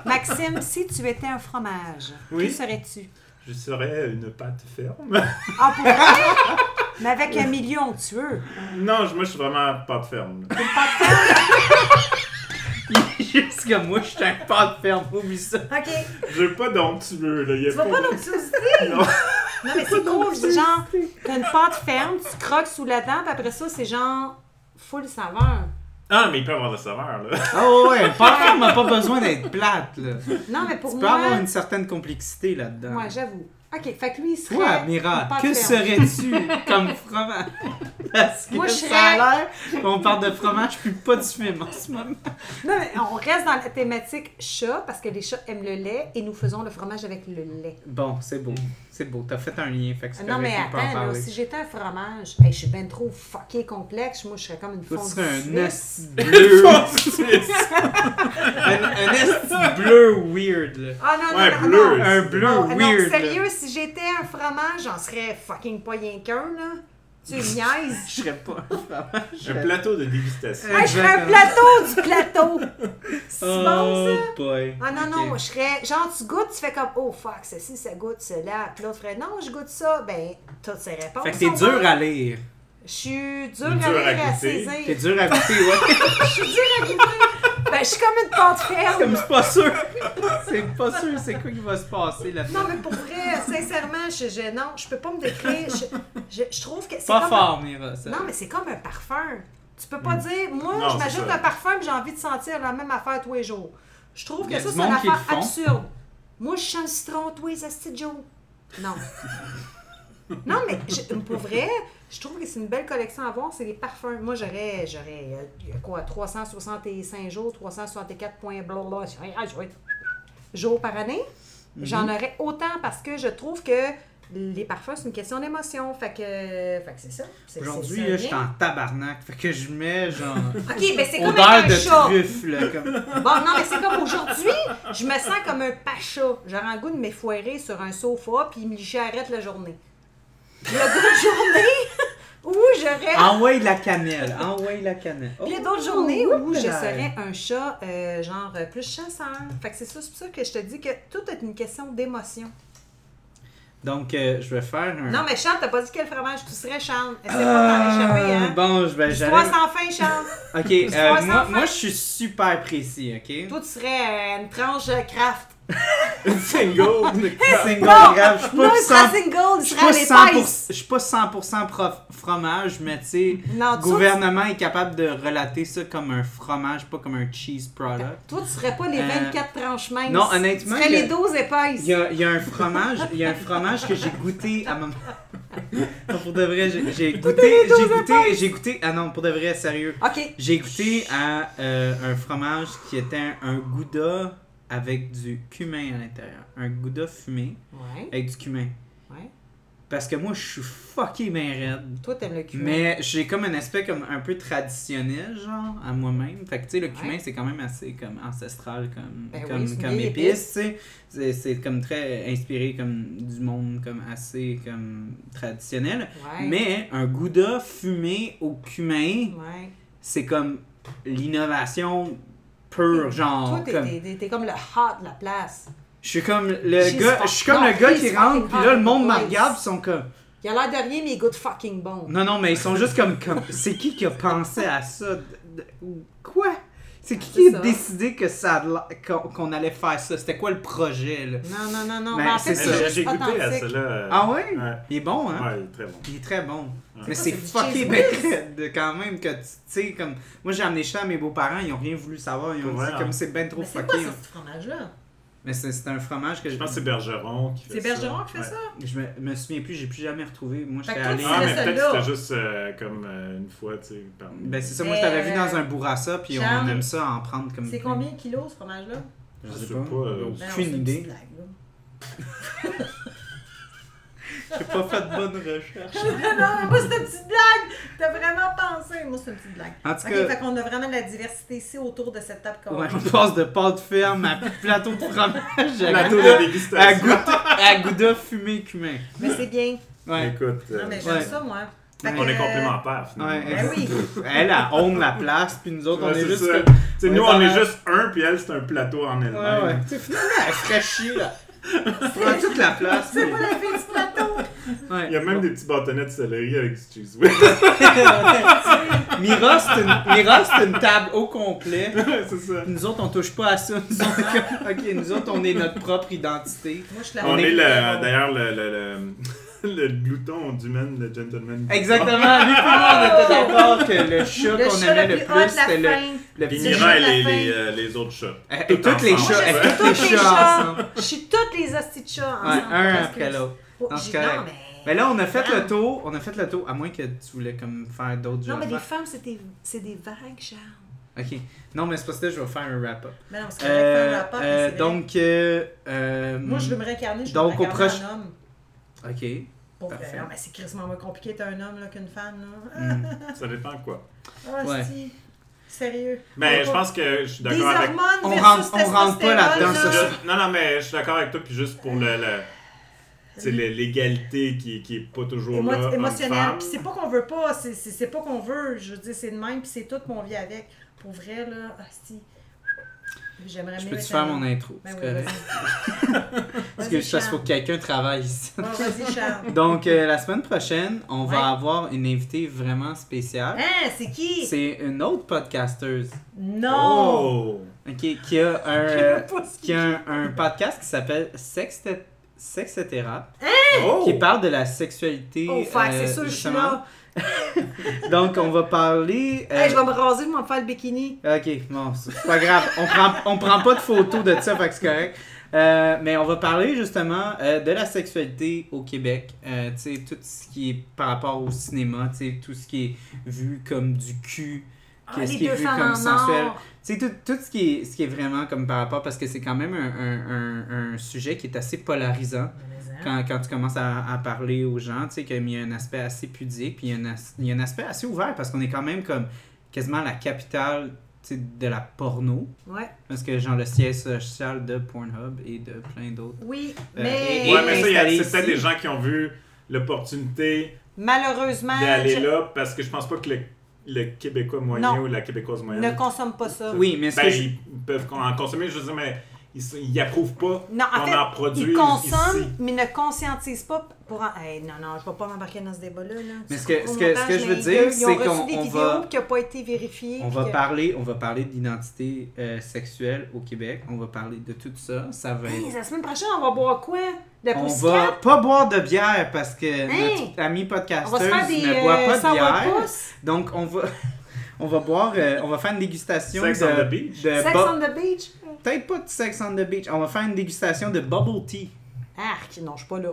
Speaker 2: Maxime, si tu étais un fromage,
Speaker 3: Oui.
Speaker 2: qui serais-tu?
Speaker 3: Je serais une pâte ferme.
Speaker 2: Ah, pour vrai? Mais avec un milieu onctueux.
Speaker 3: Non, je- moi, je suis vraiment pâte ferme. là.
Speaker 1: Juste comme moi, je suis un pas de ferme, oublie ça.
Speaker 2: OK.
Speaker 3: Je veux pas d'onctueux, là. il Y a
Speaker 2: Tu vas pas l'onctuosité?
Speaker 3: Non.
Speaker 2: Non, mais c'est cool. C'est genre, t'as une pâte ferme, tu croques sous la dent, puis après ça, c'est genre full saveur.
Speaker 3: Ah, mais il peut avoir de saveur, là.
Speaker 1: Ah ouais, ouais, un pas de ferme n'a pas besoin d'être plate, là. Tu
Speaker 2: Non, mais pour
Speaker 1: peux
Speaker 2: moi...
Speaker 1: avoir une certaine complexité là-dedans.
Speaker 2: Ouais, j'avoue. OK, fait que lui, il serait...
Speaker 1: Toi,
Speaker 2: une
Speaker 1: Admiral,
Speaker 2: pâte
Speaker 1: que
Speaker 2: ferme.
Speaker 1: serais-tu comme fromage? Parce que
Speaker 2: Moi, je
Speaker 1: ça a l'air qu'on parle de fromage, puis pas du film en ce moment.
Speaker 2: Non, mais on reste dans la thématique chat, parce que les chats aiment le lait, et nous faisons le fromage avec le lait.
Speaker 1: Bon, c'est beau. C'est beau. T'as fait un lien, fait que c'est
Speaker 2: non, mais
Speaker 1: correct, on peut en
Speaker 2: attends, là,
Speaker 1: parler.
Speaker 2: si j'étais un fromage, hey, je suis ben trop fucké complexe, moi, je serais comme une
Speaker 1: Toi, tu
Speaker 2: fondue
Speaker 1: serais un esti
Speaker 2: suisse.
Speaker 1: bleu.
Speaker 3: ouais,
Speaker 1: un un esti bleu weird, là.
Speaker 2: Ah non, non, non,
Speaker 3: bleu.
Speaker 2: non.
Speaker 1: Un bleu
Speaker 2: Non, non,
Speaker 1: weird. là.
Speaker 2: sérieux, si si j'étais un fromage, j'en serais fucking pas rien qu'un, là. Tu me niaises.
Speaker 1: Je serais pas vraiment. je
Speaker 3: Un
Speaker 1: serais-
Speaker 3: plateau de dégustation.
Speaker 1: Euh,
Speaker 2: Hey, je serais un plateau du plateau. C'est bon, ça?
Speaker 1: Oh boy.
Speaker 2: Ah non, non,
Speaker 1: Ok.
Speaker 2: je serais. Genre, tu goûtes, tu fais comme, oh fuck, ceci, ça goûte cela. Puis l'autre ferait, non, je goûte ça. Ben, toutes ces réponses.
Speaker 1: Fait que t'es
Speaker 2: sont
Speaker 1: dur
Speaker 2: bonnes.
Speaker 1: à lire.
Speaker 2: Je suis dure
Speaker 3: Dur
Speaker 2: à
Speaker 3: à
Speaker 2: lire et à
Speaker 3: goûter.
Speaker 2: saisir.
Speaker 1: T'es dur à goûter, ouais.
Speaker 2: Je suis dure à goûter. Ben, je suis comme une pâte ferme.
Speaker 1: Comme c'est pas sûr. C'est pas sûr, c'est quoi qui va se passer là
Speaker 2: Non, mais pour vrai, sincèrement, je, je, non, je peux pas me décrire. Je, je, je trouve que c'est
Speaker 1: Pas
Speaker 2: comme
Speaker 1: fort, Mira,
Speaker 2: un-
Speaker 1: ça.
Speaker 2: Non, mais c'est comme un parfum. Tu peux pas dire, moi,
Speaker 3: Non,
Speaker 2: je m'ajoute
Speaker 3: c'est ça.
Speaker 2: un parfum j'ai envie de sentir la même affaire tous les jours. Je trouve
Speaker 1: Il y a
Speaker 2: que ça,
Speaker 1: du
Speaker 2: c'est une
Speaker 1: monde qui le
Speaker 2: affaire
Speaker 1: font.
Speaker 2: absurde. Moi, je sens le citron tous les astis de jours. Non. non, mais je- pour vrai, je trouve que c'est une belle collection à avoir, c'est les parfums. Moi, j'aurais, j'aurais, euh, il y a quoi, 365 jours, 364 points, blablabla, jours par année.
Speaker 1: Mm-hmm.
Speaker 2: J'en aurais autant parce que je trouve que les parfums, c'est une question d'émotion. Fait que, fait que c'est ça. C'est-
Speaker 1: Aujourd'hui,
Speaker 2: c'est ça
Speaker 1: là,
Speaker 2: le
Speaker 1: je suis
Speaker 2: lien.
Speaker 1: en tabarnak. Fait que je mets genre.
Speaker 2: OK, ben c'est comme
Speaker 1: Odeur
Speaker 2: un
Speaker 1: de
Speaker 2: chat.
Speaker 1: truffe, là. Comme...
Speaker 2: Bon, non, mais c'est comme aujourd'hui, je me sens comme un pacha. J'aurais un goût de m'effoirer sur un sofa puis me licher arrête la journée. Le goût de journée où j'aurais.
Speaker 1: Envoie de la cannelle. Envoie de la cannelle. Oh,
Speaker 2: Puis il y a d'autres journées où je serais un chat, euh, genre euh, plus chasseur. Fait que c'est ça, c'est pour ça que je te dis que tout est une question d'émotion.
Speaker 1: Donc, euh, je vais faire un.
Speaker 2: Non, mais Charles, t'as pas dit quel fromage tu serais, Charles. Essaie pas de t'en
Speaker 1: Ah,
Speaker 2: échapper, hein.
Speaker 1: Bon, je vais
Speaker 2: Histoire
Speaker 1: j'allais-
Speaker 2: sans fin, Charles.
Speaker 1: Ok,
Speaker 2: Histoire
Speaker 1: euh,
Speaker 2: sans
Speaker 1: moi,
Speaker 2: fin.
Speaker 1: moi je suis super précis, ok?
Speaker 2: Toi, tu serais euh, une tranche euh, craft.
Speaker 3: Single.
Speaker 1: Single
Speaker 2: Non,
Speaker 1: grave, je suis
Speaker 2: Non,
Speaker 1: pas
Speaker 2: il
Speaker 1: cent-
Speaker 2: serait single, il
Speaker 1: je suis pas
Speaker 2: serait
Speaker 1: 100%,
Speaker 2: à l'épaisse.
Speaker 1: je suis pas 100% prof- fromage, mais tu sais,
Speaker 2: Non,
Speaker 1: le
Speaker 2: toi, tu-
Speaker 1: gouvernement est capable de relater ça comme un fromage, pas comme un cheese product.
Speaker 2: Toi, tu serais pas les
Speaker 1: Euh,
Speaker 2: 24 tranches minces.
Speaker 1: non, honnêtement,
Speaker 2: Tu serais
Speaker 1: il y a-
Speaker 2: les 12 épaisses.
Speaker 1: Il y a, il y a un fromage, il y a un fromage que j'ai goûté à mon... Non, pour de vrai, j'ai j'ai goûté, j'ai goûté, j'ai goûté, ah non, pour de vrai, sérieux.
Speaker 2: OK.
Speaker 1: J'ai goûté à euh, un fromage qui était un, un gouda avec du cumin à l'intérieur. Un gouda fumé
Speaker 2: Ouais,
Speaker 1: avec du cumin.
Speaker 2: ouais.
Speaker 1: Parce que moi, je suis fucké bien raide.
Speaker 2: Toi, t'aimes le cul.
Speaker 1: Mais j'ai comme un aspect comme un peu traditionnel, genre, à moi-même. Fait que, tu sais, le
Speaker 2: Ouais.
Speaker 1: cumin, c'est quand même assez comme ancestral, comme,
Speaker 2: Ben oui,
Speaker 1: comme,
Speaker 2: c'est une
Speaker 1: comme
Speaker 2: vieille
Speaker 1: épice, tu sais. C'est- C'est comme très inspiré comme du monde, comme assez comme traditionnel.
Speaker 2: Ouais.
Speaker 1: Mais un gouda fumé au cumin,
Speaker 2: Ouais.
Speaker 1: c'est comme l'innovation pure, genre.
Speaker 2: Toi, t'es
Speaker 1: Oh, comme-
Speaker 2: t'es- t'es- t'es comme le hot de la place.
Speaker 1: Je suis comme
Speaker 2: She's
Speaker 1: le gars,
Speaker 2: fuck-
Speaker 1: je suis comme
Speaker 2: non,
Speaker 1: le gars
Speaker 2: he's
Speaker 1: qui
Speaker 2: fucking
Speaker 1: rentre, puis là, le monde me
Speaker 2: place.
Speaker 1: regarde, puis ils sont comme...
Speaker 2: Il a l'air de rien, mais il goûte fucking bon.
Speaker 1: Non, non, mais ils sont juste comme. comme c'est qui qui a pensé à ça? De- de- ou- quoi? C'est qui qui
Speaker 2: C'est
Speaker 1: a
Speaker 2: ça.
Speaker 1: décidé que ça a l'air- qu'on qu'on allait faire ça? C'était quoi le projet, là?
Speaker 2: Non, non, non, non.
Speaker 1: Ben,
Speaker 2: Mais en
Speaker 1: c'est
Speaker 2: fait,
Speaker 1: ça.
Speaker 2: c'est
Speaker 3: J'ai
Speaker 2: juste
Speaker 3: goûté à
Speaker 2: authentique.
Speaker 3: cela. euh,
Speaker 1: Ah ouais?
Speaker 3: Ouais.
Speaker 1: Il est bon, hein?
Speaker 3: Ouais, il est très bon.
Speaker 1: Il est très bon. Mais
Speaker 2: Ça,
Speaker 1: c'est
Speaker 2: c'est du
Speaker 1: fucké
Speaker 2: cheese
Speaker 1: ben
Speaker 2: whiz.
Speaker 1: raide, quand même que tu tu sais comme moi j'ai amené ça à mes beaux-parents, ils ont rien voulu savoir, ils ont
Speaker 3: Ouais,
Speaker 1: dit
Speaker 3: hein.
Speaker 1: comme c'est ben trop
Speaker 2: Mais c'est
Speaker 1: fucké.
Speaker 2: quoi ça,
Speaker 1: hein.
Speaker 2: ce fromage-là?
Speaker 1: Mais c'est c'est un fromage que
Speaker 3: Je
Speaker 1: je
Speaker 3: pense que c'est Bergeron qui fait
Speaker 2: C'est Bergeron qui fait
Speaker 3: Ouais.
Speaker 2: ça?
Speaker 1: je me, me souviens plus, j'ai plus jamais retrouvé. Moi
Speaker 2: Fait
Speaker 1: j'étais
Speaker 2: que toi,
Speaker 1: allé
Speaker 2: tu
Speaker 3: Ah,
Speaker 2: C'est
Speaker 3: mais
Speaker 2: celle-là.
Speaker 3: peut-être que c'était juste euh, comme euh, une fois, tu sais, parmi.
Speaker 1: ben c'est ça, moi je t'avais vu
Speaker 2: Euh,
Speaker 1: dans un bourrassa puis on
Speaker 2: Charles,
Speaker 1: aime ça en prendre comme
Speaker 2: C'est combien de kilos, ce fromage-là?
Speaker 1: Je
Speaker 3: Je
Speaker 1: sais
Speaker 3: sais
Speaker 1: pas.
Speaker 3: pas, euh,
Speaker 1: Aucune
Speaker 2: Ben, non, c'est une
Speaker 1: idée.
Speaker 2: petite blague, là.
Speaker 1: J'ai pas fait de bonne recherche.
Speaker 2: Non, non, moi, c'est une petite blague! T'as vraiment pensé. Moi, c'est une petite blague.
Speaker 1: En tout
Speaker 2: OK,
Speaker 1: cas-
Speaker 2: fait qu'on a vraiment de la diversité ici autour de cette table qu'on
Speaker 1: Ouais, on passe de pâte ferme à plateau de fromage à,
Speaker 3: Plateau
Speaker 1: gouda-
Speaker 3: de
Speaker 1: à,
Speaker 3: dégustation.
Speaker 1: gouda, à gouda fumé cumin.
Speaker 2: Mais c'est bien.
Speaker 1: Ouais.
Speaker 3: Écoute, euh,
Speaker 2: Non, mais j'aime
Speaker 1: Ouais.
Speaker 2: ça, moi. Fait
Speaker 3: on
Speaker 2: que,
Speaker 3: est
Speaker 2: euh,
Speaker 3: complémentaires finalement.
Speaker 1: Ouais.
Speaker 2: Ben oui.
Speaker 1: Elle, elle own la place, puis nous autres,
Speaker 3: Ouais,
Speaker 1: on est
Speaker 3: c'est
Speaker 1: juste.
Speaker 3: ça.
Speaker 1: comme-
Speaker 3: Tu sais,
Speaker 1: on
Speaker 3: nous,
Speaker 1: est
Speaker 3: on est
Speaker 1: dans-
Speaker 3: juste un, puis elle, c'est un plateau en
Speaker 1: Ouais,
Speaker 3: elle-même.
Speaker 1: ouais. Tu sais, finalement, elle ferait chier, là. Elle prend toute la place.
Speaker 2: C'est
Speaker 1: mais-
Speaker 2: pas la fille du plateau.
Speaker 1: Ouais.
Speaker 3: Il y a même des petits bâtonnets de céleri avec du cheese whiz.
Speaker 1: Mira, c'est une... Mira, c'est une table au complet.
Speaker 3: Ouais, c'est ça.
Speaker 1: Nous autres, on touche pas à ça. Nous autres, ok, nous autres, on est notre propre identité.
Speaker 2: Moi, je suis la
Speaker 3: On
Speaker 1: est-
Speaker 3: est le- d'ailleurs le, le, le, le glouton du man, le gentleman.
Speaker 1: Exactement. Lui, tout le monde était d'accord que le chat
Speaker 2: Oh. le
Speaker 1: qu'on
Speaker 2: chat
Speaker 1: aimait
Speaker 2: le
Speaker 1: le
Speaker 2: plus hot
Speaker 1: plus,
Speaker 2: de la
Speaker 1: c'était le,
Speaker 2: fin.
Speaker 1: le
Speaker 3: Puis
Speaker 1: petit
Speaker 2: C'est
Speaker 3: Mira et
Speaker 2: juste la
Speaker 3: les,
Speaker 2: fin.
Speaker 3: les, euh, les autres chats.
Speaker 1: Elle-
Speaker 3: Tout
Speaker 1: elle- toutes les
Speaker 3: ensemble.
Speaker 1: chats,
Speaker 2: Moi,
Speaker 1: elle-
Speaker 2: je suis
Speaker 1: toutes les chats ensemble.
Speaker 2: Je suis toutes les hosties de chats
Speaker 1: Ouais,
Speaker 2: ensemble.
Speaker 1: un
Speaker 2: presque.
Speaker 1: après l'autre.
Speaker 2: Oh,
Speaker 1: Non,
Speaker 2: j'ai-
Speaker 1: c'est correct.
Speaker 2: Non, mais...
Speaker 1: Mais là, on a fait le tour, on a fait le tour, à moins que tu voulais comme faire d'autres jeux.
Speaker 2: Non, mais les
Speaker 1: avant.
Speaker 2: femmes, c'est des, c'est des vagues, genre.
Speaker 1: Ok. Non, mais c'est parce que je vais faire un wrap-up.
Speaker 2: Mais Ben non, parce que
Speaker 1: Euh,
Speaker 2: la
Speaker 1: euh,
Speaker 2: femme, c'est vrai.
Speaker 1: donc, euh, euh,
Speaker 2: Moi, je veux me réincarner, je veux
Speaker 1: donc,
Speaker 2: me
Speaker 1: au
Speaker 2: réincarner
Speaker 1: proche-
Speaker 2: en homme.
Speaker 1: Ok.
Speaker 2: Pour vrai,
Speaker 1: Parfait.
Speaker 2: non, mais c'est crissement moins compliqué d'être un homme là, qu'une femme. Là.
Speaker 1: Hmm.
Speaker 3: Ça dépend quoi.
Speaker 2: Ah,
Speaker 1: Ouais.
Speaker 2: si. Sérieux.
Speaker 3: Mais je pense que je suis
Speaker 2: Des
Speaker 3: d'accord avec.
Speaker 2: hormones
Speaker 1: On
Speaker 2: versus
Speaker 1: rentre- on rentre pas
Speaker 2: testostérone,
Speaker 1: là-dedans,
Speaker 2: là.
Speaker 1: ça, ça.
Speaker 3: Je- Non, non, mais je suis d'accord avec toi, puis juste pour le. le- c'est le- l'égalité qui, qui est pas toujours
Speaker 2: émo-
Speaker 3: là.
Speaker 2: émotionnel.
Speaker 3: homme-femme.
Speaker 2: Puis c'est pas qu'on veut pas, c'est- c'est c'est pas qu'on veut. Je veux dire, c'est de même, puis c'est tout qu'on vit avec. Pour vrai, là, ah, si. J'aimerais
Speaker 1: Je
Speaker 2: mieux
Speaker 1: peux-tu
Speaker 2: être
Speaker 1: faire
Speaker 2: un-
Speaker 1: mon intro?
Speaker 2: Ben
Speaker 1: C'est
Speaker 2: oui,
Speaker 1: correct.
Speaker 2: vas-y.
Speaker 1: Parce
Speaker 2: Vas-y,
Speaker 1: que ça se faut
Speaker 2: Charles.
Speaker 1: que quelqu'un travaille ici.
Speaker 2: Ouais, Vas-y, Charles.
Speaker 1: Donc, euh, la semaine prochaine, on
Speaker 2: Ouais.
Speaker 1: va avoir une invitée vraiment spéciale.
Speaker 2: Hein, c'est qui?
Speaker 1: C'est une autre podcasteuse
Speaker 2: Non!
Speaker 3: Oh!
Speaker 1: ok, qui a un, euh, qui a un, un podcast qui s'appelle Sextet- Sextetera,
Speaker 3: Oh!
Speaker 1: qui parle de la sexualité.
Speaker 2: Oh, fuck, c'est
Speaker 1: euh,
Speaker 2: sûr, je suis
Speaker 1: justement.
Speaker 2: là.
Speaker 1: Donc, on va parler. euh,
Speaker 2: Hey, je vais me raser, je vais me faire le bikini.
Speaker 1: Ok, bon, c'est pas grave. On prend, on prend pas de photos de ça, fait que c'est correct. Euh, mais on va parler justement euh, de la sexualité au Québec. Euh, tu sais, tout ce qui est par rapport au cinéma, tu sais, tout ce qui est vu comme du cul,
Speaker 2: Ah,
Speaker 1: qu'est-ce
Speaker 2: les
Speaker 1: qui est
Speaker 2: deux
Speaker 1: vu
Speaker 2: femmes
Speaker 1: comme
Speaker 2: en
Speaker 1: sensuel.
Speaker 2: or.
Speaker 1: Tu sais, tout, tout ce, qui est, ce qui est vraiment comme par rapport, parce que c'est quand même un, un- un- un sujet qui est assez polarisant
Speaker 2: Ah.
Speaker 1: quand, quand tu commences à, à parler aux gens, tu sais, qu'il y a un aspect assez pudique, puis il y a un, as- il y a un aspect assez ouvert, parce qu'on est quand même comme quasiment la capitale tu sais, de la porno,
Speaker 2: Ouais.
Speaker 1: parce que genre le siège social de Pornhub et de plein d'autres.
Speaker 2: Oui,
Speaker 1: Euh,
Speaker 2: mais,
Speaker 1: et-
Speaker 3: Ouais, mais ça, il y a-
Speaker 1: installé
Speaker 3: c'est peut-être
Speaker 1: ici.
Speaker 3: des gens qui ont vu l'opportunité
Speaker 2: malheureusement,
Speaker 3: d'aller
Speaker 2: Ben, je-
Speaker 3: là parce que je pense pas que le, le Québécois moyen
Speaker 2: Non.
Speaker 3: ou la Québécoise
Speaker 2: ne
Speaker 3: moyenne.
Speaker 2: consomme pas ça.
Speaker 1: Oui, mais ce
Speaker 3: Ben,
Speaker 1: que je-
Speaker 3: ils peuvent en consommer, je veux dire, mais ils, s- ils approuvent pas
Speaker 2: Non, en
Speaker 3: qu'on
Speaker 2: fait,
Speaker 3: en produise.
Speaker 2: Ils consomment,
Speaker 3: ici.
Speaker 2: mais ne conscientisent pas pour. en- Hey, non, non, je ne vais pas m'embarquer dans ce débat-là. Là.
Speaker 1: Mais
Speaker 2: Tu
Speaker 1: ce que- ce
Speaker 2: comprends
Speaker 1: que-
Speaker 2: mon
Speaker 1: ce que je veux
Speaker 2: âge,
Speaker 1: dire,
Speaker 2: mais ils ont-
Speaker 1: c'est
Speaker 2: ils ont reçu
Speaker 1: qu'on-
Speaker 2: des
Speaker 1: on
Speaker 2: vidéos
Speaker 1: va-
Speaker 2: qui n'ont pas été vérifiées.
Speaker 1: On
Speaker 2: puis
Speaker 1: va
Speaker 2: que-
Speaker 1: parler, on va parler d'identité euh, sexuelle au Québec, on va parler de tout ça, ça va
Speaker 2: Hey,
Speaker 1: être...
Speaker 2: la semaine prochaine, on va boire quoi De la
Speaker 1: On
Speaker 2: poussière?
Speaker 1: va pas boire de bière parce que
Speaker 2: Hein?
Speaker 1: notre ami
Speaker 2: On
Speaker 1: podcasteuse
Speaker 2: va se faire des
Speaker 1: ne boit pas
Speaker 2: euh,
Speaker 1: de bière.
Speaker 2: sourpuss?
Speaker 1: Donc on va on va boire euh, on va faire une dégustation
Speaker 3: Sex
Speaker 1: de,
Speaker 3: on the beach?
Speaker 1: de
Speaker 2: Sex
Speaker 1: bu-
Speaker 2: on the beach?
Speaker 1: peut-être pas de sex on the beach. On va faire une dégustation de bubble tea.
Speaker 2: Arc, non, je suis pas là.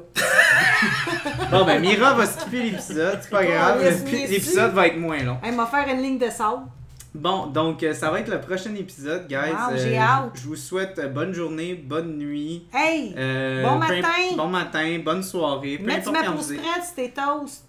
Speaker 1: Bon ben Mira va skipper l'épisode, c'est pas
Speaker 2: Bon,
Speaker 1: grave,
Speaker 2: laisse-moi
Speaker 1: L'épi-
Speaker 2: ici.
Speaker 1: l'épisode va être moins long.
Speaker 2: Elle m'a faire une ligne de sable.
Speaker 1: Bon, donc euh, ça va être le prochain épisode, guys.
Speaker 2: Wow, j'ai hâte.
Speaker 1: Je vous souhaite euh, bonne journée, bonne nuit.
Speaker 2: Hey,
Speaker 1: euh,
Speaker 2: Bon
Speaker 1: peu imp-
Speaker 2: matin.
Speaker 1: Bon matin, bonne soirée. peu
Speaker 2: mets du
Speaker 1: importe
Speaker 2: ma
Speaker 1: quand
Speaker 2: pousse
Speaker 1: vous êtes.
Speaker 2: prête, c'était toast.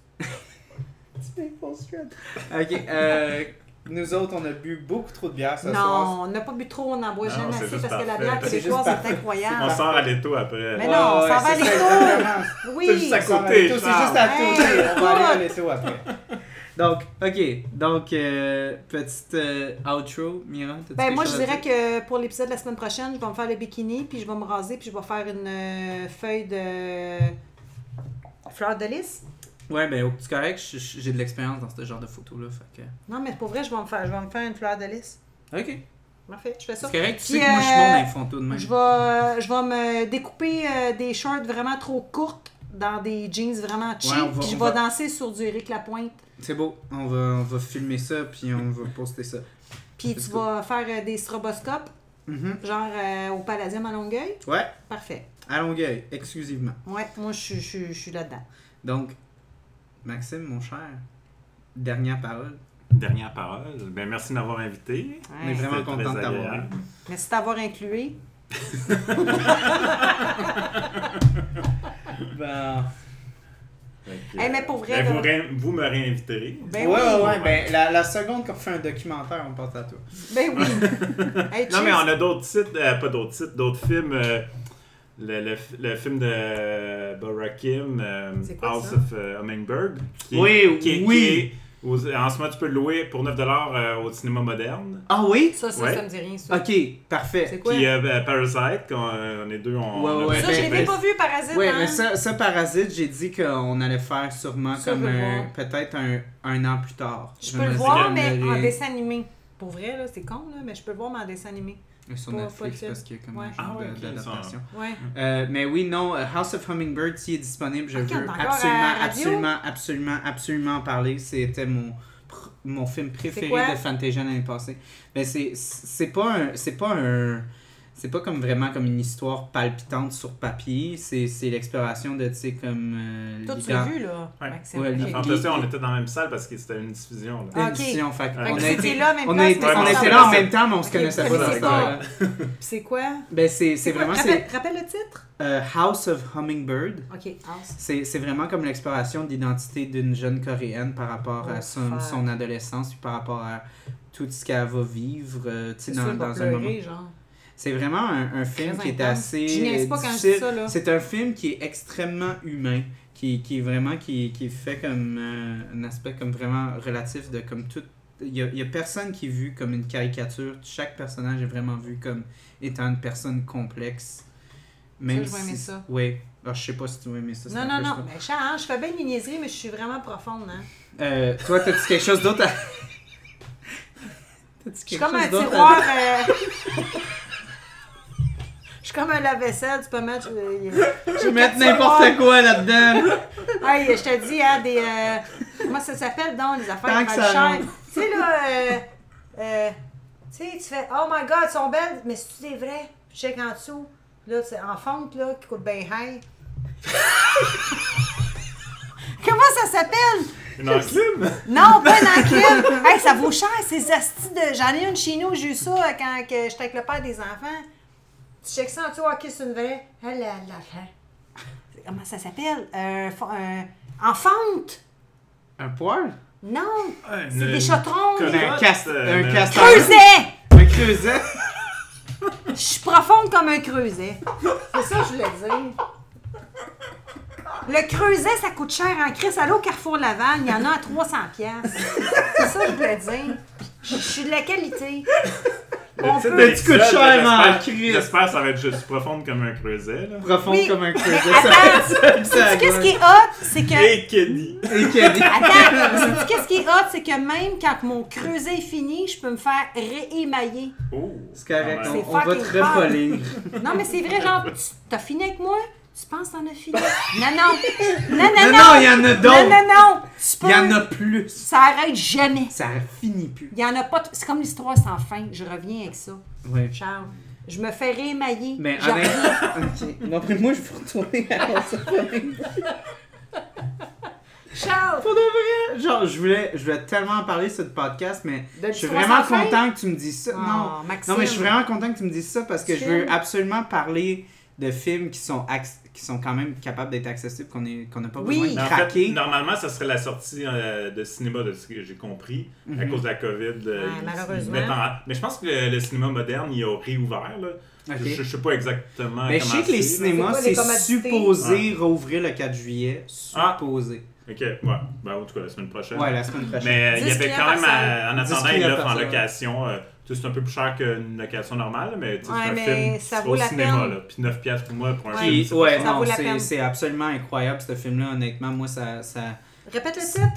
Speaker 1: Ok, euh, nous autres, on a bu beaucoup trop de bière ce soir.
Speaker 2: Non, on n'a pas bu trop, on n'en boit
Speaker 3: Non,
Speaker 2: jamais
Speaker 3: c'est
Speaker 2: assez
Speaker 3: juste
Speaker 2: parce que la
Speaker 3: parfait.
Speaker 2: bière
Speaker 3: C'est
Speaker 1: juste
Speaker 2: québécoise, c'est
Speaker 1: parfait.
Speaker 3: On
Speaker 2: incroyable.
Speaker 3: sort à l'étho après.
Speaker 2: Ah. Mais non, on
Speaker 1: Ouais, ouais,
Speaker 2: s'en va à
Speaker 1: c'est ça,
Speaker 2: l'étau.
Speaker 1: exactement.
Speaker 3: C'est
Speaker 2: Oui.
Speaker 3: juste à
Speaker 1: Ça va
Speaker 3: côté,
Speaker 1: aller tôt, C'est juste
Speaker 3: Charles.
Speaker 1: à
Speaker 2: Hey,
Speaker 1: tout. On va aller à
Speaker 2: écoute.
Speaker 1: l'étau après. Ah, Donc, ok. Donc, euh, petite euh, outro, Mira. t'as-tu
Speaker 2: Ben
Speaker 1: quelque
Speaker 2: moi je
Speaker 1: chose à
Speaker 2: dirais
Speaker 1: dire?
Speaker 2: que pour l'épisode de la semaine prochaine, je vais me faire le bikini, puis je vais me raser, puis je vais faire une euh, feuille de fleur de lys.
Speaker 1: Ouais, ben, c'est correct. je- je- J'ai de l'expérience dans ce genre de photos-là. Fait
Speaker 2: Non mais pour vrai, je vais me faire, je vais me faire une fleur de lys.
Speaker 1: que. Ok.
Speaker 2: Parfait, je fais ça.
Speaker 1: C'est correct. Tu sais
Speaker 2: Puis,
Speaker 1: que moi, je suis bon
Speaker 2: euh,
Speaker 1: dans les photos de même.
Speaker 2: Je vais, euh, je vais me découper euh, des shorts vraiment trop courtes dans des jeans vraiment cheap,
Speaker 1: Ouais, on va-
Speaker 2: puis je
Speaker 1: on va-
Speaker 2: vais danser sur du Eric Lapointe.
Speaker 1: C'est beau. On va, on va filmer ça, puis on va poster ça.
Speaker 2: Puis
Speaker 1: Let's
Speaker 2: tu
Speaker 1: go.
Speaker 2: vas faire euh, des stroboscopes,
Speaker 1: Mhm.
Speaker 2: genre euh, au Palladium à Longueuil.
Speaker 1: Ouais,
Speaker 2: Parfait.
Speaker 1: à Longueuil, exclusivement.
Speaker 2: Ouais, moi je suis- je suis- je suis là-dedans.
Speaker 1: Donc, Maxime, mon cher, dernière parole.
Speaker 3: Dernière parole. Ben, merci de m'avoir invité.
Speaker 1: On est
Speaker 2: Ouais.
Speaker 1: vraiment
Speaker 3: C'était
Speaker 1: content de
Speaker 3: très
Speaker 1: t'avoir.
Speaker 3: agréable.
Speaker 1: eu.
Speaker 2: Merci d'avoir inclué.
Speaker 1: Ben,
Speaker 3: Fait que,
Speaker 2: Eh, mais pour vrai,
Speaker 3: ben,
Speaker 2: là-
Speaker 3: vous, ré- vous me réinviterez.
Speaker 1: ouais,
Speaker 2: Ben oui.
Speaker 1: ouais, ouais, ben, la, la seconde qu'on fait un documentaire, on pense à toi.
Speaker 2: Ben oui. Hey,
Speaker 3: Non,
Speaker 2: cheers.
Speaker 3: mais on a d'autres sites, euh, pas d'autres sites, d'autres films. euh, le, le, le film de euh, Barakim, euh,
Speaker 2: C'est quoi
Speaker 3: House
Speaker 2: ça?
Speaker 3: of euh, Hummingbird. qui est-
Speaker 1: Oui,
Speaker 3: qui est- qui
Speaker 1: oui.
Speaker 3: est aux- en ce moment, tu peux le louer pour 9$ euh, au cinéma moderne.
Speaker 1: Ah oui?
Speaker 2: Ça, ça,
Speaker 3: Ouais.
Speaker 2: ça me dit rien, ça.
Speaker 1: Ok, parfait.
Speaker 2: C'est quoi?
Speaker 3: Puis euh, ben, Parasite, qu'on- euh, on, est deux, on,
Speaker 1: Ouais,
Speaker 3: on a
Speaker 1: ouais,
Speaker 2: ça,
Speaker 1: ben,
Speaker 2: je l'ai
Speaker 1: ben,
Speaker 2: même pas vu, Parasite.
Speaker 1: Ouais,
Speaker 2: hein?
Speaker 1: mais ça, ça, Parasite, j'ai dit qu'on allait faire sûrement
Speaker 2: Ça,
Speaker 1: comme
Speaker 2: je veux
Speaker 1: un-
Speaker 2: voir.
Speaker 1: peut-être un, un an plus tard.
Speaker 2: Je peux le
Speaker 1: me
Speaker 2: voir,
Speaker 1: dis
Speaker 2: mais
Speaker 1: qu'elle
Speaker 2: en
Speaker 1: l'aurait
Speaker 2: dessin animé. Pour vrai, là, c'est con, là, mais je peux le voir, mais en dessin animé.
Speaker 1: Sur
Speaker 2: pas- pas
Speaker 1: Netflix,
Speaker 2: le film.
Speaker 1: parce qu'il y a comme
Speaker 2: Ouais.
Speaker 1: un genre
Speaker 3: Ah ouais,
Speaker 1: de-
Speaker 3: ok,
Speaker 1: d'adaptation.
Speaker 2: Ouais.
Speaker 3: Mm-hmm.
Speaker 1: Euh, mais oui, non, euh, House of Hummingbird, s'il est disponible, je
Speaker 2: Ok, on est
Speaker 1: veux
Speaker 2: encore à
Speaker 1: absolument,
Speaker 2: la radio?
Speaker 1: absolument, absolument, absolument en parler. C'était mon, pr- mon film
Speaker 2: quoi?
Speaker 1: préféré de Fantasia l'année passée. Mais c'est c'est pas un... C'est pas un... C'est pas comme vraiment comme une histoire palpitante sur papier. C'est c'est l'exploration de, tu sais, comme... euh,
Speaker 2: Toi, tu
Speaker 1: l'ident-
Speaker 2: l'as vu, là,
Speaker 3: Ouais.
Speaker 2: Maxime.
Speaker 1: Ouais,
Speaker 2: Ok.
Speaker 1: les-
Speaker 3: En plus, on était dans la même salle parce que c'était une diffusion. là.
Speaker 2: Ah, ok.
Speaker 1: Édition, fait qu'on
Speaker 2: Fait que
Speaker 1: a
Speaker 2: vous
Speaker 1: été-
Speaker 2: étiez là, en même
Speaker 1: on
Speaker 2: place,
Speaker 1: a été,
Speaker 2: mais
Speaker 1: on
Speaker 2: sans
Speaker 1: était là en
Speaker 2: savoir.
Speaker 1: même temps, mais on se
Speaker 2: Ok,
Speaker 1: connaissait
Speaker 2: vous
Speaker 1: pas dans ce
Speaker 2: connaissez
Speaker 1: temps-là.
Speaker 2: C'est quoi?
Speaker 1: Ben, c'est c'est vraiment
Speaker 2: Rappelle,
Speaker 1: c'est
Speaker 2: rappelle le titre?
Speaker 1: euh, House of Hummingbird.
Speaker 2: OK. House.
Speaker 1: Ah, C'est c'est vraiment comme l'exploration d'identité d'une jeune coréenne par rapport
Speaker 2: Oh,
Speaker 1: à son,
Speaker 2: fuck.
Speaker 1: son adolescence, puis par rapport à tout ce qu'elle va vivre, euh, tu sais,
Speaker 2: C'est
Speaker 1: dans,
Speaker 2: sûr,
Speaker 1: dans
Speaker 2: va
Speaker 1: un moment.
Speaker 2: pleurer, genre.
Speaker 1: C'est vraiment un, un film qui
Speaker 2: Très
Speaker 1: est
Speaker 2: intense.
Speaker 1: assez
Speaker 2: Je niaise pas
Speaker 1: euh,
Speaker 2: quand je dis
Speaker 1: difficile.
Speaker 2: ça, là.
Speaker 1: C'est un film qui est extrêmement humain, qui, qui est vraiment qui, qui fait comme euh, un aspect comme vraiment relatif de comme tout. Il y a, il y a personne qui est vu comme une caricature. Chaque personnage est vraiment vu comme étant une personne complexe. Même
Speaker 2: je vais
Speaker 1: si-
Speaker 2: aimer ça.
Speaker 1: Oui. Alors, je sais pas si tu vas aimer ça. c'est
Speaker 2: Non,
Speaker 1: un
Speaker 2: non,
Speaker 1: peu-
Speaker 2: non. Mais Chan, hein, je fais bien une niaiserie, mais je suis vraiment profonde. Hein.
Speaker 1: Euh, toi, t'as-tu quelque chose d'autre à... T'as-tu
Speaker 2: Je suis
Speaker 1: quelque
Speaker 2: comme un
Speaker 1: chose d'autre à
Speaker 2: tiroir.
Speaker 1: dire?
Speaker 2: euh, Je suis comme un lave-vaisselle, tu peux mettre. euh,
Speaker 1: Je vais mettre n'importe quoi là-dedans.
Speaker 2: Hey, je te dis, hein, des. euh, Comment ça s'appelle, donc, les affaires
Speaker 1: Tant que
Speaker 2: qui valent
Speaker 1: ça
Speaker 2: cher?
Speaker 1: rentre.
Speaker 2: Tu sais, là. euh, euh, tu sais, tu fais Oh my god, elles sont belles, mais c'est-tu des vrais? Je check en dessous. Là, c'est en fonte, là, qui coûte bien high. Comment ça s'appelle?
Speaker 3: Une enclume?
Speaker 2: Non, pas une enclume! Hey, ça vaut cher, ces astis de. J'en ai une chez nous, j'ai eu ça euh, quand que j'étais avec le père des enfants. Tu checkes ça en dessous, ok, c'est une vraie. Ah là là là. Comment ça s'appelle? Euh, fo- euh, en fonte!
Speaker 1: Un poil?
Speaker 2: Non!
Speaker 3: Une-
Speaker 2: C'est des chaudrons,
Speaker 3: une
Speaker 2: des-
Speaker 1: Un,
Speaker 3: calotte,
Speaker 1: cast-
Speaker 3: euh,
Speaker 1: un
Speaker 3: une-
Speaker 1: castor.
Speaker 2: Creuset!
Speaker 1: Un creuset?
Speaker 2: Je suis profonde comme un creuset. C'est ça que je voulais dire. Le creuset, ça coûte cher en crise. Allô, Carrefour Laval, il y en a à 300 pièces. C'est ça que je voulais dire. Je je suis de la qualité.
Speaker 3: Le
Speaker 2: On peut-
Speaker 3: titre de hein.
Speaker 1: Mais tu coûtes cher,
Speaker 3: l'épisode,
Speaker 1: en
Speaker 3: j'espère-
Speaker 1: Christ.
Speaker 3: J'espère que ça va être juste profonde comme un creuset. Là.
Speaker 1: Profond
Speaker 2: Oui,
Speaker 1: comme un creuset.
Speaker 2: mais
Speaker 1: ça va être ça, ça
Speaker 2: Sais-tu qu'est-ce
Speaker 1: va.
Speaker 2: qui est hot? C'est que...
Speaker 3: Et Kenny!
Speaker 1: Et Kenny.
Speaker 2: Attends, sais-tu qu'est-ce qui est hot? C'est que même quand mon creuset est fini, je peux me faire réémailler.
Speaker 3: Oh!
Speaker 1: C'est correct,
Speaker 3: Ah ouais.
Speaker 2: C'est
Speaker 1: on, on va te
Speaker 2: fucking hard.
Speaker 1: repolir.
Speaker 2: Non, mais c'est vrai, genre, tu- t'as fini avec moi? Tu penses que t'en as fini? Non, non! Non,
Speaker 1: Non,
Speaker 2: non,
Speaker 1: non, il y en a
Speaker 2: Non,
Speaker 1: d'autres!
Speaker 2: non, non! Tu peux-
Speaker 1: Il y en a plus!
Speaker 2: Ça arrête jamais.
Speaker 1: Ça finit plus.
Speaker 2: Il y en a pas. de- C'est comme l'histoire sans fin. Je reviens avec ça.
Speaker 1: Ouais.
Speaker 2: Charles, je me fais rémailler.
Speaker 1: Mais
Speaker 2: Je-
Speaker 1: honnêtement, ok. Non, après moi, je vais retourner à la semaine.
Speaker 2: Charles!
Speaker 1: Pour de vrai, genre, je voulais, je voulais tellement en parler sur le podcast, mais je suis vraiment content que tu me dises ça.
Speaker 2: Oh,
Speaker 1: non,
Speaker 2: Maxime.
Speaker 1: non, mais je suis vraiment content que tu me dises ça parce que je veux
Speaker 2: Film.
Speaker 1: absolument parler de films qui sont acc- qui sont quand même capables d'être accessibles, qu'on est- qu'on n'a pas
Speaker 2: Oui.
Speaker 1: besoin
Speaker 3: Mais
Speaker 1: de
Speaker 3: en
Speaker 1: craquer.
Speaker 3: fait, normalement, ça serait la sortie euh, de cinéma, de ce que j'ai compris, à
Speaker 1: Mhm.
Speaker 3: cause de la COVID. euh,
Speaker 2: Ouais,
Speaker 3: ils-
Speaker 2: malheureusement.
Speaker 3: ils mettent en- Mais je pense que le, le cinéma moderne, il a réouvert. Là.
Speaker 1: Ok.
Speaker 3: Je, je sais pas exactement
Speaker 1: Mais je
Speaker 3: comment
Speaker 1: sais que les
Speaker 3: c'est, là.
Speaker 1: cinémas,
Speaker 2: C'est quoi
Speaker 1: c'est
Speaker 2: les commodités?
Speaker 1: supposé rouvrir le 4 juillet.
Speaker 3: Ah.
Speaker 1: Supposé.
Speaker 3: OK, ouais. Ben, en tout cas, la semaine prochaine.
Speaker 1: Ouais, la semaine prochaine.
Speaker 3: Mais euh, il y
Speaker 2: 10
Speaker 3: avait
Speaker 2: clients
Speaker 3: quand même,
Speaker 2: par
Speaker 3: à-
Speaker 1: salle.
Speaker 3: en
Speaker 1: 10
Speaker 3: attendant,
Speaker 1: clients
Speaker 3: une offre
Speaker 1: par
Speaker 3: en
Speaker 1: salle.
Speaker 3: location. euh, tu sais, c'est un peu plus cher qu'une location normale, mais tu sais,
Speaker 2: Ouais,
Speaker 3: c'est un
Speaker 2: mais
Speaker 3: film
Speaker 2: ça
Speaker 3: qui se
Speaker 2: vaut
Speaker 3: fait
Speaker 2: la
Speaker 3: au cinéma.
Speaker 2: peine.
Speaker 3: Là. Puis 9$ piastres pour moi, pour un
Speaker 2: Ouais.
Speaker 1: Puis,
Speaker 3: film. c'est
Speaker 1: ouais,
Speaker 3: pas
Speaker 2: Ça
Speaker 1: non,
Speaker 2: vaut la
Speaker 1: c'est-
Speaker 2: peine.
Speaker 1: c'est absolument incroyable ce film-là, honnêtement. Moi, ça, ça.
Speaker 2: Répète le titre.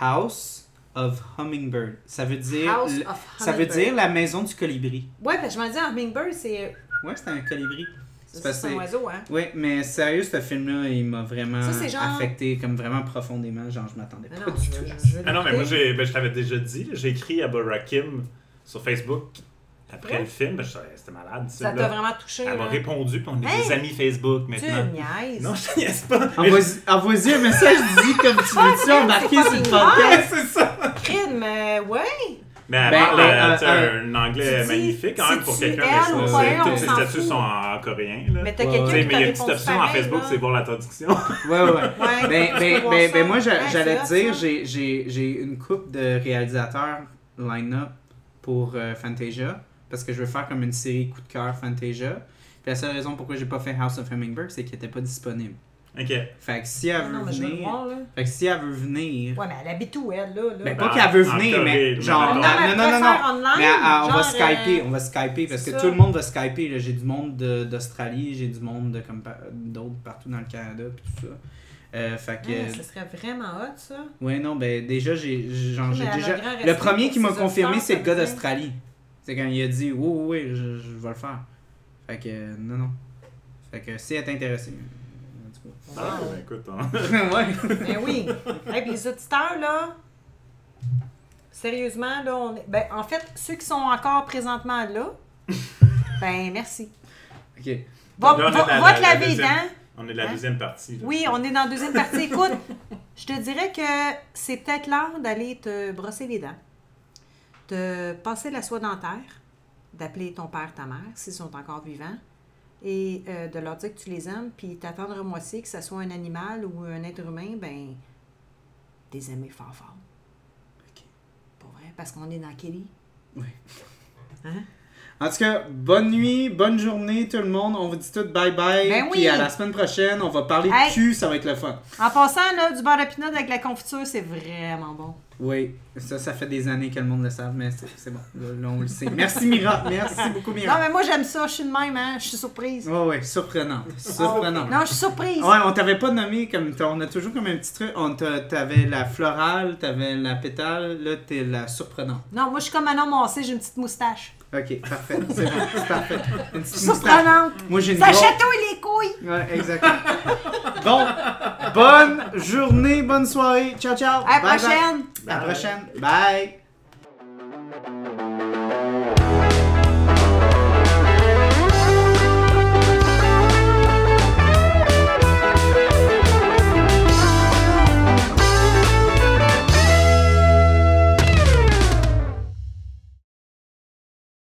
Speaker 1: House of Hummingbird. Ça veut dire.
Speaker 2: House
Speaker 1: le-
Speaker 2: of
Speaker 1: Ça veut
Speaker 2: Hummingbird.
Speaker 1: dire la maison du colibri.
Speaker 2: Ouais, parce que je m'en dis, Hummingbird, c'est.
Speaker 1: Ouais, c'était un colibri. C'est
Speaker 2: C'est
Speaker 1: parce
Speaker 2: un
Speaker 1: que-
Speaker 2: oiseau, hein?
Speaker 1: Ouais, mais sérieux, ce film-là, il m'a vraiment
Speaker 2: Ça, c'est genre-
Speaker 1: affecté, comme vraiment profondément. Genre, je m'attendais
Speaker 2: Mais
Speaker 1: pas
Speaker 2: non,
Speaker 1: du
Speaker 2: je-
Speaker 1: tout.
Speaker 2: je- je-
Speaker 3: Ah non, mais moi, j'ai- ben, je t'avais déjà dit, là, j'ai écrit à Barakim sur Facebook après
Speaker 2: Ouais.
Speaker 3: le film. Ben, je savais, C'était malade.
Speaker 2: Ça
Speaker 3: là.
Speaker 2: t'a vraiment touché.
Speaker 3: Elle m'a
Speaker 2: hein?
Speaker 3: répondu, puis on est
Speaker 2: Hey!
Speaker 3: des amis Facebook
Speaker 2: Tu
Speaker 3: maintenant.
Speaker 2: niaises.
Speaker 3: Non, je niaise pas.
Speaker 1: Ah,
Speaker 3: mais je-
Speaker 1: Envoie-y envoie-y un message, dis comme tu veux
Speaker 2: c'est
Speaker 1: ça,
Speaker 2: vrai,
Speaker 1: embarqué
Speaker 2: c'est
Speaker 1: sur le
Speaker 2: fucking
Speaker 1: podcast.
Speaker 3: c'est ça.
Speaker 2: Crime, euh, ouais.
Speaker 3: Mais elle
Speaker 1: Ben,
Speaker 3: parle
Speaker 1: euh,
Speaker 3: euh,
Speaker 1: euh,
Speaker 3: tu sais,
Speaker 1: euh,
Speaker 3: un anglais
Speaker 2: tu dis,
Speaker 3: magnifique quand même
Speaker 2: si
Speaker 3: pour
Speaker 2: tu
Speaker 3: quelqu'un.
Speaker 2: es
Speaker 3: mais
Speaker 2: elle
Speaker 1: ou
Speaker 3: c'est-
Speaker 1: pas elle,
Speaker 3: c'est-
Speaker 1: on
Speaker 3: Tous ses
Speaker 1: s'en
Speaker 3: statuts
Speaker 2: fout.
Speaker 3: sont en coréen. Là.
Speaker 2: Mais t'as
Speaker 1: Ouais,
Speaker 2: quelqu'un
Speaker 3: Tu
Speaker 1: ouais.
Speaker 2: qui
Speaker 3: sais,
Speaker 2: t'a
Speaker 3: mais il y a une
Speaker 2: répondu
Speaker 3: petite option en
Speaker 2: pareil,
Speaker 3: Facebook,
Speaker 2: là.
Speaker 3: c'est voir la traduction.
Speaker 1: Ouais, ouais, ouais.
Speaker 2: Ouais,
Speaker 1: Ben,
Speaker 2: tu
Speaker 1: ben,
Speaker 2: peux voir
Speaker 1: ben,
Speaker 2: ça.
Speaker 1: ben, moi, j'a-
Speaker 2: Ouais,
Speaker 1: j'allais
Speaker 2: c'est
Speaker 1: te
Speaker 2: hot,
Speaker 1: dire,
Speaker 2: ça.
Speaker 1: j'ai- j'ai j'ai une coupe de réalisateurs line-up pour euh, Fantasia, parce que je veux faire comme une série coup de cœur Fantasia. Puis la seule raison pourquoi j'ai pas fait House of Hummingbird, c'est qu'il était pas disponible.
Speaker 3: ok.
Speaker 1: Fait que si elle veut
Speaker 2: Non, mais je veux le
Speaker 1: venir...
Speaker 2: voir, là.
Speaker 1: Fait que si elle veut venir...
Speaker 2: Ouais, mais elle habite où, elle, là? là?
Speaker 1: Ben,
Speaker 3: Ben,
Speaker 1: pas qu'elle veut
Speaker 3: en
Speaker 1: venir,
Speaker 3: Corée,
Speaker 1: mais
Speaker 3: là,
Speaker 1: genre...
Speaker 3: mettons.
Speaker 1: ah, Non, non, non, non.
Speaker 2: Préfère online,
Speaker 1: Mais ah, on va
Speaker 2: genre,
Speaker 1: skyper,
Speaker 2: euh,
Speaker 1: on va skyper, parce que
Speaker 2: c'est ça.
Speaker 1: tout le monde va skyper. là. J'ai du monde de- d'Australie, j'ai du monde de comme par- d'autres partout dans le Canada, puis tout ça. Euh, fait que...
Speaker 2: Ah, ça serait vraiment hot, ça.
Speaker 1: Ouais, non, ben déjà, j'ai j'ai- genre,
Speaker 2: Mais
Speaker 1: j'ai
Speaker 2: elle a
Speaker 1: déjà.
Speaker 2: grand respect
Speaker 1: Le premier
Speaker 2: pour
Speaker 1: qui m'a
Speaker 2: ses
Speaker 1: confirmé,
Speaker 2: auditeurs,
Speaker 1: c'est le
Speaker 2: ça
Speaker 1: gars
Speaker 2: veut dire.
Speaker 1: d'Australie. C'est quand il a dit, oui, oui, oui, je, je vais le faire. Fait que, euh, non, non. Fait que, si elle est intéressée. en tout
Speaker 3: Ah, ben, écoute, hein.
Speaker 1: cas. ouais.
Speaker 2: Ben oui. Hey, puis les auditeurs, là, sérieusement, là, on est- ben, en fait, ceux qui sont encore présentement là, ben merci.
Speaker 1: Ok.
Speaker 2: Va,
Speaker 3: Là, on est
Speaker 2: va-
Speaker 3: dans la-
Speaker 2: va te
Speaker 3: la
Speaker 2: laver les
Speaker 3: deuxième-
Speaker 2: dents.
Speaker 3: On est de la
Speaker 2: Hein?
Speaker 3: deuxième partie. là.
Speaker 2: Oui, on est dans la deuxième partie. Écoute, je te dirais que c'est peut-être l'heure d'aller te brosser les dents, de passer la soie dentaire, d'appeler ton père, ta mère, s'ils sont encore vivants, et euh, de leur dire que tu les aimes, puis t'attendre moitié, que ce soit un animal ou un être humain, ben, des aimer fort fort.
Speaker 1: Ok.
Speaker 2: Pour vrai, parce qu'on est dans Kelly.
Speaker 1: Oui.
Speaker 2: Hein?
Speaker 1: En tout cas, bonne nuit, bonne journée tout le monde. On vous dit tout bye bye.
Speaker 2: Ben oui.
Speaker 1: Puis à la semaine prochaine, on va parler
Speaker 2: Hey.
Speaker 1: de cul, ça va être le fun.
Speaker 2: En passant, là, du beurre de pinot avec la confiture, c'est vraiment bon.
Speaker 1: Oui, ça, ça fait des années que le monde le savent, mais c'est c'est bon. Là, là, on le sait. Merci Mira, merci beaucoup
Speaker 2: Non,
Speaker 1: Mira.
Speaker 2: mais moi, j'aime ça. Je suis de même, hein. Je suis surprise.
Speaker 1: hein. Ouais, ouais, surprenante. Surprenante.
Speaker 2: Non, je suis surprise.
Speaker 1: Ouais, on t'avait pas nommé comme. t'as- On a toujours comme un petit truc. On t'a- t'avais la florale, t'avais la pétale, là t'es la surprenante.
Speaker 2: Non, moi, je suis comme un homme Massé, j'ai une petite moustache.
Speaker 1: Ok, parfait. C'est bon, c'est parfait. Une petite
Speaker 2: Surprenante.
Speaker 1: moustache. Moi j'ai une
Speaker 2: Ça
Speaker 1: grosse-
Speaker 2: chatouille les couilles.
Speaker 1: Ouais, exactement. bon, bonne journée, bonne soirée. Ciao, ciao.
Speaker 2: À la
Speaker 1: Bye, bye.
Speaker 2: prochaine.
Speaker 1: À la prochaine. Bye.